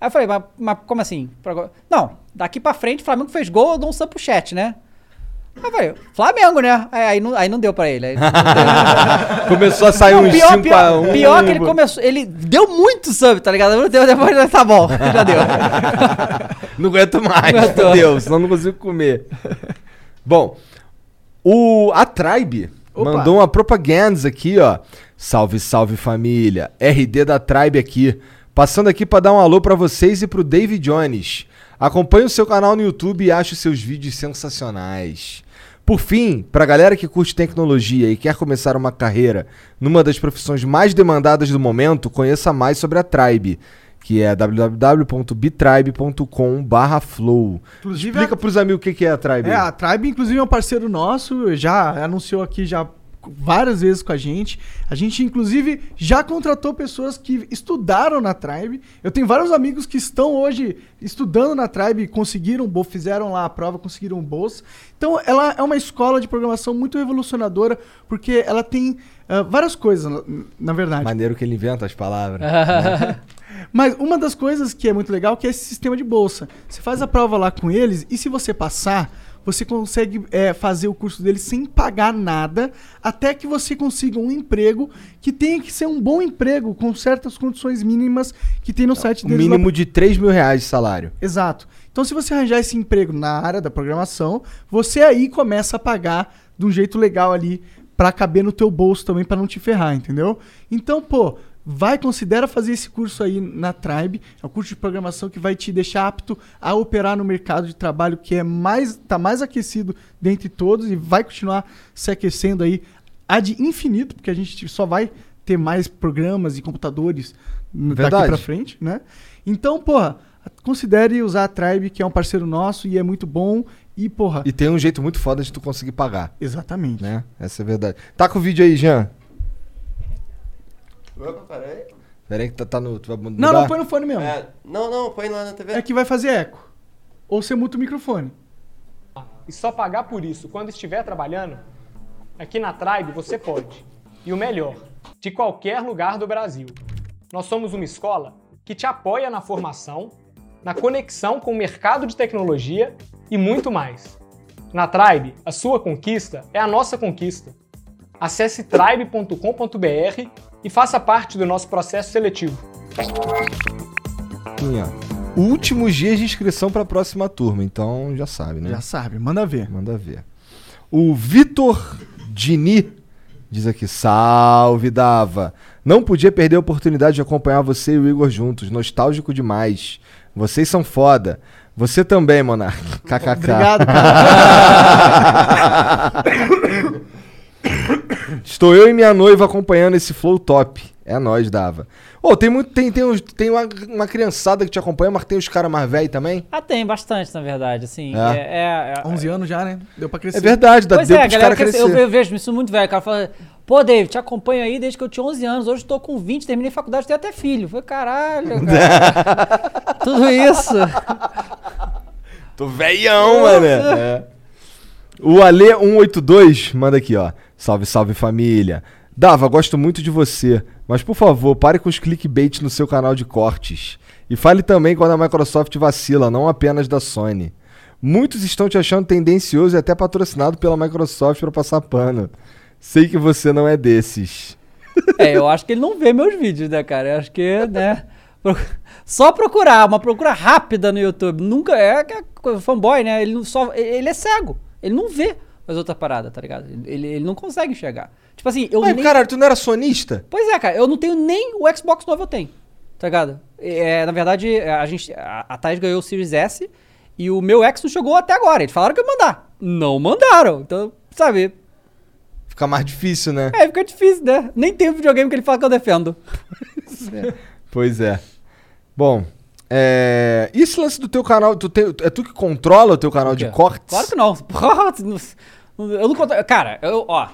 Aí eu falei, mas, mas como assim? Pra agora- Não, daqui pra frente, Flamengo fez gol, eu dou um sub pro chat, né? Aí eu falei, Flamengo, né? Aí, aí não, aí não deu pra ele. aí- Começou a sair Não, uns 5 a 1. pior que ele começou. Ele deu muito sub, tá ligado? Deu, depois tá bom, já deu. Não aguento mais, Não aguento. meu Deus, senão não consigo comer. Bom, o, a Tribe Opa. mandou uma propaganda aqui, ó. Salve, salve família. RD da Tribe aqui. Passando aqui pra dar um alô pra vocês e pro David Jones. Acompanhe o seu canal no YouTube e acho seus vídeos sensacionais. Por fim, pra galera que curte tecnologia e quer começar uma carreira numa das profissões mais demandadas do momento, conheça mais sobre a Tribe, que é www.bitribe.com/flow. Inclusive, Explica pros amigos o que que é a Tribe. É, a Tribe, inclusive, é um parceiro nosso, já anunciou aqui já várias vezes com a gente. A gente, inclusive, já contratou pessoas que estudaram na Tribe. Eu tenho vários amigos que estão hoje estudando na Tribe, conseguiram, bo- fizeram lá a prova, conseguiram bolsa. Então, ela é uma escola de programação muito revolucionadora, porque ela tem ah, várias coisas, na- na verdade. Maneiro que ele inventa as palavras. Mas uma das coisas que é muito legal que é esse sistema de bolsa. Você faz a prova lá com eles e se você passar, você consegue é, fazer o curso deles sem pagar nada, até que você consiga um emprego que tenha que ser um bom emprego, com certas condições mínimas que tem no site Um deles. lá mínimo de 3 mil reais de salário. Exato. Então, se você arranjar esse emprego na área da programação, você aí começa a pagar de um jeito legal ali pra caber no teu bolso também, pra não te ferrar, entendeu? Então, pô, vai, considera fazer esse curso aí na Tribe. É um curso de programação que vai te deixar apto a operar no mercado de trabalho que é mais, tá mais aquecido dentre todos e vai continuar se aquecendo aí ad infinito, porque a gente só vai ter mais programas e computadores daqui Verdade. pra frente, né? Então, porra, considere usar a Tribe, que é um parceiro nosso e é muito bom. E, porra, E tem um jeito muito foda de tu conseguir pagar, exatamente. né? Essa é a verdade. Tá com o vídeo aí, Jean. Pera aí que tá, tá no... Tu vai mudar? Não, não põe no fone mesmo. É. É, não, não, põe lá na TV. É que vai fazer eco. Ou você muta o microfone. e só pagar por isso quando estiver trabalhando? Aqui na Tribe você pode. E o melhor, de qualquer lugar do Brasil. Nós somos uma escola que te apoia na formação, na conexão com o mercado de tecnologia e muito mais. Na Tribe, a sua conquista é a nossa conquista. Acesse tribe.com.br e faça parte do nosso processo seletivo. Aqui, ó. Últimos dias de inscrição pra próxima turma, então já sabe, né? Já sabe, manda ver. Manda ver. O Vitor Dini diz aqui: Salve, Dava. Não podia perder a oportunidade de acompanhar você e o Igor juntos. Nostálgico demais. Vocês são foda. Você também, Monark. KKK. Obrigado, cara. Estou eu e minha noiva acompanhando esse flow top. É nós, Dava. Ô, tem muito. Tem, tem, uns- tem uma, uma criançada que te acompanha, mas tem os caras mais velhos também? ah, tem bastante, na verdade, assim. É? É, é- é- 11 anos já, né? Deu pra crescer. É verdade, dá Pois deu é, a pros galera, caras que eu, crescer. ve- vejo isso muito velho. O cara fala, pô, David, te acompanho aí desde que eu tinha 11 anos. Hoje eu tô com 20, terminei faculdade, tenho até filho. Eu Falei, caralho, cara. Tudo isso. Tô velhão, mano. É. O Ale182 manda aqui, ó. Salve, salve família. Dava, gosto muito de você, mas por favor, pare com os clickbait no seu canal de cortes. E fale também quando a Microsoft vacila, não apenas da Sony. Muitos estão te achando tendencioso e até patrocinado pela Microsoft pra passar pano. Sei que você não é desses. É, eu acho que ele não vê meus vídeos, né, cara? Eu acho que, né? pro- Só procurar, uma procura rápida no YouTube. Nunca é que é co- fanboy, né? Ele não só ele é cego. Ele não vê as outras paradas, tá ligado? Ele, ele não consegue enxergar. Tipo assim, eu Ué, nem caralho, tu não era sonista? Pois é, cara, eu não tenho nem o Xbox novo eu tenho, tá ligado? É, na verdade, a gente, a, a Thais ganhou o Series S e o meu X não chegou até agora. Eles falaram que ia mandar. Não mandaram. Então, sabe, Fica mais difícil, né? é, fica difícil, né? Nem tem o videogame que ele fala que eu defendo. Pois é. Bom, é... e esse lance do teu canal? Tu tem- É tu que controla o teu canal de quê? cortes? Claro que não. Porra, Eu não conto. Cara, eu, ó.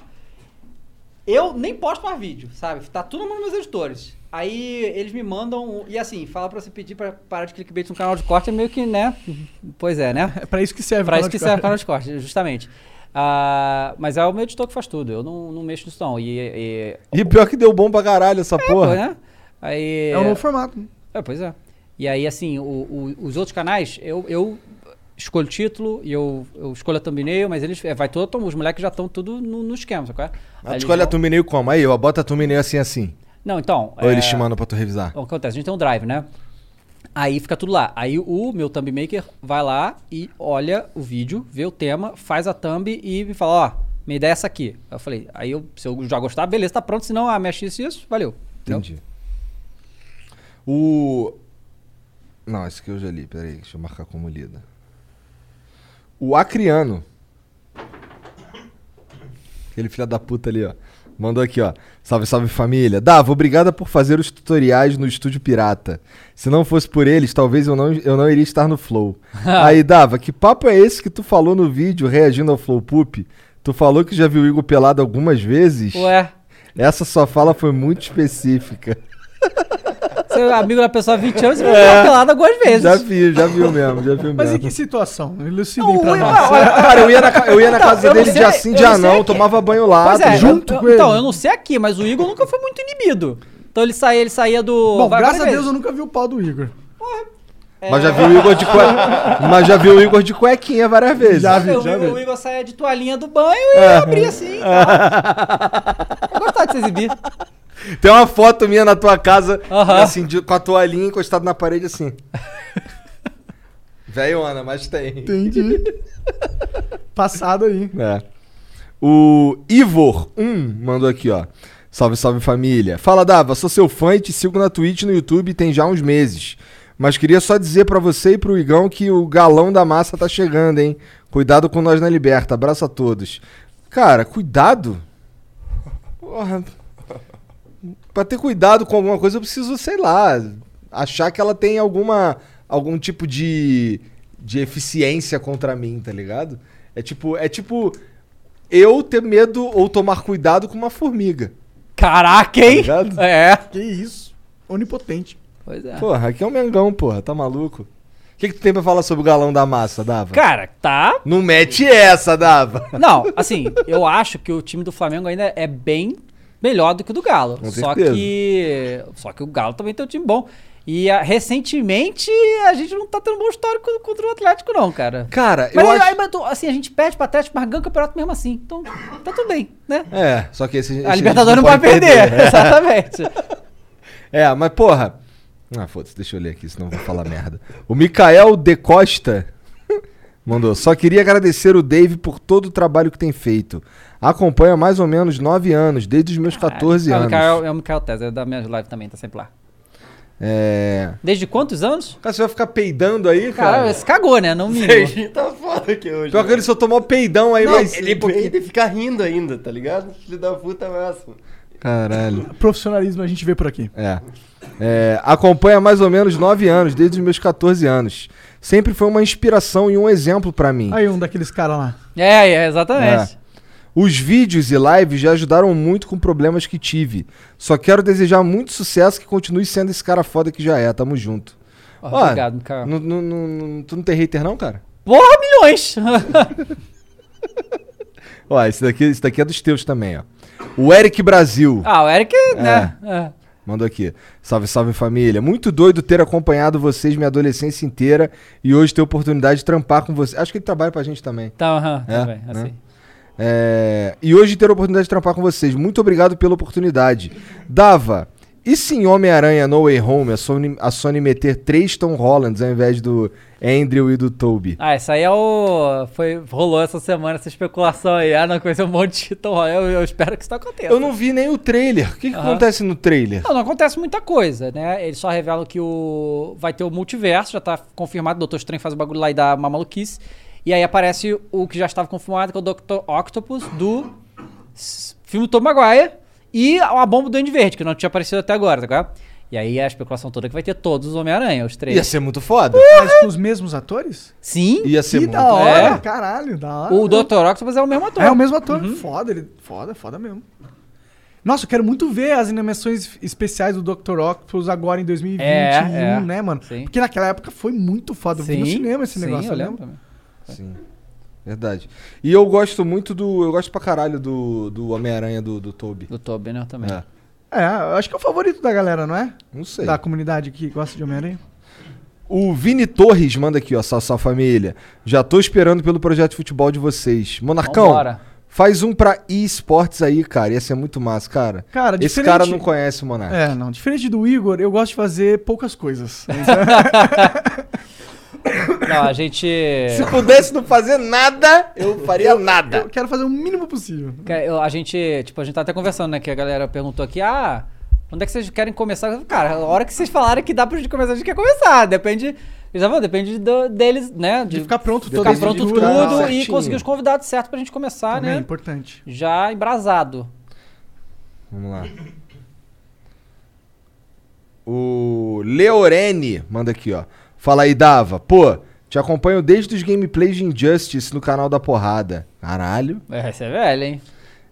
Eu nem posto mais vídeo, sabe? Tá tudo na mão dos meus editores. Aí eles me mandam. E assim, fala pra você pedir pra parar de clickbait no canal de corte é meio que, né? Pois é, né? É pra isso que serve. Pra o canal isso que de serve corte. é. o canal de corte, justamente. Ah, mas é o meu editor que faz tudo, eu não, não mexo nisso não. E, e- E pior que deu bom pra caralho essa É, pô, porra. É né? Aí, É um novo formato. é, pois é. E aí, assim, o- o- os outros canais, eu, eu escolho o título e eu, eu escolho a thumbnail, mas eles. é, vai todo, os moleques já estão tudo no, no esquema, sabe? qual é? Aí Ah, tu eles escolhe a vão- thumbnail como? Aí, eu boto a thumbnail assim, assim. Não, então. Ou é, eles te mandam pra tu revisar? o que acontece? A gente tem um drive, né? Aí fica tudo lá. Aí o meu thumb maker vai lá e olha o vídeo, vê o tema, faz a thumb e me fala, ó, minha ideia é essa aqui. Eu falei, aí eu, se eu já gostar, beleza, tá pronto. Se não, ah, mexe isso e isso, valeu. Entendeu? Entendi. O. Não, esse aqui eu já li, peraí, deixa eu marcar como lida. O Acriano. Aquele filho da puta ali, ó. Mandou aqui, ó. Salve, salve família. Dava, obrigada por fazer os tutoriais no Estúdio Pirata. Se não fosse por eles, talvez eu não, eu não iria estar no Flow. Aí, Dava, que papo é esse que tu falou no vídeo reagindo ao Flow Poop? Tu falou que já viu o Igor pelado algumas vezes? Ué, Essa sua fala foi muito específica. você é amigo da pessoa há 20 anos, você É. vai ficar pelado algumas vezes. Já viu, já viu mesmo, já viu Mas em mesmo. que situação? Não, Elucidei pra ué, nós. olha, Cara, eu ia na, ca- eu ia na Então, casa eu não dele sei- de assim, eu de não sei anão, que- tomava banho lá, Pois é, junto eu- com ele. Então, eu não sei aqui, mas o Igor nunca foi muito inibido. Então ele saía, ele saía do. Bom, vai- graças a várias Deus eu vezes. nunca vi o pau do Igor. é- Mas já viu o Igor de cuequinha. Mas já viu o Igor de cuequinha várias vezes. Já vi, já o, vi. Igor- o Igor saía de toalhinha do banho e É. eu abria assim. e tal. Eu gostava de se exibir. Tem uma foto minha na tua casa, Aham. assim, de- com a toalhinha encostada na parede, assim. Velhona, mas tem. Entendi. Passado aí. É. O Ivor1 mandou aqui, ó. Salve, salve família. Fala, Dava, sou seu fã e te sigo na Twitch e no YouTube tem já uns meses. Mas queria só dizer pra você e pro Igão que o galão da massa tá chegando, hein? Cuidado com nós na liberta. Abraço a todos. Cara, cuidado? Porra. Pra ter cuidado com alguma coisa, eu preciso, sei lá, achar que ela tem alguma algum tipo de, de eficiência contra mim, tá ligado? É tipo, é tipo eu ter medo ou tomar cuidado com uma formiga. Caraca, hein? Tá ligado? é. Que isso. Onipotente. Pois é. Porra, aqui é um Mengão, porra, tá maluco? O que, que tu tem pra falar sobre o galão da massa, Dava? Cara, tá. Não mete essa, Dava! Não, assim, eu acho que o time do Flamengo ainda é bem melhor do que o do Galo. Com só certeza. que. Só que o Galo também tem um time bom. E ah, recentemente a gente não tá tendo bom histórico contra o Atlético, não, cara. Cara, Mas eu aí, acho. aí, mas tu- assim, a gente perde pra Atlético, mas ganha o campeonato mesmo assim. Então, tá tudo bem, né? É, só que esse. esse a gente Libertadores não pode perder, né? exatamente. É, mas porra. Ah, foda-se, deixa eu ler aqui, senão eu vou falar merda. O Micael De Costa mandou. Só queria agradecer o Dave por todo o trabalho que tem feito. Acompanha há mais ou menos nove anos, desde os meus 14 É o anos. Mikael, é o Mikael Tesla, é da minha live também, tá sempre lá. É. Desde quantos anos? Cara, você vai ficar peidando aí, cara? Cara, esse cagou, né? Não me. Serginho tá foda aqui hoje. Pior que ele só tomou peidão aí, Não, mas. tipo, ele é ainda fica rindo ainda, tá ligado? Filho da puta máximo. Caralho. Profissionalismo a gente vê por aqui. É. É, acompanha há mais ou menos nove anos, desde os meus 14 anos. Sempre foi uma inspiração e um exemplo pra mim. Aí um daqueles caras lá. É, é, exatamente. Os vídeos e lives já ajudaram muito com problemas que tive. Só quero desejar muito sucesso que continue sendo esse cara foda que já é. Tamo junto. Ó, Ó, Obrigado, Mikael. não- não- não- não- tu não tem hater, não, cara? Porra, milhões! Ó, esse daqui, esse daqui é dos teus também, ó. O Eric Brasil. ah, o Eric, né? É. Mandou aqui. Salve, salve família. Muito doido ter acompanhado vocês minha adolescência inteira e hoje ter a oportunidade de trampar com vocês. Acho que ele trabalha pra gente também. Tá, aham, É, tá bem, né? assim. É, E hoje ter a oportunidade de trampar com vocês. Muito obrigado pela oportunidade. Dava, e se em Homem-Aranha No Way Home a Sony, a Sony meter três Tom Hollands ao invés do Andrew e do Toby? Ah, isso aí é o. Foi, rolou essa semana essa especulação aí. Ah, não, coisa um monte de Tom Holland. Eu, eu espero que isso não aconteça. Eu não vi nem o trailer. O que, que Aham. acontece no trailer? Não, não acontece muita coisa, né? Eles só revelam que o vai ter o multiverso, já tá confirmado, o Doutor Estranho faz o bagulho lá e dá uma maluquice. E aí aparece o que já estava confirmado, que é o Dr. Octopus do s- filme Tom Maguire e a bomba do Andy Verde, que não tinha aparecido até agora, tá ligado? E aí a especulação toda é que vai ter todos os Homem-Aranha, os três. Ia ser muito foda. Uh, Mas com os mesmos atores? Sim, Ia ser Que muito. da hora, É. caralho, da hora. o Uhum. Dr. Octopus é o mesmo ator. É o mesmo ator. Foda, ele. Foda, foda mesmo. Nossa, eu quero muito ver as animações especiais do Dr. Octopus agora em 2021, É, é. né, mano? Sim. Porque naquela época foi muito foda. Eu vi no cinema esse negócio, né? Sim, eu lembro. também. Sim. Verdade. E eu gosto muito do. Eu gosto pra caralho do, do Homem-Aranha do, do Toby. Do Tobey, né, também. É, É, eu acho que é o favorito da galera, não é? não sei. Tá. Da comunidade que gosta de Homem-Aranha. O Vini Torres manda aqui, ó, Sassá Família. Já tô esperando pelo projeto de futebol de vocês. Monarcão, Vambora. faz um pra eSports aí, cara. Ia ser muito massa, cara. Cara, Esse diferente- cara não conhece o Monarca. É, não. Diferente do Igor, eu gosto de fazer poucas coisas. É. Não, a gente. Se pudesse não fazer nada, eu faria nada. Eu quero fazer o mínimo possível. Cara, eu- A gente, tipo, a gente tá até conversando, né? Que a galera perguntou aqui, ah, onde é que vocês querem começar? Eu falei, Cara, a hora que vocês falarem que dá pra gente começar, a gente quer começar. Depende, eu já falei, depende do- deles, né? De, De ficar pronto de toda ficar todas as pronto estruturas, tudo né? e Certinho. conseguir os convidados certos pra gente começar, Também é né? importante. Já embrasado. Vamos lá. O Leorene manda aqui, ó. Fala aí, Dava. Pô, te acompanho desde os gameplays de Injustice no canal da Porrada. Caralho. É, você é velho, hein?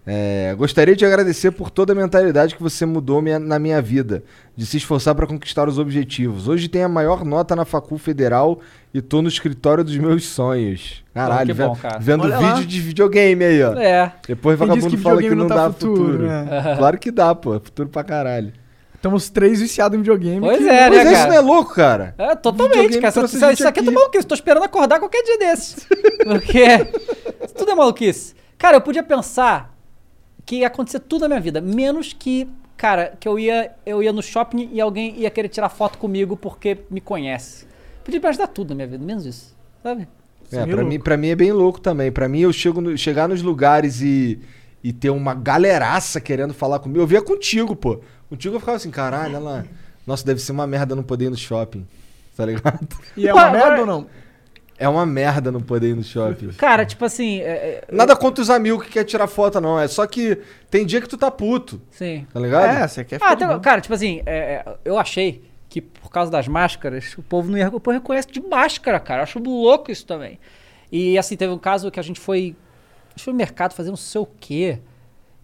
É, gostaria de agradecer por toda a mentalidade que você mudou minha- na minha vida, de se esforçar para conquistar os objetivos. Hoje tem a maior nota na Facul Federal e tô no escritório dos meus sonhos. Caralho, que ve- bom, cara. vendo Olha lá. vídeo de videogame aí, Tá. ó. É. Depois o Quem disse vagabundo que fala que videogame não, não dá tá futuro. futuro, né? Claro que dá, pô. É futuro pra caralho. Estamos três viciados em videogame. Pois que- é, Mas né, cara? isso não é louco, cara? É, totalmente, Videogame cara. Essa- trouxe Isso, gente isso aqui é aqui. tudo maluquice. Tô esperando acordar qualquer dia desses. Porque isso tudo é maluquice. Cara, eu podia pensar que ia acontecer tudo na minha vida, menos que, cara, que eu ia, eu ia no shopping e alguém ia querer tirar foto comigo porque me conhece. Podia pensar tudo na minha vida, menos isso. Sabe? É, meio pra, louco. mim, pra mim é bem louco também. Pra mim, eu chego no- chegar nos lugares e, e ter uma galeraça querendo falar comigo. Eu via contigo, pô. Contigo eu ficava assim, caralho, olha lá. Nossa, deve ser uma merda não poder ir no shopping. Tá ligado? E é uma Ué, merda agora- ou não? É uma merda não poder ir no shopping. Cara, tipo assim. é- é- Nada contra os amigos que quer tirar foto, não. É só que tem dia que tu tá puto, Sim. tá ligado? É, você quer Ah, ficar de então, boa. cara, tipo assim, é, é, eu achei que por causa das máscaras, o povo não ia, o povo reconhece de máscara, cara. Eu acho louco isso também. E assim, teve um caso que a gente foi. A gente foi no mercado fazer um não sei o quê.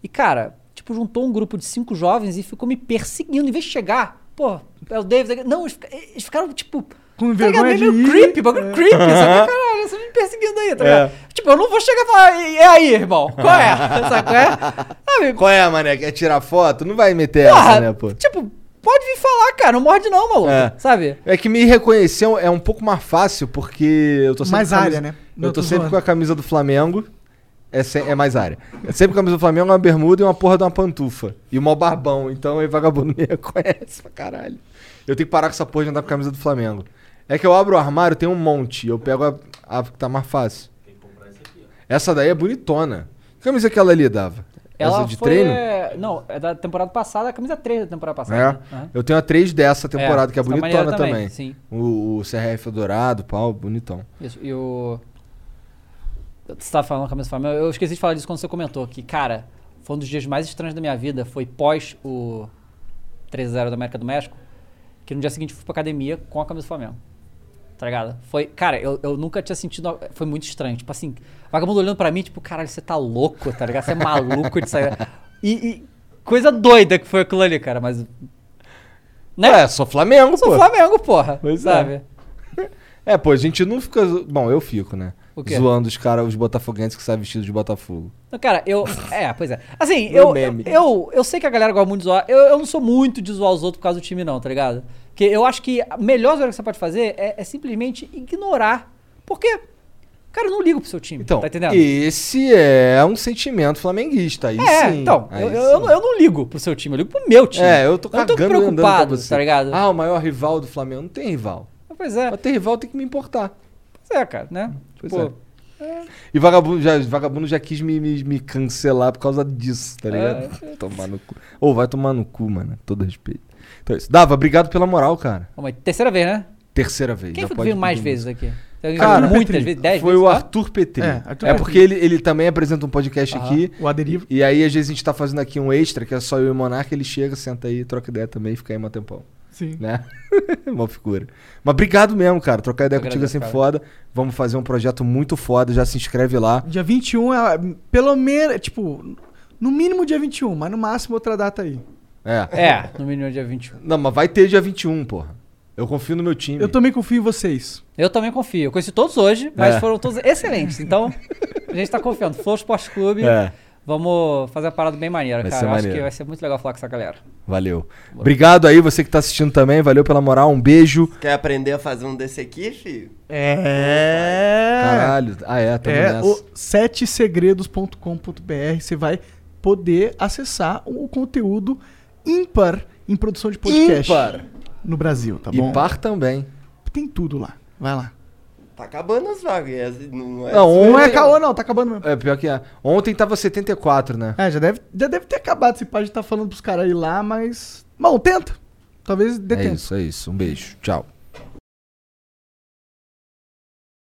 E, cara, tipo, juntou um grupo de cinco jovens e ficou me perseguindo. Em vez de chegar, pô, é o David. é- Não, eles, fica- eles ficaram, tipo. Com tá ligado? vergonha meio de meio ir. É. creepy, bagulho creepy. Sabe? Caralho, você me perseguindo aí, tá ligado? Tipo, eu não vou chegar e falar, e e aí, irmão? Qual é? sabe qual é? Sabe, Qual é, mané? Quer tirar foto? Não vai meter Porra, essa, né, pô? Tipo, pode vir falar, cara. Não morde não, maluco. É. Sabe? É que me reconhecer é um pouco mais fácil, porque eu tô sempre. Mais com a área, camisa- né? Eu Eu tô tô sempre zoando. com a camisa do Flamengo. É, se- é mais área. É sempre com a camisa do Flamengo, uma bermuda e uma porra de uma pantufa. E o maior barbão. Então aí vagabundo me reconhece pra caralho. Eu tenho que parar com essa porra de andar com a camisa do Flamengo. É que eu abro o armário, tem um monte. Eu pego a, a que tá mais fácil. Essa daí é bonitona. Que camisa que ela ali dava? essa de treino? Não, é da temporada passada, a camisa 3 da temporada É. passada. né? Eu tenho a 3 dessa temporada, É, que é tá maneiro bonitona também, também. sim. O, o CRF dourado, pau, bonitão. É. Isso. E o. Você tava falando com a camisa do Flamengo. Eu esqueci de falar disso quando você comentou que, cara, foi um dos dias mais estranhos da minha vida. Foi pós o 3x0 da América do México. Que no dia seguinte eu fui pra academia com a camisa do Flamengo. Tá ligado? Foi, cara, eu, eu nunca tinha sentido. a- Foi muito estranho. Tipo assim, vagabundo olhando pra mim, tipo, caralho, você tá louco, tá ligado? Você é maluco de sair. E, e coisa doida que foi aquilo ali, cara, mas. Né? É, só Flamengo, eu sou pô. Flamengo, porra. Pois é. sabe? É, pô, a gente não fica. zo- Bom, eu fico, né? O quê? Zoando os caras, os botafoguenses que saem vestidos de Botafogo. Não, Cara, eu. É, pois é. Assim, Meu eu, eu, um meme. eu. eu sei que a galera gosta muito de zoar. Eu, eu não sou muito de zoar os outros por causa do time, não, tá ligado? Porque eu acho que a melhor zoeira que você pode fazer é, é simplesmente ignorar. Porque, cara, eu não ligo pro seu time. Então, tá entendendo? esse é um sentimento flamenguista. Aí É, sim. então, aí eu, sim. eu, eu não- eu não ligo pro seu time, eu ligo pro meu time. É, eu tô não cagando tô e andando pra preocupado, você. tá ligado? Ah, o maior rival do Flamengo. Não tem rival. Pois é, Pra ter rival tem que me importar. pois é, cara, né? Pois Tipo, é. E vagabundo já, vagabundo já quis me, me, me cancelar por causa disso, tá É, ligado? Tomar no cu. Ou vai tomar no cu, mano. Todo respeito. Então é isso. Dava, obrigado pela moral, cara. ó, mas terceira vez, né? Terceira vez. Quem já foi que pode veio mais pedir vezes aqui? Tem alguém Cara, que veio muitas Petri. vezes, dez Foi vezes. o ó. Arthur Petri. É, É, Arthur Petri. porque ele, ele também apresenta um podcast aqui. O Aderiva. E aí, às vezes, a gente tá fazendo aqui um extra, que é só eu e o Monarca, ele chega, senta aí, troca ideia também, fica aí um tempão, Sim. né? Uma figura. Mas obrigado mesmo, cara. Trocar ideia Eu contigo é agradeço, sempre cara. foda. Vamos fazer um projeto muito foda, já se inscreve lá. Dia 21 é. Pelo menos. Tipo, no mínimo dia 21, mas no máximo outra data aí. É. É, no mínimo dia 21. Não, mas vai ter dia 21, porra. Eu confio no meu time. Eu também confio em vocês. Eu também confio. Eu conheci todos hoje, mas É. foram todos excelentes. Então, a gente tá confiando. Flow Esporte Clube. É. Vamos fazer uma parada bem maneira, Vai cara. ser Eu acho que maneiro. vai ser muito legal falar com essa galera. Valeu. Obrigado aí, você que tá assistindo também. Valeu pela moral. Um beijo. Quer aprender a fazer um desse aqui, filho? É. Caralho. Ah, é, tamo É nessa. o setesegredos.com.br. Você vai poder acessar o conteúdo ímpar em produção de podcast Ímpar. no Brasil, tá bom? E par também. Tem tudo lá. Vai lá. Tá acabando as vagas. Não é, Não, um Não é ontem- caô, não, tá acabando mesmo. É, pior que é. Ontem tava 74, né? É, já deve, já deve ter acabado esse página tá falando pros caras ir lá, mas. Bom, tenta. Talvez dê É tempo. isso, é isso. Um beijo. Tchau.